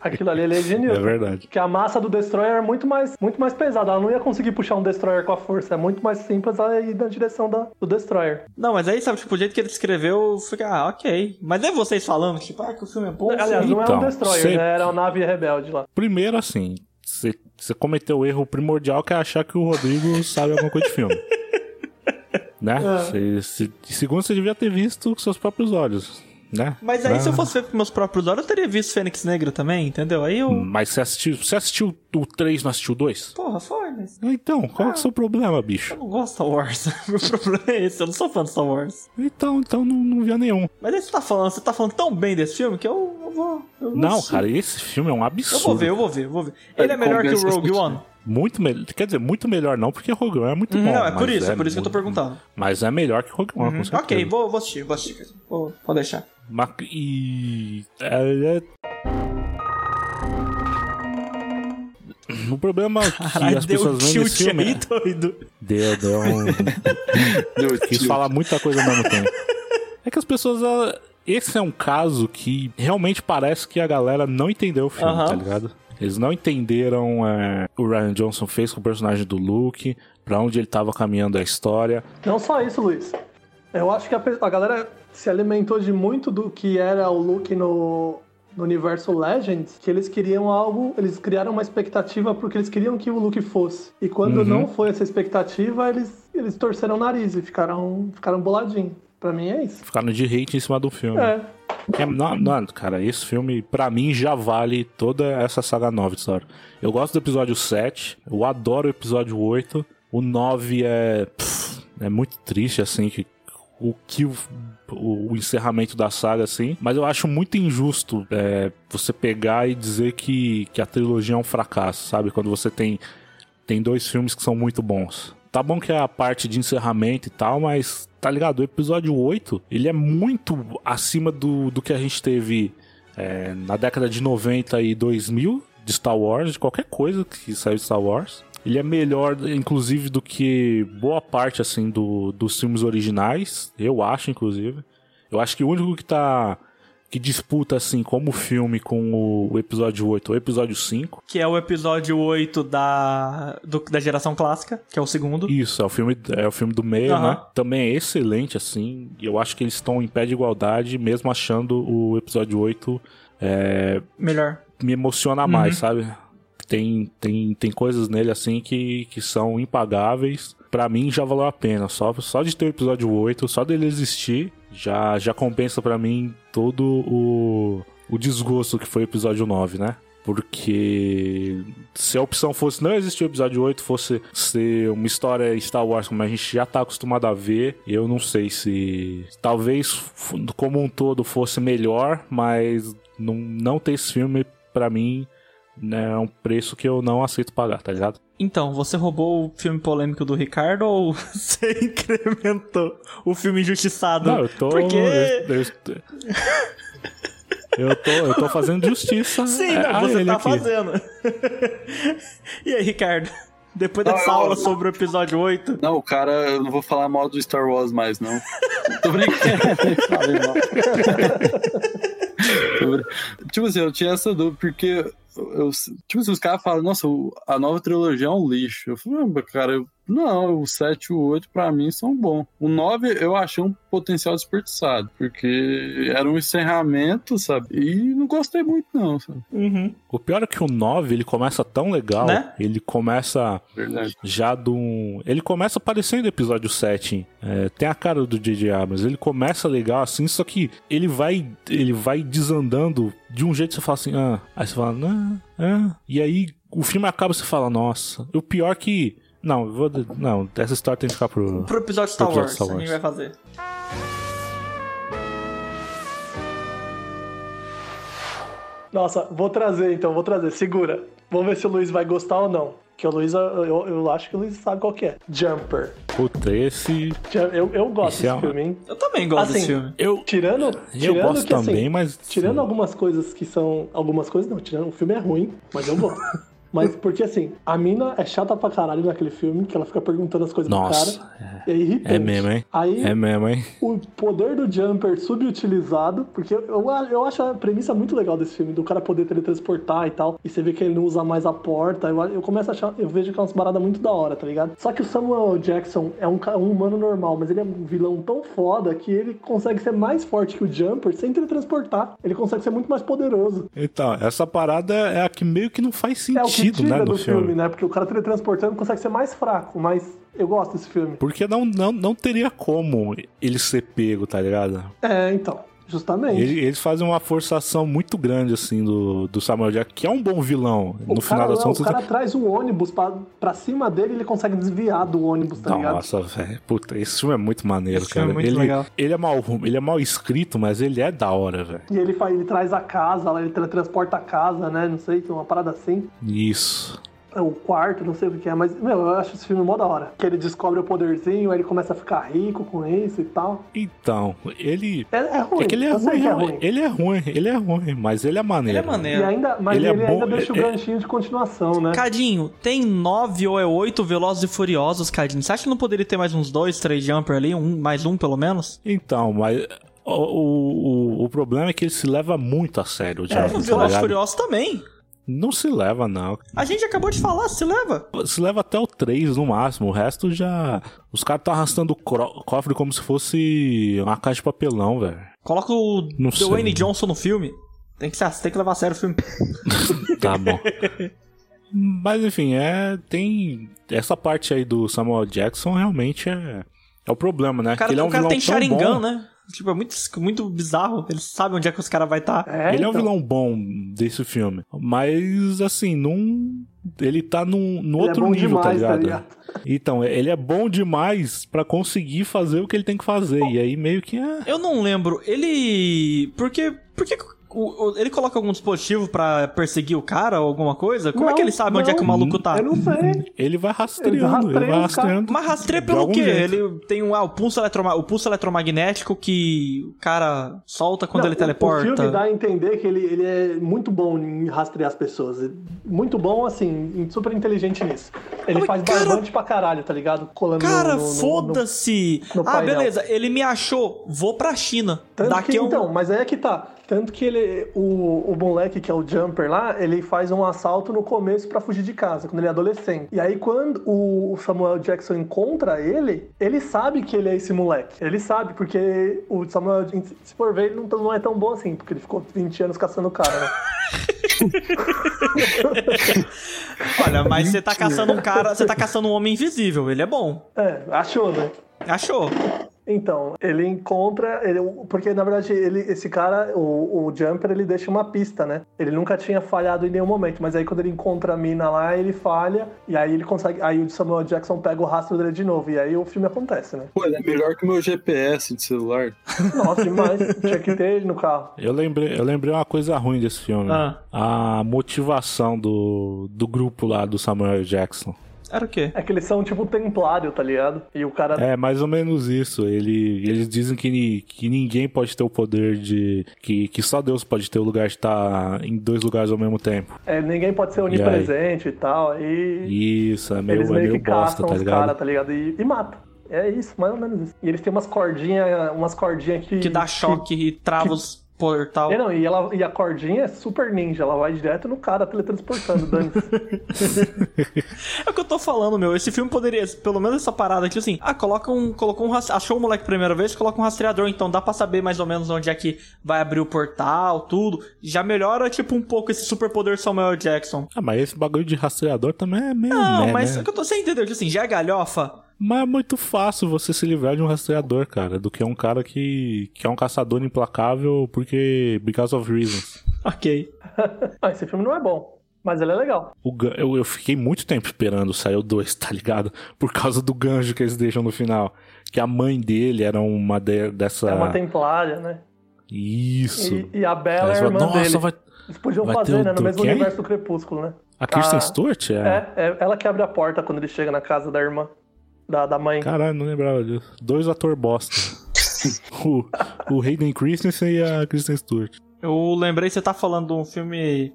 Speaker 3: aquilo ali é lei de
Speaker 1: É
Speaker 3: Newton.
Speaker 1: verdade.
Speaker 3: que a massa do Destroyer é muito mais, muito mais pesada. Ela não ia conseguir puxar um Destroyer com a força. É muito mais simples ela ir na direção da- do Destroyer.
Speaker 2: Não, mas aí, sabe, tipo, o jeito que ele descreveu, eu fiquei, ah, ok. Mas é vocês falando, tipo, ah, que o filme é bom.
Speaker 3: Aliás,
Speaker 2: sim.
Speaker 3: não era um
Speaker 1: Então,
Speaker 3: Destroyer,
Speaker 1: sempre-
Speaker 3: né? Era uma nave rebelde lá.
Speaker 1: Primeiro, assim, você você cometeu o erro primordial que é achar que o Rodrigo sabe alguma coisa de filme. Né?
Speaker 2: Ah.
Speaker 1: Cê- cê- segundo, você devia ter visto com seus próprios olhos, né?
Speaker 2: Mas aí,
Speaker 1: Ah.
Speaker 2: se eu fosse ver com meus próprios olhos, eu teria visto Fênix Negra também, entendeu? Aí eu.
Speaker 1: Mas você assistiu, você assistiu o 3, não assistiu o 2?
Speaker 2: Porra, foi, mas.
Speaker 1: Então,
Speaker 2: Ah.
Speaker 1: qual que é o seu problema, bicho?
Speaker 2: Eu não gosto de Star Wars. Meu problema é esse, eu não sou fã de Star Wars.
Speaker 1: Então, então não, não via nenhum.
Speaker 2: Mas aí você tá falando, você tá falando tão bem desse filme que eu, eu vou. eu vou
Speaker 1: Não,
Speaker 2: assistir.
Speaker 1: cara, esse filme é um
Speaker 2: Eu vou
Speaker 1: absurdo.
Speaker 2: ver, eu vou ver, eu vou ver. Ele é melhor que o
Speaker 4: compensa
Speaker 2: Rogue
Speaker 4: assistir.
Speaker 2: One?
Speaker 1: Muito melhor. Quer dizer, muito melhor não, porque Rogue One é muito bom.
Speaker 2: não, é por
Speaker 1: mas
Speaker 2: isso, é por isso que eu tô
Speaker 1: muito-
Speaker 2: perguntando. Uhum,
Speaker 1: Mas é melhor que Rogue One, com certeza.
Speaker 2: ok, vou, vou assistir, vou assistir. Vou, vou deixar.
Speaker 1: Ma- E. é, é- O problema é que as pessoas veem nesse filme.
Speaker 2: aí, doido.
Speaker 1: Deu, deu um...
Speaker 4: Deu
Speaker 1: Quis
Speaker 4: tilt.
Speaker 1: falar muita coisa ao mesmo tempo. É que as pessoas. ela- Esse é um caso que realmente parece que a galera não entendeu o filme,
Speaker 2: Aham.
Speaker 1: tá ligado? Eles não entenderam é, o Ryan Johnson fez com o personagem do Luke, pra onde ele tava caminhando a história.
Speaker 3: Não só isso, Luiz. Eu acho que a, pe- a galera se alimentou de muito do que era o Luke no, no universo Legends, que eles queriam algo, eles criaram uma expectativa porque eles queriam que o Luke fosse. E quando
Speaker 1: Uhum.
Speaker 3: não foi essa expectativa, eles eles torceram o nariz e ficaram, ficaram boladinhos. Pra mim é isso.
Speaker 1: Ficaram de hate em cima do filme.
Speaker 3: É.
Speaker 1: É, não, não, cara, esse filme, pra mim, já vale toda essa saga nova de Star Wars. Eu gosto do episódio 7, eu adoro o episódio 8. O 9 é. pff, é muito triste, assim, que o que o, o- o encerramento da saga, assim. Mas eu acho muito injusto é, você pegar e dizer que, que a trilogia é um fracasso, sabe? Quando você tem, tem dois filmes que são muito bons. Tá bom que é a parte de encerramento e tal, mas tá ligado? O episódio 8, ele é muito acima do, do que a gente teve é, na década de 90 e 2000 de Star Wars, de qualquer coisa que saiu de Star Wars. Ele é melhor, inclusive, do que boa parte, assim, do, dos filmes originais. Eu acho, inclusive. Eu acho que o único que tá... Que disputa, assim, como filme com o, o episódio 8 ou o episódio 5.
Speaker 2: Que é o episódio 8 da, do- da geração clássica, que é o segundo.
Speaker 1: Isso, é o filme, é o filme do meio,
Speaker 2: Aham.
Speaker 1: né? Também é excelente, assim. E eu acho que eles estão em pé de igualdade, mesmo achando o episódio 8 é,
Speaker 2: Melhor.
Speaker 1: me emociona mais, sabe? Tem, tem, tem coisas nele assim que, que são impagáveis. Pra mim já valeu a pena. Só, só de ter o episódio 8, só dele existir, já, já compensa pra mim todo o, o desgosto que foi o episódio 9, né? Porque se a opção fosse não existir o episódio 8, fosse ser uma história Star Wars como a gente já tá acostumado a ver, eu não sei se. Talvez f- como um todo fosse melhor, mas não, não ter esse filme, pra mim, né, é um preço que eu não aceito pagar, tá ligado?
Speaker 2: Então, você roubou o filme polêmico do Ricardo ou você incrementou o filme injustiçado?
Speaker 1: Não, eu tô.
Speaker 2: Porque.
Speaker 1: Eu, eu, eu tô, eu tô fazendo justiça.
Speaker 2: Sim,
Speaker 1: a- a
Speaker 2: não, você
Speaker 1: É, ah, ele
Speaker 2: tá
Speaker 1: aqui.
Speaker 2: fazendo. e aí, Ricardo? Depois
Speaker 4: Não,
Speaker 2: dessa
Speaker 4: eu-
Speaker 2: aula sobre o episódio 8.
Speaker 4: Não, o cara, eu não vou falar mal do Star Wars mais, não. Tô brincando. Falei mal. Tô brin- tipo assim, eu tinha essa dúvida, porque eu, tipo assim, os caras falam, nossa, o- a nova trilogia é um lixo. Eu falei, "Ah, cara, eu- não, o 7 e o 8 pra mim são bons. O 9 eu achei um potencial desperdiçado, porque era um encerramento, sabe? E não gostei muito, não, sabe?
Speaker 2: Uhum.
Speaker 1: O pior é que o 9 ele começa tão legal.
Speaker 2: Né?
Speaker 1: Ele começa
Speaker 4: Verdade.
Speaker 1: já de um. Ele começa parecendo o episódio 7. é, tem a cara do J.J. Abrams. Ele começa legal assim, só que ele vai ele vai desandando de um jeito que você fala assim, ah. Aí você fala, não, ah. E aí o filme acaba e você fala, nossa. E o pior que. Não, eu vou. Não, essa história tem que ficar pro.
Speaker 2: Pro episódio Star,
Speaker 1: Pro
Speaker 2: Wars,
Speaker 1: episódio Star
Speaker 2: a gente vai
Speaker 1: Wars.
Speaker 2: fazer.
Speaker 3: Nossa, vou trazer então, vou trazer. Segura. Vamos ver se o Luiz vai gostar ou não. Que o Luiz, eu, eu acho que o Luiz sabe qual que é. Jumper.
Speaker 1: Puta, esse.
Speaker 3: Jum- Eu, eu gosto
Speaker 1: Esse é
Speaker 3: desse
Speaker 1: um-
Speaker 3: filme, hein?
Speaker 2: Eu também gosto
Speaker 3: Assim,
Speaker 2: desse filme.
Speaker 1: Eu,
Speaker 3: Tirando,
Speaker 1: eu
Speaker 3: tirando
Speaker 1: gosto
Speaker 3: que, assim,
Speaker 1: também, mas.
Speaker 3: Tirando algumas coisas que são. Algumas coisas não, tirando o filme é ruim, mas eu gosto. mas porque assim, a mina é chata pra caralho naquele filme, que ela fica perguntando as coisas
Speaker 1: Nossa,
Speaker 3: pro cara. É, irritante.
Speaker 1: é mesmo, hein?
Speaker 3: Aí
Speaker 1: É mesmo, hein?
Speaker 3: o poder do Jumper subutilizado, porque eu, eu acho a premissa muito legal desse filme, do cara poder teletransportar e tal, e você vê que ele não usa mais a porta, eu, eu começo a achar, eu vejo que é umas paradas muito da hora, tá ligado? Só que o Samuel Jackson é um, ca- um humano normal, mas ele é um vilão tão foda que ele consegue ser mais forte que o Jumper sem teletransportar, ele consegue ser muito mais poderoso.
Speaker 1: Então, essa parada é a que meio que não faz
Speaker 3: É o que
Speaker 1: sentido,
Speaker 3: tira
Speaker 1: né,
Speaker 3: do
Speaker 1: do
Speaker 3: filme,
Speaker 1: filme.
Speaker 3: né? Porque o cara teletransportando consegue ser mais fraco, mas eu gosto desse filme.
Speaker 1: Porque não, não, não teria como ele ser pego, tá ligado?
Speaker 3: É, então, justamente.
Speaker 1: Ele- eles fazem uma forçação muito grande, assim, do, do Samuel Jackson, que é um bom vilão.
Speaker 3: O
Speaker 1: no
Speaker 3: cara,
Speaker 1: final das
Speaker 3: não,
Speaker 1: contas.
Speaker 3: o cara traz um ônibus pra, pra cima dele ele consegue desviar do ônibus, tá ligado?
Speaker 1: Nossa, velho. Puta, esse filme é muito maneiro,
Speaker 2: Esse
Speaker 1: cara.
Speaker 2: filme é muito
Speaker 1: ele,
Speaker 2: legal.
Speaker 1: ele é mal, ele é mal escrito, mas ele é da hora, velho.
Speaker 3: E ele, faz, ele traz a casa, lá ele transporta a casa, né? Não sei, tem uma parada assim.
Speaker 1: Isso.
Speaker 3: É o quarto, não sei o que que é, mas, meu, eu acho esse filme mó da hora. Que ele descobre o poderzinho, aí ele começa a ficar rico com isso e tal.
Speaker 1: Então, ele.
Speaker 3: É, é ruim.
Speaker 1: É que ele é
Speaker 3: eu sei
Speaker 1: ruim,
Speaker 3: que é ruim.
Speaker 1: ele é ruim, ele é ruim, mas ele é maneiro.
Speaker 2: Ele é maneiro.
Speaker 3: E ainda, mas
Speaker 1: Ele
Speaker 3: ele,
Speaker 1: é bom-
Speaker 3: ainda deixa o
Speaker 1: é-
Speaker 3: ganchinho de continuação, né?
Speaker 2: Cadinho, tem nove ou é oito Velozes e Furiosos, Cadinho? Você acha que não poderia ter mais uns dois, três Jumper ali? Um, mais um, pelo menos?
Speaker 1: Então, mas o, o, o- o problema é que ele se leva muito a sério, o
Speaker 3: É,
Speaker 1: Jumper,
Speaker 2: o
Speaker 1: tá
Speaker 2: Velozes e
Speaker 1: ligado?
Speaker 2: Furiosos também.
Speaker 1: Não se leva, não.
Speaker 2: A gente acabou de falar, se leva.
Speaker 1: Se leva até o 3 no máximo, o resto já. Os caras estão arrastando o cro- cofre como se fosse uma caixa de papelão, velho.
Speaker 2: Coloca o
Speaker 1: Não sei.
Speaker 2: Dwayne Johnson no filme. Tem que, ser- tem que levar a sério o filme.
Speaker 1: Tá bom. Mas enfim, é. Tem. Essa parte aí do Samuel Jackson realmente é. É o problema, né?
Speaker 2: O cara,
Speaker 1: Que ele é um
Speaker 2: o
Speaker 1: vilão
Speaker 2: cara tem
Speaker 1: tão
Speaker 2: Sharingan,
Speaker 1: bom.
Speaker 2: né? Tipo, é muito, muito bizarro. Eles sabem onde é que os caras vai estar.
Speaker 3: É,
Speaker 1: Ele é um
Speaker 3: então.
Speaker 1: vilão bom desse filme. Mas, assim, num. Ele tá num, num
Speaker 3: Ele é
Speaker 1: outro
Speaker 3: bom
Speaker 1: nível,
Speaker 3: demais,
Speaker 1: tá
Speaker 3: tá
Speaker 1: ligado? Então, ele é bom demais pra conseguir fazer o que ele tem que fazer. E aí meio que é.
Speaker 2: Eu não lembro. Ele. Porque. Por que. o- o- ele coloca algum dispositivo pra perseguir o cara ou alguma coisa? Como é
Speaker 3: Não,
Speaker 2: que ele sabe onde é que o
Speaker 3: não.
Speaker 2: maluco tá?
Speaker 3: Eu não sei.
Speaker 1: Ele vai rastreando, ele vai
Speaker 3: rastreia o cara.
Speaker 1: rastreando.
Speaker 2: Mas rastreia
Speaker 1: De
Speaker 2: pelo
Speaker 1: algum
Speaker 2: quê?
Speaker 1: jeito.
Speaker 2: Ele tem um, ah, o, pulso eletroma- o pulso eletromagnético que o cara solta quando
Speaker 3: Não,
Speaker 2: ele
Speaker 3: o- O filme dá
Speaker 2: teleporta.
Speaker 3: a entender que ele, ele é muito bom em rastrear as pessoas. Ele- Muito bom, assim, super inteligente nisso. Ele
Speaker 2: Mas,
Speaker 3: faz
Speaker 2: cara-
Speaker 3: barbante pra caralho, tá ligado? Colando no-
Speaker 2: Cara,
Speaker 3: no- no- no-
Speaker 2: foda-se!
Speaker 3: no
Speaker 2: Ah,
Speaker 3: painel.
Speaker 2: beleza, ele me achou, vou pra China.
Speaker 3: Tanto
Speaker 2: Daqui um
Speaker 3: que,
Speaker 2: eu.
Speaker 3: então, mas aí é que tá. Tanto que ele, o, o moleque, que é o Jumper lá, ele faz um assalto no começo pra fugir de casa, quando ele é adolescente. E aí, quando o Samuel Jackson encontra ele, ele sabe que ele é esse moleque. Ele sabe, porque o Samuel, se for ver, ele não, não é tão bom assim, porque ele ficou 20 anos caçando o cara, né?
Speaker 2: Olha, mas você tá caçando um cara, você tá caçando um homem invisível, ele é bom.
Speaker 3: É, achou, né?
Speaker 2: Achou.
Speaker 3: Então, ele encontra. ele- porque, na verdade, ele, esse cara, o, o Jumper, ele deixa uma pista, né? Ele nunca tinha falhado em nenhum momento, mas aí quando ele encontra a mina lá, ele falha, e aí ele consegue. Aí o Samuel Jackson pega o rastro dele de novo, e aí o filme acontece, né?
Speaker 4: Pô, ele é melhor que o meu GPS de celular.
Speaker 3: Nossa, demais. Tinha que ter ele no carro.
Speaker 1: Eu lembrei, eu lembrei uma coisa ruim desse filme.
Speaker 2: Ah.
Speaker 1: A motivação do, do grupo lá do Samuel Jackson.
Speaker 2: Era o quê?
Speaker 3: É que eles são tipo templário, tá ligado? E o cara.
Speaker 1: É mais ou menos isso. Ele, eles dizem que, ni- que ninguém pode ter o poder de. Que, que só Deus pode ter o lugar de estar em dois lugares ao mesmo tempo.
Speaker 3: é, ninguém pode ser
Speaker 1: aí?
Speaker 3: onipresente e, tal. E.
Speaker 1: Isso, é meio,
Speaker 3: Eles
Speaker 1: é
Speaker 3: meio
Speaker 1: meio
Speaker 3: que
Speaker 1: bosta,
Speaker 3: caçam
Speaker 1: tá
Speaker 3: os
Speaker 1: ligado?
Speaker 3: caras, tá ligado? E, e matam. É isso, mais ou menos isso. E eles têm umas cordinhas, umas cordinhas que.
Speaker 2: Que dá choque e trava os portal.
Speaker 3: É, não, e, ela, e a cordinha é super ninja, ela vai direto no cara teletransportando, dane
Speaker 2: É o que eu tô falando, meu. Esse filme poderia, pelo menos essa parada aqui, assim, ah, coloca um. Colocou um ras- achou o moleque a primeira vez, coloca um rastreador, então dá pra saber mais ou menos onde é que vai abrir o portal, tudo. Já melhora, tipo, um pouco esse superpoder Samuel Jackson.
Speaker 1: Ah, mas esse bagulho de rastreador também é meio.
Speaker 2: Não,
Speaker 1: meh,
Speaker 2: mas
Speaker 1: né?
Speaker 2: é que eu tô, você entendeu que assim, já é galhofa.
Speaker 1: Mas é muito fácil você se livrar de um rastreador, cara, do que um cara que, que é um caçador implacável porque. because of reasons.
Speaker 2: Ok.
Speaker 3: ah, esse filme não é bom, mas ele é legal.
Speaker 1: O gan- eu, eu fiquei muito tempo esperando sair o 2, tá ligado? Por causa do ganjo que eles deixam no final. Que a mãe dele era uma de- dessa.
Speaker 3: É uma templária, né?
Speaker 1: Ah, Isso.
Speaker 3: E, e a Bela
Speaker 1: Aí
Speaker 3: é a
Speaker 1: você fala,
Speaker 3: irmã
Speaker 1: Nossa,
Speaker 3: dele.
Speaker 1: vai...
Speaker 3: Eles podiam
Speaker 1: vai ter
Speaker 3: fazer,
Speaker 1: o
Speaker 3: né?
Speaker 1: do
Speaker 3: No mesmo
Speaker 1: quem?
Speaker 3: universo do Crepúsculo, né?
Speaker 1: a Kristen
Speaker 3: Ah.
Speaker 1: Stewart? É.
Speaker 3: É. é, ela que abre a porta quando ele chega na casa da irmã, da, da mãe.
Speaker 1: Caralho, não lembrava disso. Dois ator bosta. o, o Hayden Christensen e a Kristen Stewart.
Speaker 2: Eu lembrei, você tá falando de um filme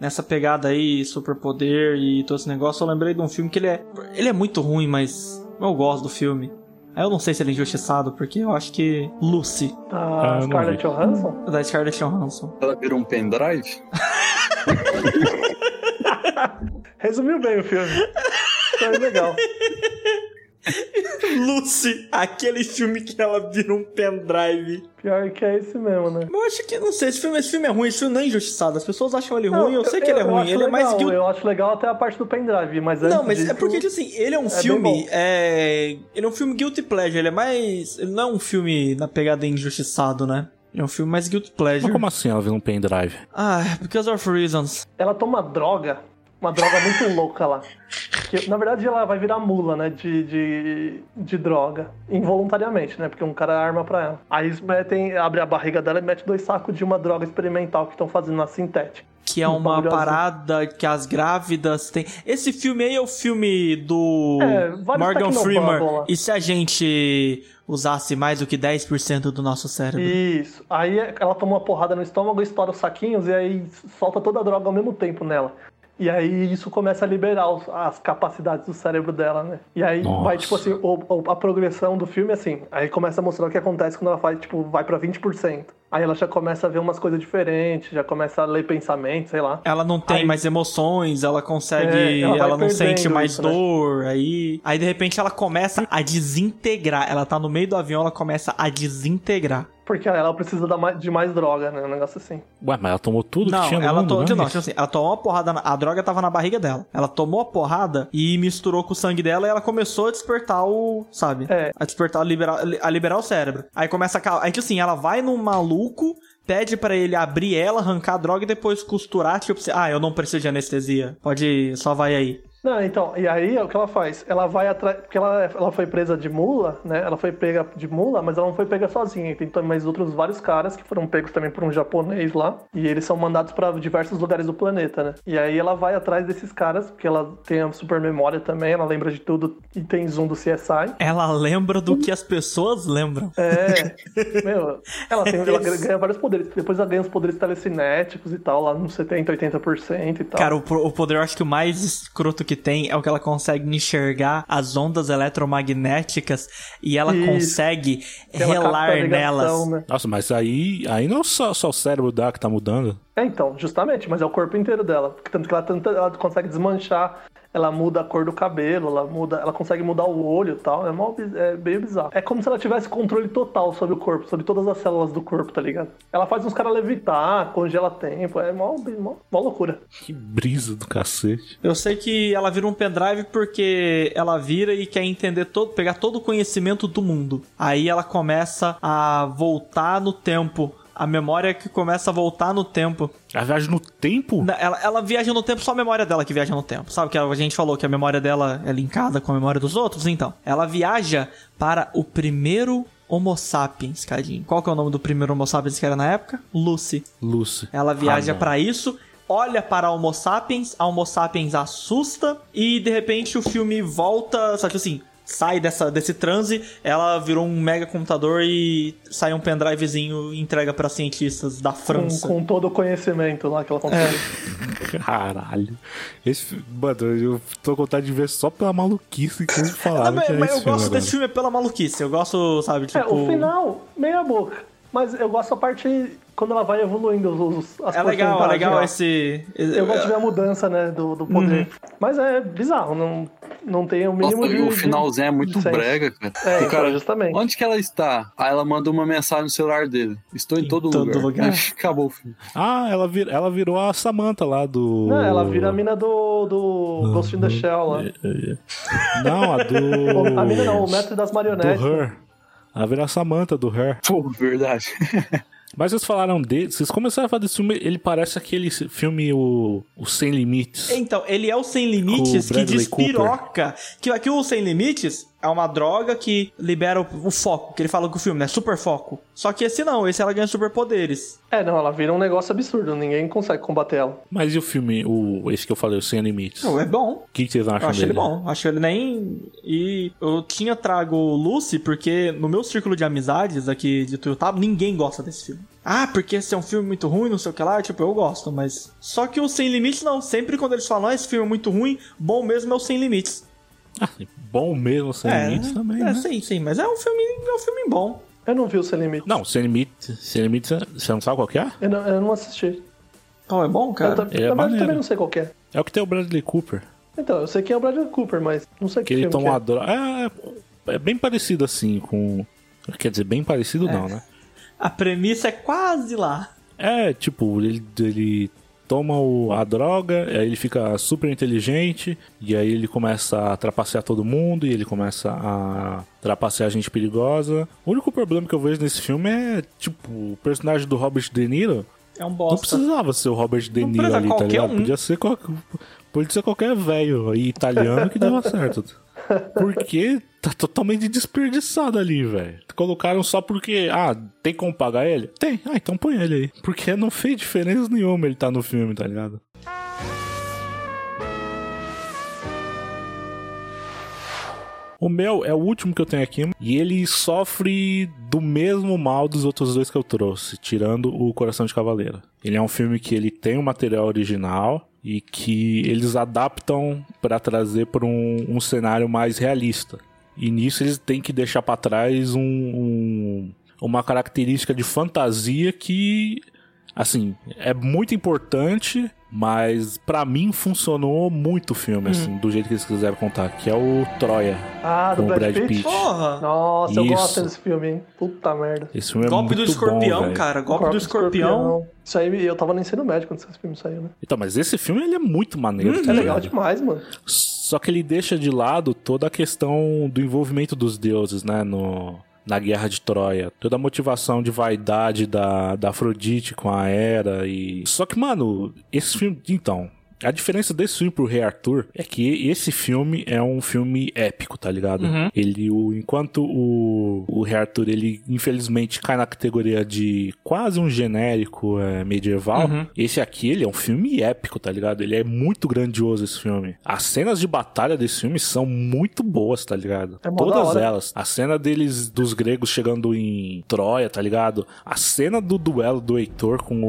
Speaker 2: nessa pegada aí, superpoder e todo esse negócio. Eu lembrei de um filme que ele é. Ele é muito ruim, mas eu gosto do filme. Aí Eu não sei se ele é injustiçado, porque eu acho que Lucy,
Speaker 1: Ah,
Speaker 3: Da
Speaker 1: eu não
Speaker 3: Scarlett
Speaker 1: vi.
Speaker 3: Johansson?
Speaker 2: da Scarlett Johansson.
Speaker 4: Ela virou um pendrive?
Speaker 3: Resumiu bem o filme. Foi legal.
Speaker 2: Lucy, aquele filme que ela vira um pendrive.
Speaker 3: Pior que é esse mesmo, né?
Speaker 2: Eu acho que, não sei, esse filme, esse filme é ruim, esse filme não é injustiçado. As pessoas acham ele
Speaker 3: Não,
Speaker 2: ruim, eu, sei que ele é
Speaker 3: eu
Speaker 2: ruim.
Speaker 3: acho
Speaker 2: Ele é mais
Speaker 3: legal,
Speaker 2: guilty
Speaker 3: Eu acho legal até a parte do pendrive, mas antes
Speaker 2: Não, mas é
Speaker 3: disso-
Speaker 2: porque, tipo assim, ele é um
Speaker 3: bem
Speaker 2: filme.
Speaker 3: bom.
Speaker 2: É... Ele é um filme Guilty Pleasure, ele é mais. Ele não é um filme na pegada injustiçado, né? Ele é um filme mais Guilty Pleasure.
Speaker 1: Mas como assim ela vira um pendrive?
Speaker 2: Ah, because of reasons.
Speaker 3: ela toma droga, uma droga muito louca lá. Que, na verdade, ela vai virar mula, né? De, de, de droga. Involuntariamente, né? Porque um cara arma pra ela. Aí eles metem, abre a barriga dela e mete dois sacos de uma droga experimental que estão fazendo na sintética.
Speaker 2: Que é
Speaker 3: Um
Speaker 2: uma
Speaker 3: bagulho azul.
Speaker 2: parada que as grávidas têm. Esse filme aí é o filme do
Speaker 3: É, vários
Speaker 2: Morgan
Speaker 3: tecnobubble
Speaker 2: Freeman.
Speaker 3: lá.
Speaker 2: E se a gente usasse mais do que 10% do nosso cérebro?
Speaker 3: Isso. Aí ela toma uma porrada no estômago, estoura os saquinhos e aí solta toda a droga ao mesmo tempo nela. E aí isso começa a liberar os- as capacidades do cérebro dela, né? E aí
Speaker 1: Nossa.
Speaker 3: vai, tipo assim, o- o- a progressão do filme, assim, aí começa a mostrar o que acontece quando ela faz, tipo, vai pra 20%. Aí ela já começa a ver umas coisas diferentes, já começa a ler pensamentos, sei lá.
Speaker 2: Ela não tem
Speaker 3: Aí-
Speaker 2: mais emoções, ela consegue.
Speaker 3: É, ela
Speaker 2: ela
Speaker 3: vai
Speaker 2: não
Speaker 3: perdendo
Speaker 2: sente mais
Speaker 3: isso, né?
Speaker 2: dor. Aí. Aí de repente ela começa a desintegrar. Ela tá no meio do avião, ela começa a desintegrar.
Speaker 3: Porque ela precisa da mais- de mais droga, né? Um negócio assim.
Speaker 1: Ué, mas ela tomou tudo que
Speaker 2: Não,
Speaker 1: tinha no
Speaker 2: ela,
Speaker 1: mundo,
Speaker 2: to...
Speaker 1: né?
Speaker 2: não, tipo assim, ela tomou uma porrada, na- a droga tava na barriga dela. Ela tomou a porrada e misturou com o sangue dela e ela começou a despertar o, sabe?
Speaker 3: É.
Speaker 2: A despertar, a liberar, a liberar o cérebro. Aí começa a... cal- Aí, tipo assim, ela vai num maluco, pede pra ele abrir ela, arrancar a droga e depois costurar, tipo assim, ah, eu não preciso de anestesia, pode ir, só vai aí.
Speaker 3: Não, então, e aí o que ela faz? Ela vai atrás. Porque ela, ela foi presa de mula, né? Ela foi pega de mula, mas ela não foi pega sozinha. Tem também mais outros vários caras que foram pegos também por um japonês lá. E eles são mandados pra diversos lugares do planeta, né? E aí ela vai atrás desses caras, porque ela tem a super memória também, ela lembra de tudo e tem zoom do CSI.
Speaker 2: Ela lembra do que as pessoas lembram.
Speaker 3: Então. É, meu, ela, tem, ela ganha vários poderes. Depois ela ganha os poderes telecinéticos e tal, lá nos 70, 80% e tal.
Speaker 2: Cara, o, pro- o poder eu acho que o mais escroto que tem é o que ela consegue enxergar as ondas eletromagnéticas e ela
Speaker 3: Isso.
Speaker 2: consegue
Speaker 3: Ela capta a
Speaker 2: relar nelas.
Speaker 3: ligação, né?
Speaker 1: Nossa, mas aí, aí não é só, só o cérebro dá que tá mudando.
Speaker 3: É, então, justamente, mas é o corpo inteiro dela. Porque Tanto que ela, tanto, ela consegue desmanchar, ela muda a cor do cabelo, ela muda, ela consegue mudar o olho e tal. É, mó biz- é bem bizarro. É como se ela tivesse controle total sobre o corpo, sobre todas as células do corpo, tá ligado? Ela faz uns caras levitar, congela tempo, é mó, mó, mó loucura.
Speaker 1: Que brisa do cacete.
Speaker 2: Eu sei que ela vira um pendrive porque ela vira e quer entender todo, pegar todo o conhecimento do mundo. Aí ela começa a voltar no tempo. A memória que começa a voltar no tempo.
Speaker 1: A viagem no tempo?
Speaker 2: Na- Ela, ela viaja no tempo, só a memória dela que viaja no tempo. Sabe que a gente falou que a memória dela é linkada com a memória dos outros? Então, ela viaja para o primeiro Homo sapiens, Cadinho. Qual que é o nome do primeiro Homo sapiens que era na época? Lucy.
Speaker 1: Lucy.
Speaker 2: Ela viaja
Speaker 1: Ah, não.
Speaker 2: pra isso, olha para a Homo sapiens, a Homo sapiens assusta e de repente o filme volta, só que assim, sai dessa, desse transe, ela virou um mega computador e sai um pendrivezinho e entrega pra cientistas da
Speaker 3: Com,
Speaker 2: França.
Speaker 3: com todo o conhecimento lá que ela consegue.
Speaker 1: Caralho. Esse, fi- mano, eu tô com vontade de ver só pela maluquice que eles
Speaker 2: Ah,
Speaker 1: falaram.
Speaker 2: mas,
Speaker 1: que era
Speaker 2: mas eu
Speaker 1: é esse filme
Speaker 2: gosto desse
Speaker 1: agora.
Speaker 2: filme pela maluquice. Eu gosto, sabe, tipo.
Speaker 3: É, o final, meia boca. Mas eu gosto a parte quando ela vai evoluindo os, os, as
Speaker 2: É legal, é
Speaker 3: porcentagens
Speaker 2: legal
Speaker 3: lá.
Speaker 2: esse.
Speaker 1: É.
Speaker 3: Eu gosto de ver a mudança, né, do, do poder.
Speaker 1: Uhum.
Speaker 3: Mas é bizarro, não, não tem o
Speaker 4: Nossa,
Speaker 3: mínimo de...
Speaker 4: o
Speaker 3: de-
Speaker 4: finalzinho é muito
Speaker 3: de senso.
Speaker 4: brega, cara.
Speaker 3: É,
Speaker 4: o cara,
Speaker 3: então, justamente.
Speaker 4: onde que ela está? Aí ela manda uma mensagem no celular dele. Estou em,
Speaker 2: Em
Speaker 4: todo,
Speaker 2: todo
Speaker 4: lugar.
Speaker 2: lugar.
Speaker 4: Acabou o filme.
Speaker 1: Ah, ela, vir, ela virou a Samantha lá do.
Speaker 3: Não, ela vira a mina do,
Speaker 1: Uhum.
Speaker 3: do Ghost in the Shell lá.
Speaker 1: Não, a do.
Speaker 3: A mina não, o mestre das
Speaker 1: Uhum. Do
Speaker 3: marionetes.
Speaker 1: Her. Ela virou a Samantha do Her.
Speaker 4: Pô, verdade.
Speaker 1: Mas vocês falaram dele. Vocês começaram a falar desse filme. Ele parece aquele filme O, o Sem Limites.
Speaker 2: Então, ele é o Sem Limites
Speaker 1: Com o
Speaker 2: que
Speaker 1: Bradley
Speaker 2: despiroca. Que aqui o Sem Limites é uma droga que libera o, o foco, que ele fala que o filme, né? Super foco. Só que esse não, esse ela ganha superpoderes.
Speaker 3: É, não, ela vira um negócio absurdo, ninguém consegue combater ela.
Speaker 1: Mas e o filme, o, esse que eu falei, o Sem Limites?
Speaker 2: Não,
Speaker 1: O
Speaker 2: é bom.
Speaker 1: que que vocês acham
Speaker 2: Eu achei
Speaker 1: dele?
Speaker 2: ele bom, achei ele nem. E eu tinha trago o Lucy porque no meu círculo de amizades aqui de Tuiutaba, ninguém gosta desse filme. Ah, porque esse é um filme muito ruim, não sei o que lá, tipo, eu gosto, mas. Só que o Sem Limites não, sempre quando eles falam, ah, esse filme é muito ruim, bom mesmo é o Sem Limites.
Speaker 1: Ah, bom mesmo, Sem Limites também,
Speaker 2: é,
Speaker 1: né?
Speaker 2: sim, sim, mas é um filme, é um filme bom.
Speaker 3: Eu não vi o Sem Limite.
Speaker 1: Não, Sem Limites, Sem Limites, é- você não sabe qual que é?
Speaker 3: Eu não, eu não assisti.
Speaker 2: Oh, é bom,
Speaker 3: Eu,
Speaker 2: cara.
Speaker 3: tam-
Speaker 1: é
Speaker 3: na verdade, eu
Speaker 1: maneiro.
Speaker 3: também não sei qual que é.
Speaker 1: É o que tem o Bradley Cooper.
Speaker 3: Então, eu sei quem é o Bradley Cooper, mas não sei
Speaker 1: Que
Speaker 3: que
Speaker 1: ele
Speaker 3: filme que
Speaker 1: toma uma
Speaker 3: é.
Speaker 1: droga. É, é bem parecido assim com. Quer dizer, bem parecido não, né?
Speaker 2: A premissa é quase lá.
Speaker 1: É, tipo, ele, ele toma o- a droga, aí ele fica super inteligente, e aí ele começa a trapacear todo mundo, e ele começa a trapacear gente perigosa. O único problema que eu vejo nesse filme é, tipo, o personagem do Robert De Niro
Speaker 2: É um
Speaker 1: não
Speaker 2: bosta.
Speaker 1: precisava ser o Robert De
Speaker 2: Não
Speaker 1: Niro
Speaker 2: precisa,
Speaker 1: ali, tá
Speaker 2: qualquer
Speaker 1: ligado?
Speaker 2: um.
Speaker 1: Podia ser qualquer. Podia ser qualquer velho aí italiano que dava certo. Porque tá totalmente desperdiçado ali, velho. Colocaram só porque. Ah, tem como pagar ele? Tem. Ah, então põe ele aí. Porque não fez diferença nenhuma ele tá no filme, tá ligado? O meu é o último que eu tenho aqui e ele sofre do mesmo mal dos outros dois que eu trouxe, tirando o Coração de Cavaleiro. Ele é um filme que ele tem o material original e que eles adaptam pra trazer para um, um cenário mais realista. E nisso eles têm que deixar pra trás um- um- uma característica de fantasia que assim, é muito importante, Mas pra mim funcionou muito o filme, assim, do jeito que eles quiseram contar, que é o Troia,
Speaker 3: Ah, do
Speaker 1: com o
Speaker 3: Brad,
Speaker 1: Brad Pitt.
Speaker 3: Pitt?
Speaker 2: Porra!
Speaker 3: Nossa, eu
Speaker 1: Isso.
Speaker 3: gosto desse filme, hein? Puta merda.
Speaker 1: Esse filme é
Speaker 2: golpe
Speaker 1: muito
Speaker 2: do escorpião,
Speaker 1: bom, velho.
Speaker 2: cara. Golpe,
Speaker 3: Corpo
Speaker 2: do escorpião.
Speaker 3: Isso aí, eu tava no ensino médio quando esse filme saiu, né?
Speaker 1: Então, mas esse filme ele é muito maneiro,
Speaker 2: Hum.
Speaker 1: tá
Speaker 2: Uhum.
Speaker 3: É legal
Speaker 1: ligado?
Speaker 3: demais, mano.
Speaker 1: Só que ele deixa de lado toda a questão do envolvimento dos deuses, né? No, na guerra de Troia. Toda a motivação de vaidade da, da Afrodite com a Hera e. Só que, mano, esse filme. Então. A diferença desse filme pro Rei Arthur é que esse filme é um filme épico, tá ligado?
Speaker 3: Uhum.
Speaker 1: Ele, o, enquanto o, o Rei Arthur, ele infelizmente cai na categoria de quase um genérico é, medieval,
Speaker 3: Uhum.
Speaker 1: esse aqui, ele é um filme épico, tá ligado? Ele é muito grandioso esse filme. As cenas de batalha desse filme são muito boas, tá ligado?
Speaker 3: É mó da
Speaker 1: Todas
Speaker 3: hora.
Speaker 1: elas. A cena deles, dos gregos chegando em Troia, tá ligado? A cena do duelo do Heitor com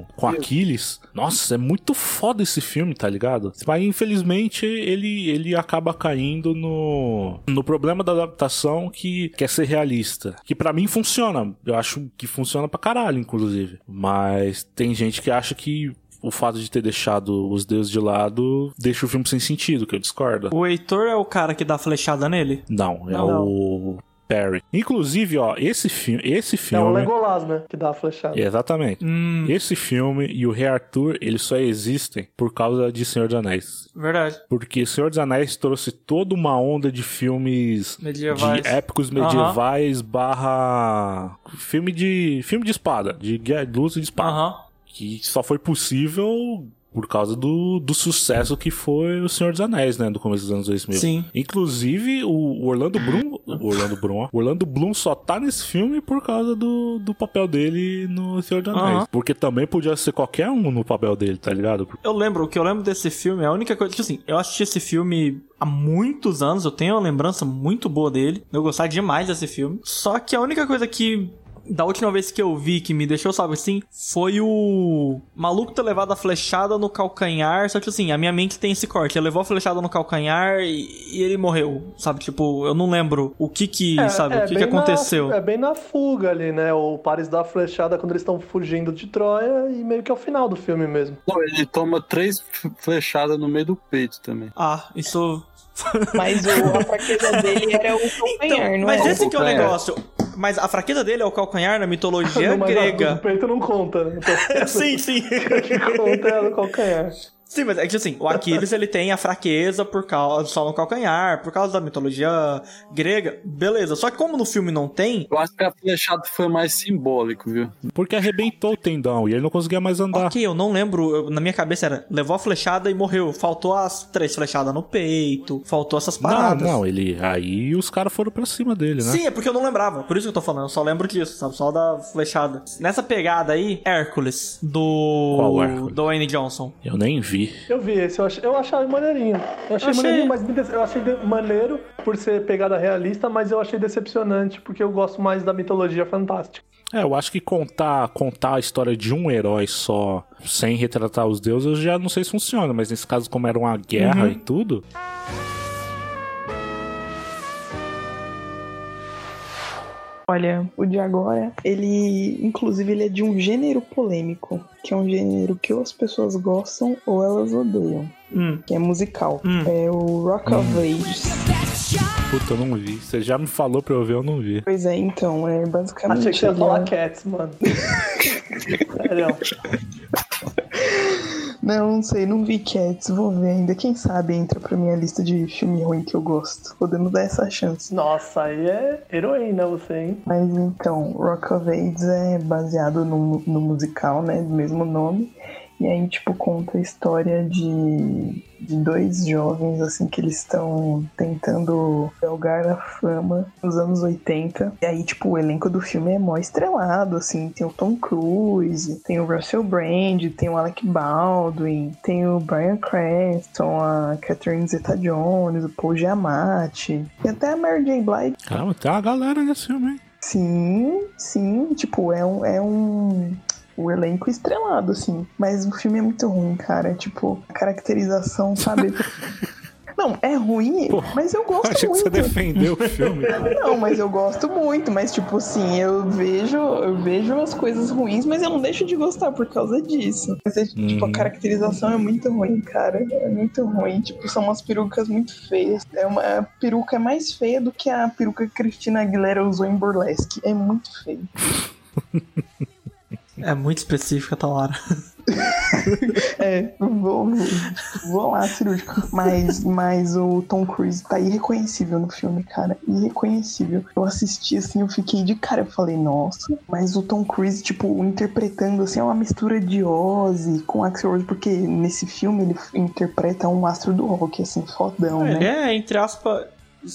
Speaker 1: o com Aquiles. Nossa, é muito foda esse filme, tá ligado? Mas infelizmente ele, ele acaba caindo no, no problema da adaptação que quer ser realista. Que pra mim funciona. Eu acho que funciona pra caralho, inclusive. Mas tem gente que acha que. O fato de ter deixado os deuses de lado deixa o filme sem sentido, que eu discordo.
Speaker 2: O Heitor é o cara que dá flechada nele?
Speaker 1: Não, é
Speaker 2: Não, não. um
Speaker 1: o Perry. Inclusive, ó, esse, fi esse
Speaker 3: É o
Speaker 1: filme.
Speaker 3: Legolas, né? Que dá a flechada.
Speaker 1: Exatamente.
Speaker 2: Hum,
Speaker 1: Esse filme e o Rei Arthur, eles só existem por causa de Senhor dos Anéis.
Speaker 2: verdade.
Speaker 1: Porque Senhor dos Anéis trouxe toda uma onda de filmes
Speaker 2: Medievais.
Speaker 1: de épicos medievais barra filme de filme de espada, de guerra, de luta de espada,
Speaker 2: Aham.
Speaker 1: que só foi possível por causa do, do sucesso que foi o Senhor dos Anéis, né, do começo dos anos 2000.
Speaker 2: Sim.
Speaker 1: Inclusive, o Orlando Bloom. O Orlando Bloom, ó. O Orlando Bloom só tá nesse filme por causa do, do papel dele no Senhor dos Anéis.
Speaker 2: Aham.
Speaker 1: Porque também podia ser qualquer um no papel dele, tá ligado?
Speaker 2: Eu lembro, o que eu lembro desse filme, a única coisa. Tipo assim, eu assisti esse filme há muitos anos, eu tenho uma lembrança muito boa dele. Eu gostava demais desse filme. Só que a única coisa que. Da última vez que eu vi que me deixou, sabe assim, foi o maluco ter levado a flechada no calcanhar. Só que assim, a minha mente tem esse corte. Ele levou a flechada no calcanhar e, e ele morreu, sabe? Tipo, eu não lembro o que que, sabe, o que que
Speaker 3: É, bem na-
Speaker 2: aconteceu.
Speaker 3: é bem na fuga ali, né? O Paris dá a flechada quando eles estão fugindo de Troia e meio que é o final do filme mesmo.
Speaker 4: Não, ele toma três f- flechadas no meio do peito também.
Speaker 2: Ah, isso
Speaker 5: Mas o, a fraqueza dele era o
Speaker 3: Então,
Speaker 5: calcanhar, não
Speaker 2: Então, mas
Speaker 5: era?
Speaker 2: esse que é o
Speaker 4: Calcanhar.
Speaker 2: negócio. Mas a fraqueza dele é o calcanhar na mitologia
Speaker 3: Não, mas O
Speaker 2: grega.
Speaker 3: peito não conta, né?
Speaker 2: sim, sim.
Speaker 3: O que conta é no calcanhar.
Speaker 2: sim, mas é que assim, o Aquiles ele tem a fraqueza por causa só no calcanhar, por causa da mitologia grega. Beleza. Só que como no filme não tem,
Speaker 4: Eu acho que a flechada foi mais simbólico, viu?
Speaker 1: Porque arrebentou o tendão e ele não conseguia mais andar.
Speaker 2: ok, eu não lembro, eu- na minha cabeça era levou a flechada e morreu. Faltou as três flechadas no peito, faltou essas
Speaker 1: Não,
Speaker 2: paradas.
Speaker 1: não, ele. Aí os caras foram pra cima dele, né?
Speaker 2: Sim, é porque eu não lembrava. Por isso que eu tô falando. Eu só lembro disso, sabe? Só da flechada. Nessa pegada aí, Hércules, do.
Speaker 1: Qual Hércules?
Speaker 2: Do Wayne Johnson.
Speaker 1: Eu nem vi.
Speaker 3: Eu vi esse, eu, ach, eu achava maneirinho. Eu achei,
Speaker 2: Achei-
Speaker 3: maneirinho, mas me dece- eu achei de- maneiro por ser pegada realista, mas eu achei decepcionante porque eu gosto mais da mitologia fantástica.
Speaker 1: É, eu acho que contar, contar a história de um herói só, sem retratar os deuses, eu já não sei se funciona, mas nesse caso, como era uma guerra
Speaker 2: Uhum.
Speaker 1: e tudo.
Speaker 5: Olha, o de agora, ele, inclusive, ele é de um gênero polêmico, que é um gênero que ou as pessoas gostam ou elas odeiam,
Speaker 2: Hum.
Speaker 5: que é musical. É o Rock of Ages.
Speaker 1: Puta, eu não vi. Você já me falou pra eu ver, eu não vi.
Speaker 5: Pois é, então, é basicamente.
Speaker 3: Achei que você ia
Speaker 5: ele
Speaker 3: falar
Speaker 5: é-
Speaker 3: Cats, mano. É, Sério.
Speaker 5: Não, não sei, não vi Cats, vou ver ainda. Quem sabe entra pra minha lista de filme ruim que eu gosto. Podemos dar essa chance.
Speaker 3: Nossa, aí é heroína você, hein?
Speaker 5: Mas então, Rock of Ages é baseado no, no musical, né? Do mesmo nome. E aí, tipo, conta a história de, de dois jovens, assim, que eles estão tentando galgar a fama nos anos 80. E aí, tipo, o elenco do filme é mó estrelado, assim. Tem o Tom Cruise, tem o Russell Brand, tem o Alec Baldwin, tem o Bryan Cranston, a Catherine Zeta-Jones, o Paul Giamatti. E até a Mary J. Blige
Speaker 1: Caramba, tem uma galera nesse filme, hein?
Speaker 5: Sim, sim, tipo, é um. É um... O elenco estrelado, assim. Mas o filme é muito ruim, cara. Tipo, a caracterização, sabe? Não, é ruim,
Speaker 1: Pô,
Speaker 5: mas eu gosto
Speaker 1: Achei que
Speaker 5: muito.
Speaker 1: você defendeu o filme.
Speaker 5: Não, mas eu gosto muito, mas tipo assim, eu vejo, eu vejo as coisas ruins, mas eu não deixo de gostar por causa disso. Mas é, tipo,
Speaker 1: Uhum.
Speaker 5: a caracterização é muito ruim, cara. É muito ruim. Tipo, são umas perucas muito feias. É uma a peruca é mais feia do que a peruca que Cristina Aguilera usou em burlesque. É muito feio.
Speaker 2: É muito específica, Talara.
Speaker 5: É, vou, vou, vou lá, cirúrgico. Mas, mas o Tom Cruise tá irreconhecível no filme, cara. Irreconhecível. Eu assisti assim, eu fiquei de cara. Eu falei, nossa. Mas o Tom Cruise, tipo, interpretando assim, é uma mistura de Ozzy com Axel Rose, porque nesse filme ele interpreta um astro do rock, assim, fodão,
Speaker 2: Ele
Speaker 5: né?
Speaker 2: é, entre aspas,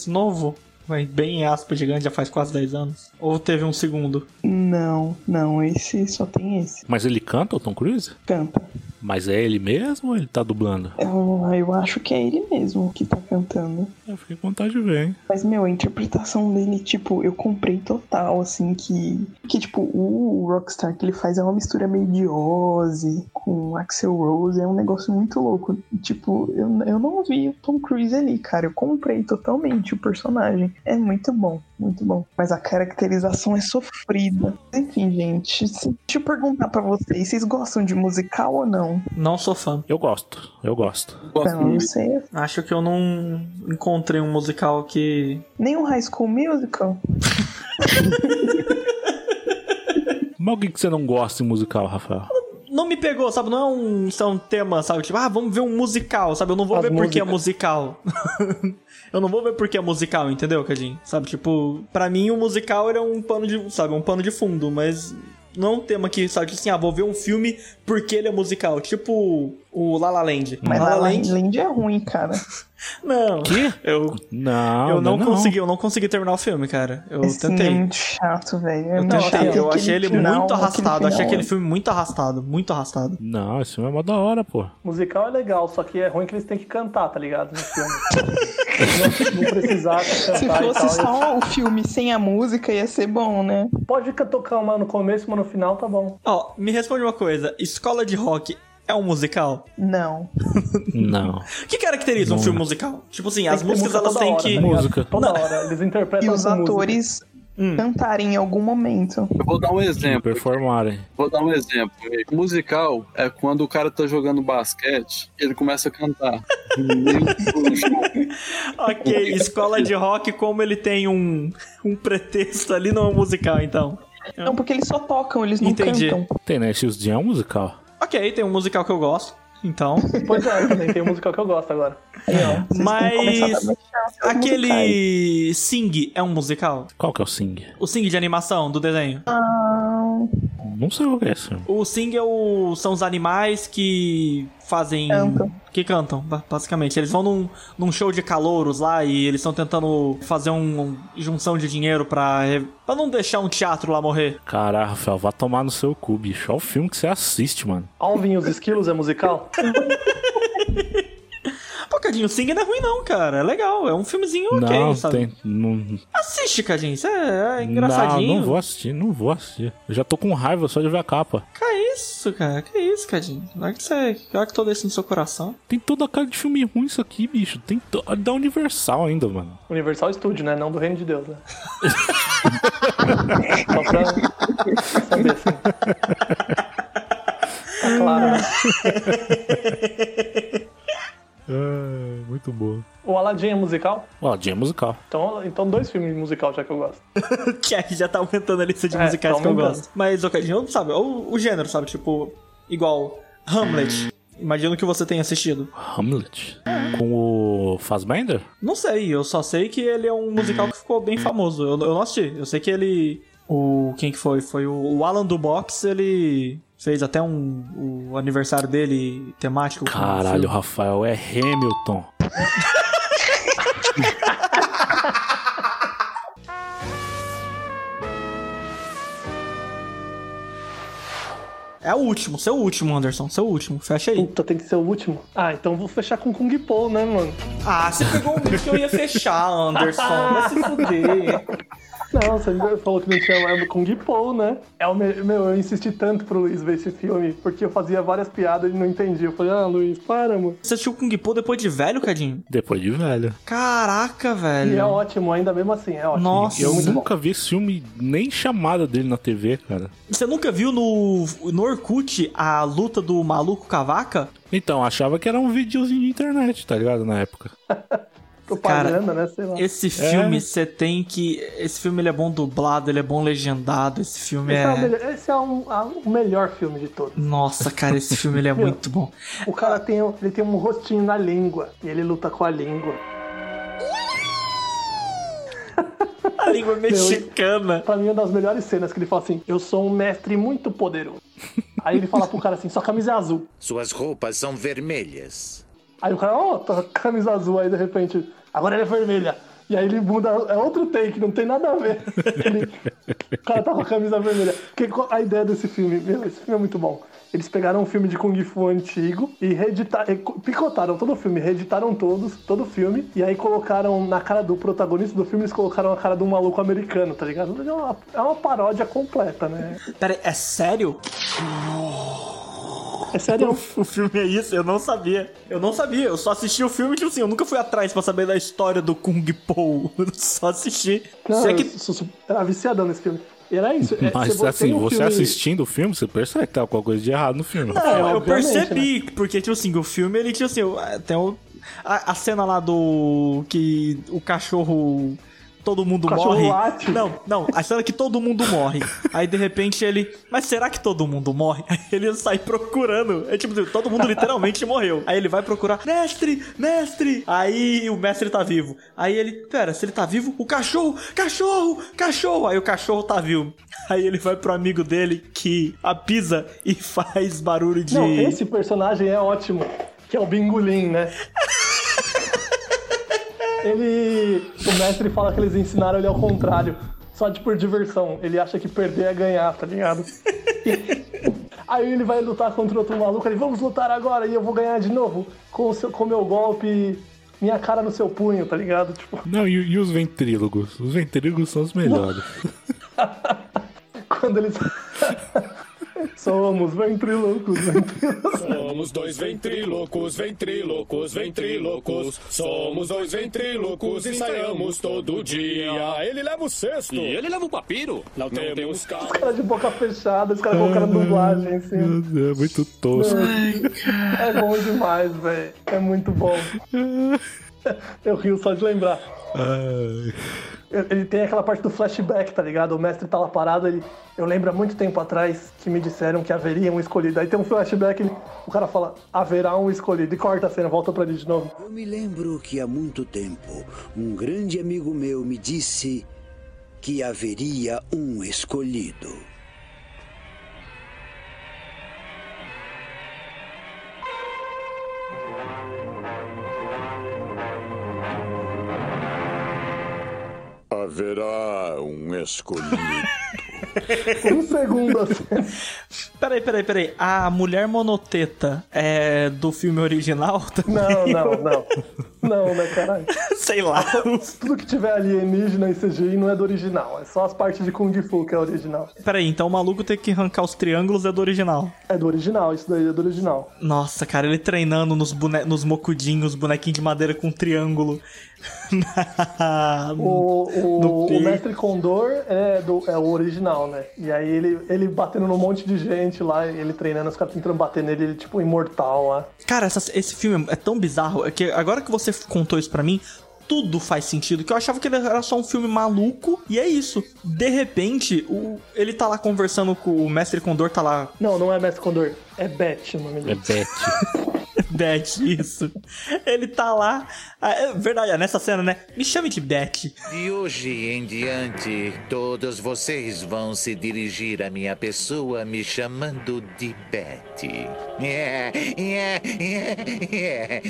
Speaker 2: novo. Mas bem aspa gigante, já faz quase 10 anos. Ou teve um segundo.
Speaker 5: Não, não, esse só tem esse.
Speaker 1: Mas ele canta, o Tom Cruise?
Speaker 5: Canta.
Speaker 1: Mas é ele mesmo ou ele tá dublando?
Speaker 5: Eu, eu acho que é ele mesmo que tá cantando.
Speaker 1: Eu fiquei com vontade de ver, hein?
Speaker 5: Mas, meu, a interpretação dele, tipo, eu comprei total, assim, que... Que, tipo, o Rockstar que ele faz é uma mistura meio de Ozzy com Axel Rose, é um negócio muito louco. E, Tipo, eu, eu não vi o Tom Cruise ali, cara, eu comprei totalmente o personagem. É muito bom, muito bom. Mas a caracterização é sofrida. Enfim, gente, se- deixa eu perguntar pra vocês, vocês gostam de musical ou não?
Speaker 2: Não sou fã.
Speaker 1: Eu gosto, eu gosto.
Speaker 4: Gosto
Speaker 5: Então, não
Speaker 4: muito.
Speaker 5: sei.
Speaker 2: Acho que eu não encontrei um musical que.
Speaker 5: Nem o High School Musical?
Speaker 1: Mas o que que você não gosta em musical, Rafael?
Speaker 2: Não me pegou, sabe? Não é um, isso é um tema, sabe? Tipo, ah, vamos ver um musical, sabe? Eu não vou
Speaker 3: As
Speaker 2: ver porque é musical. eu não vou ver porque é musical, entendeu, Cadinho? Sabe? Tipo, pra mim o musical era um pano de. Sabe? Um pano de fundo, mas. Não é um tema que, sabe, tipo assim, ah, vou ver um filme porque ele é musical. Tipo o La La Land.
Speaker 5: Mas La La Land é ruim, cara.
Speaker 2: Não.
Speaker 1: Que?
Speaker 2: Eu,
Speaker 1: Não,
Speaker 2: eu não,
Speaker 1: não.
Speaker 2: consegui, eu não consegui terminar o filme, cara. Eu
Speaker 5: Esse filme
Speaker 2: tentei.
Speaker 5: É muito chato, velho. É
Speaker 2: Eu
Speaker 5: muito chato.
Speaker 2: tentei, eu
Speaker 5: Aquele
Speaker 2: achei ele
Speaker 5: final,
Speaker 2: muito
Speaker 5: aquele
Speaker 2: arrastado. Achei
Speaker 5: final, é.
Speaker 2: aquele filme muito arrastado, muito arrastado.
Speaker 1: Não, esse filme é mó da hora, pô.
Speaker 3: Musical é legal, só que é ruim que eles têm que cantar, tá ligado? No filme. não, não precisar cantar
Speaker 5: Se
Speaker 3: e tal.
Speaker 5: fosse só o filme sem a música, ia ser bom, né?
Speaker 2: um-
Speaker 3: Pode ca- tocar uma no começo, uma no final, tá bom.
Speaker 2: Ó, me responde uma coisa: escola de rock é um musical?
Speaker 5: Não.
Speaker 1: Não.
Speaker 2: O que caracteriza um filme musical? Tipo assim, as
Speaker 3: Tem que ter
Speaker 2: músicas
Speaker 3: música
Speaker 2: elas
Speaker 3: toda
Speaker 2: têm
Speaker 3: hora,
Speaker 2: que.
Speaker 3: tá ligado?
Speaker 1: Música.
Speaker 3: Toda hora. Eles
Speaker 2: É
Speaker 3: interpretam
Speaker 5: E os
Speaker 3: com música.
Speaker 5: atores
Speaker 2: Hum.
Speaker 5: cantarem em algum momento.
Speaker 4: Eu vou dar um
Speaker 2: É,
Speaker 4: exemplo.
Speaker 1: Performarem.
Speaker 4: Vou dar um exemplo. Musical é quando o cara tá jogando basquete, ele começa a cantar.
Speaker 2: ok, escola de rock, como ele tem um, um pretexto ali, não é um musical, então.
Speaker 5: Não, porque eles só tocam, eles não
Speaker 2: Entendi.
Speaker 5: cantam.
Speaker 1: Tenacious D é um musical.
Speaker 2: Ok, tem um musical que eu gosto, então.
Speaker 3: Pois é, também tem musical que eu gosto agora.
Speaker 5: Vocês
Speaker 2: É. Mas
Speaker 5: têm que começar a dar mais chance
Speaker 3: É um
Speaker 5: aos musicais.
Speaker 2: Aquele. Sing é um musical?
Speaker 1: Qual que é o Sing?
Speaker 2: O Sing de animação, do desenho?
Speaker 5: Ah,
Speaker 1: Não sei o que é esse filme.
Speaker 2: O Sing é o... são os animais que fazem.
Speaker 5: Cantam.
Speaker 2: Que cantam, ba- basicamente. Eles vão num, num show de calouros lá e eles estão tentando fazer um, um- junção de dinheiro pra, re- pra não deixar um teatro lá morrer.
Speaker 1: Caralho, Rafael, vá tomar no seu cu, bicho. É o filme que você assiste, mano.
Speaker 3: Alvin e os Esquilos é musical?
Speaker 2: Pô, Cadinho, o Sing não é ruim, não, cara. É legal. É um filmezinho ok,
Speaker 1: não,
Speaker 2: sabe?
Speaker 1: tem. Não,
Speaker 2: Assiste, Cadinho. Isso é, é engraçadinho.
Speaker 1: não, não vou assistir, não vou assistir. Eu já tô com raiva só de ver a capa.
Speaker 2: Que isso, cara? Que isso, Cadinho? Não é que você. Não é que todo isso no seu coração.
Speaker 1: Tem toda a cara de filme ruim isso aqui, bicho. Tem to... é da Universal ainda, mano.
Speaker 3: Universal Studio, né? Não do Reino de Deus, né? Só pra saber assim. Tá claro, né?
Speaker 1: É, muito bom.
Speaker 3: O Aladdin é musical?
Speaker 1: Ó, dia musical.
Speaker 3: Então, então dois filmes de musical já que eu gosto.
Speaker 2: que aí já tá aumentando a lista de
Speaker 3: É,
Speaker 2: musicais
Speaker 3: tá
Speaker 2: que eu
Speaker 3: aumentando.
Speaker 2: gosto. Mas, ok, de novo, sabe, o, o gênero, sabe, tipo, igual Hamlet. Imagino que você tenha assistido.
Speaker 1: Hamlet. Com o Fassbender?
Speaker 2: Não sei, eu só sei que ele é um musical que ficou bem famoso. Eu, eu não assisti, eu sei que ele... O... Quem que foi? Foi o, o Alan do Box, ele fez até um... O aniversário dele temático. com o
Speaker 1: Caralho,
Speaker 2: filme.
Speaker 1: Rafael, é Hamilton.
Speaker 2: É o último, seu último, Anderson, seu último. Fecha aí.
Speaker 3: Puta, tem que ser o último. Ah, então vou fechar com Kung Po, né, mano?
Speaker 2: Ah, você pegou um que eu ia fechar, Anderson. Vai se fuder.
Speaker 3: Não, você falou que não tinha mais do Kung Po, né? É o me- meu, eu insisti tanto pro Luiz ver esse filme, porque eu fazia várias piadas e ele não entendia. Eu falei, ah, Luiz, para, amor.
Speaker 2: Você assistiu Kung Po depois de velho, Cadinho?
Speaker 1: Depois de velho.
Speaker 2: Caraca,
Speaker 3: E é
Speaker 2: velho.
Speaker 3: ótimo, ainda mesmo assim, é ótimo.
Speaker 2: Nossa.
Speaker 1: Eu
Speaker 3: muito bom.
Speaker 1: nunca vi esse filme, nem chamada dele na TV, cara.
Speaker 2: Você nunca viu no, no Orkut a luta do maluco com a vaca?
Speaker 1: Então, achava que era um videozinho de internet, tá ligado? Na época.
Speaker 3: Propaganda, né? Sei lá.
Speaker 2: Esse filme você tem que. Esse filme ele é bom dublado, ele é bom legendado. Esse filme
Speaker 3: Esse é, o
Speaker 2: é.
Speaker 3: melhor- esse é um- a- o melhor filme de todos.
Speaker 2: Nossa, cara, esse filme ele é muito bom.
Speaker 3: O cara tem, um- ele tem um rostinho na língua e ele luta com a língua.
Speaker 2: A língua mexicana.
Speaker 3: Pra mim, é uma das melhores cenas que ele fala assim: Eu sou um mestre muito poderoso. Aí ele fala pro cara assim: Sua camisa é azul.
Speaker 8: Suas roupas são vermelhas.
Speaker 3: Aí o cara, ó, tá com a camisa azul aí de repente, agora ela é vermelha. E aí ele muda, é outro take, não tem nada a ver. Ele- o cara tá com a camisa vermelha. Porque qual- a ideia desse filme, meu, esse filme é muito bom. Eles pegaram um filme de Kung Fu antigo e reeditaram, picotaram todo o filme, reeditaram todos, todo o filme, e aí colocaram na cara do protagonista do filme, eles colocaram a cara de um maluco americano, tá ligado? É uma, é uma paródia completa, né?
Speaker 2: Pera aí, é sério?
Speaker 3: É sério,
Speaker 2: O filme é isso? Eu não sabia. Eu não sabia. Eu só assisti o filme, tipo assim, eu nunca fui atrás pra saber da história do Kung Po. Eu só assisti.
Speaker 3: não,
Speaker 2: Se é
Speaker 3: eu
Speaker 2: que
Speaker 3: sou, sou- era viciadão nesse filme. Era isso. é,
Speaker 1: Mas
Speaker 3: você-
Speaker 1: assim,
Speaker 3: tem um
Speaker 1: você
Speaker 3: filme- É.
Speaker 1: assistindo o filme, você percebe que tá alguma coisa de errado no filme.
Speaker 2: Não, eu
Speaker 3: obviamente,
Speaker 2: percebi, porque, tipo assim, o filme, ele, tipo assim, o- até o, a, a cena lá do... que o cachorro... Todo mundo
Speaker 3: cachorro
Speaker 2: morre.
Speaker 3: late.
Speaker 2: Não, não, a cena que todo mundo morre. Aí de repente ele. Mas será que todo mundo morre? Aí ele sai procurando. É tipo, todo mundo literalmente morreu. Aí ele vai procurar. Mestre! Mestre! Aí o mestre tá vivo. Aí ele. Pera, se ele tá vivo, o cachorro! Cachorro! Cachorro! Aí o cachorro tá vivo. Aí ele vai pro amigo dele que apisa e faz barulho de.
Speaker 3: Não, esse personagem é ótimo, que é o Bingulim, né? ele. O mestre fala que eles ensinaram ele ao contrário. Só de por diversão. Ele acha que perder é ganhar, tá ligado? Aí ele vai lutar contra outro maluco, ele vamos lutar agora e eu vou ganhar de novo com o seu, com o meu golpe, minha cara no seu punho, tá ligado? Tipo,
Speaker 1: Não, e, e os ventrílogos? Os ventrílogos são os melhores.
Speaker 3: quando eles. Somos ventrílocos, ventrílocos.
Speaker 6: Somos dois ventrílocos, ventrílocos, ventrílocos. Somos dois ventrílocos, ensaiamos todo dia. Ele leva o cesto. E ele leva o papiro. Não, temos carro.
Speaker 3: Cara de boca fechada, os caras colocaram dublagem em cima.
Speaker 1: Meu Deus, É muito tosco.
Speaker 3: É bom demais, velho. É muito bom. Eu rio só de lembrar.
Speaker 1: Ai.
Speaker 3: Ele tem aquela parte do flashback, tá ligado? O mestre tá lá parado, ele. Eu lembro há muito tempo atrás que me disseram que haveria um escolhido. Aí tem um flashback, ele- o cara fala, haverá um escolhido. E corta a cena, volta pra ele de novo.
Speaker 9: Eu me lembro que há muito tempo um grande amigo meu me disse que haveria um escolhido.
Speaker 6: Haverá um escolhido.
Speaker 3: Um segundo assim.
Speaker 2: Peraí, peraí, peraí. A mulher monoteta é do filme original?
Speaker 3: Não, não, não. Não, né, caralho?
Speaker 2: Sei lá.
Speaker 3: Tudo que tiver alienígena e CGI não é do original. É só as partes de Kung Fu que é original.
Speaker 2: Peraí, então o maluco tem que arrancar os triângulos é do original.
Speaker 3: É do original, isso daí é do original.
Speaker 2: Nossa, cara, ele treinando nos, bone... nos mocudinhos, bonequinho de madeira com triângulo. No
Speaker 3: O, o, o
Speaker 2: peito.
Speaker 3: Mestre Condor é, do, é o original, né? E aí ele, ele batendo num monte de gente lá, ele treinando, os caras tentando bater nele, ele tipo imortal lá.
Speaker 2: Cara, essa- esse filme é tão bizarro. É que agora que você contou isso pra mim, tudo faz sentido. Que eu achava que ele era só um filme maluco. E é isso. De repente, o... ele tá lá conversando com o mestre Condor, tá lá
Speaker 3: Não, não é Mestre Condor, é Beth o nome
Speaker 1: É
Speaker 3: dele.
Speaker 1: Beth.
Speaker 2: Beth, isso. Ele tá lá. Ah, é verdade, é nessa cena, né? Me chame de Beth.
Speaker 8: De hoje em diante, todos vocês vão se dirigir à minha pessoa me chamando de Betty. É, é, é, é.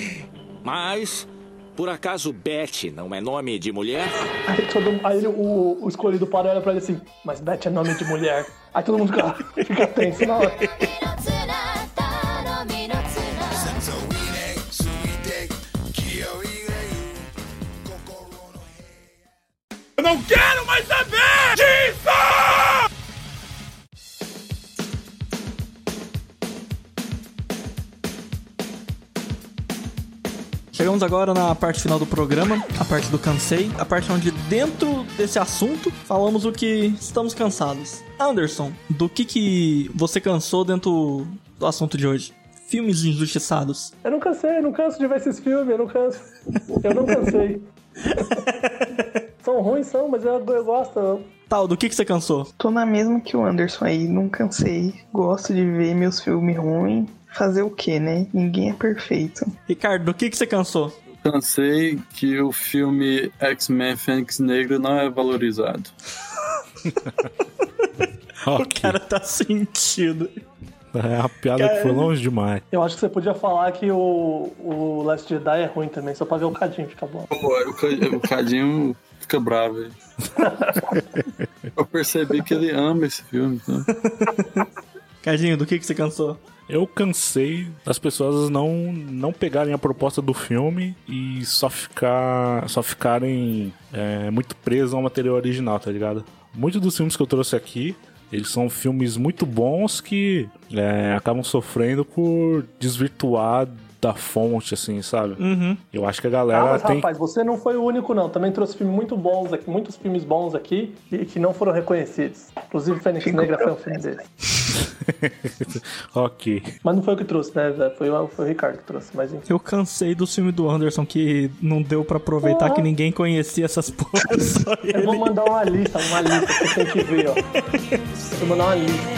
Speaker 10: Mas, por acaso Beth não é nome de mulher?
Speaker 3: Aí, todo, aí ele- o, o escolhido para e olha pra ele assim, mas Beth é nome de mulher. Aí todo mundo fica, fica tenso na hora.
Speaker 6: Eu não quero mais saber!
Speaker 2: Chegamos agora na parte final do programa, a parte do cansei, a parte onde dentro desse assunto falamos o que estamos cansados. Anderson, do que que você cansou dentro do assunto de hoje? Filmes injustiçados.
Speaker 3: Eu não cansei, eu não canso de ver esses filmes, eu não canso. Eu não cansei. são ruins, são, mas eu, eu gosto. eu-
Speaker 2: Tal, do que que você cansou?
Speaker 5: Tô na mesma que o Anderson aí, não cansei. Gosto de ver meus filmes ruins. Fazer o que, né? Ninguém é perfeito.
Speaker 2: Ricardo, do que que você cansou?
Speaker 4: Cansei que o filme X-Men Fênix Negro não é valorizado.
Speaker 2: O cara tá sentido.
Speaker 1: É uma piada que foi longe demais.
Speaker 3: Eu acho que você podia falar que o, o Last Jedi é ruim também, só pra ver o cadinho fica bom.
Speaker 4: Pô, o Ca- o Cadinho fica bravo. hein? Eu percebi que ele ama esse filme. Então.
Speaker 2: Cadinho, do que que você cansou?
Speaker 1: Eu cansei das pessoas não, não pegarem a proposta do filme e só, ficar, só ficarem é, muito presas ao material original, tá ligado? Muitos dos filmes que eu trouxe aqui, eles são filmes muito bons que é, acabam sofrendo por desvirtuar da fonte, assim, sabe?
Speaker 2: Uhum.
Speaker 1: Eu acho que a
Speaker 3: Ah,
Speaker 1: galera
Speaker 3: mas
Speaker 1: tem...
Speaker 3: rapaz, você não foi o único, não. Também trouxe filmes muito bons aqui, muitos filmes bons aqui e que não foram reconhecidos. Inclusive, Fênix
Speaker 5: Ficou
Speaker 3: Negra foi um
Speaker 5: pra
Speaker 3: filme desse.
Speaker 1: ok.
Speaker 3: Mas não foi eu que trouxe, né? Zé? Foi, o- foi o Ricardo que trouxe, mas enfim.
Speaker 2: Eu cansei do filme do Anderson que não deu pra aproveitar que ninguém conhecia essas porras. Só
Speaker 3: Eu vou
Speaker 2: ele.
Speaker 3: mandar uma lista, uma lista que você tem que ver, ó. Vou mandar uma lista.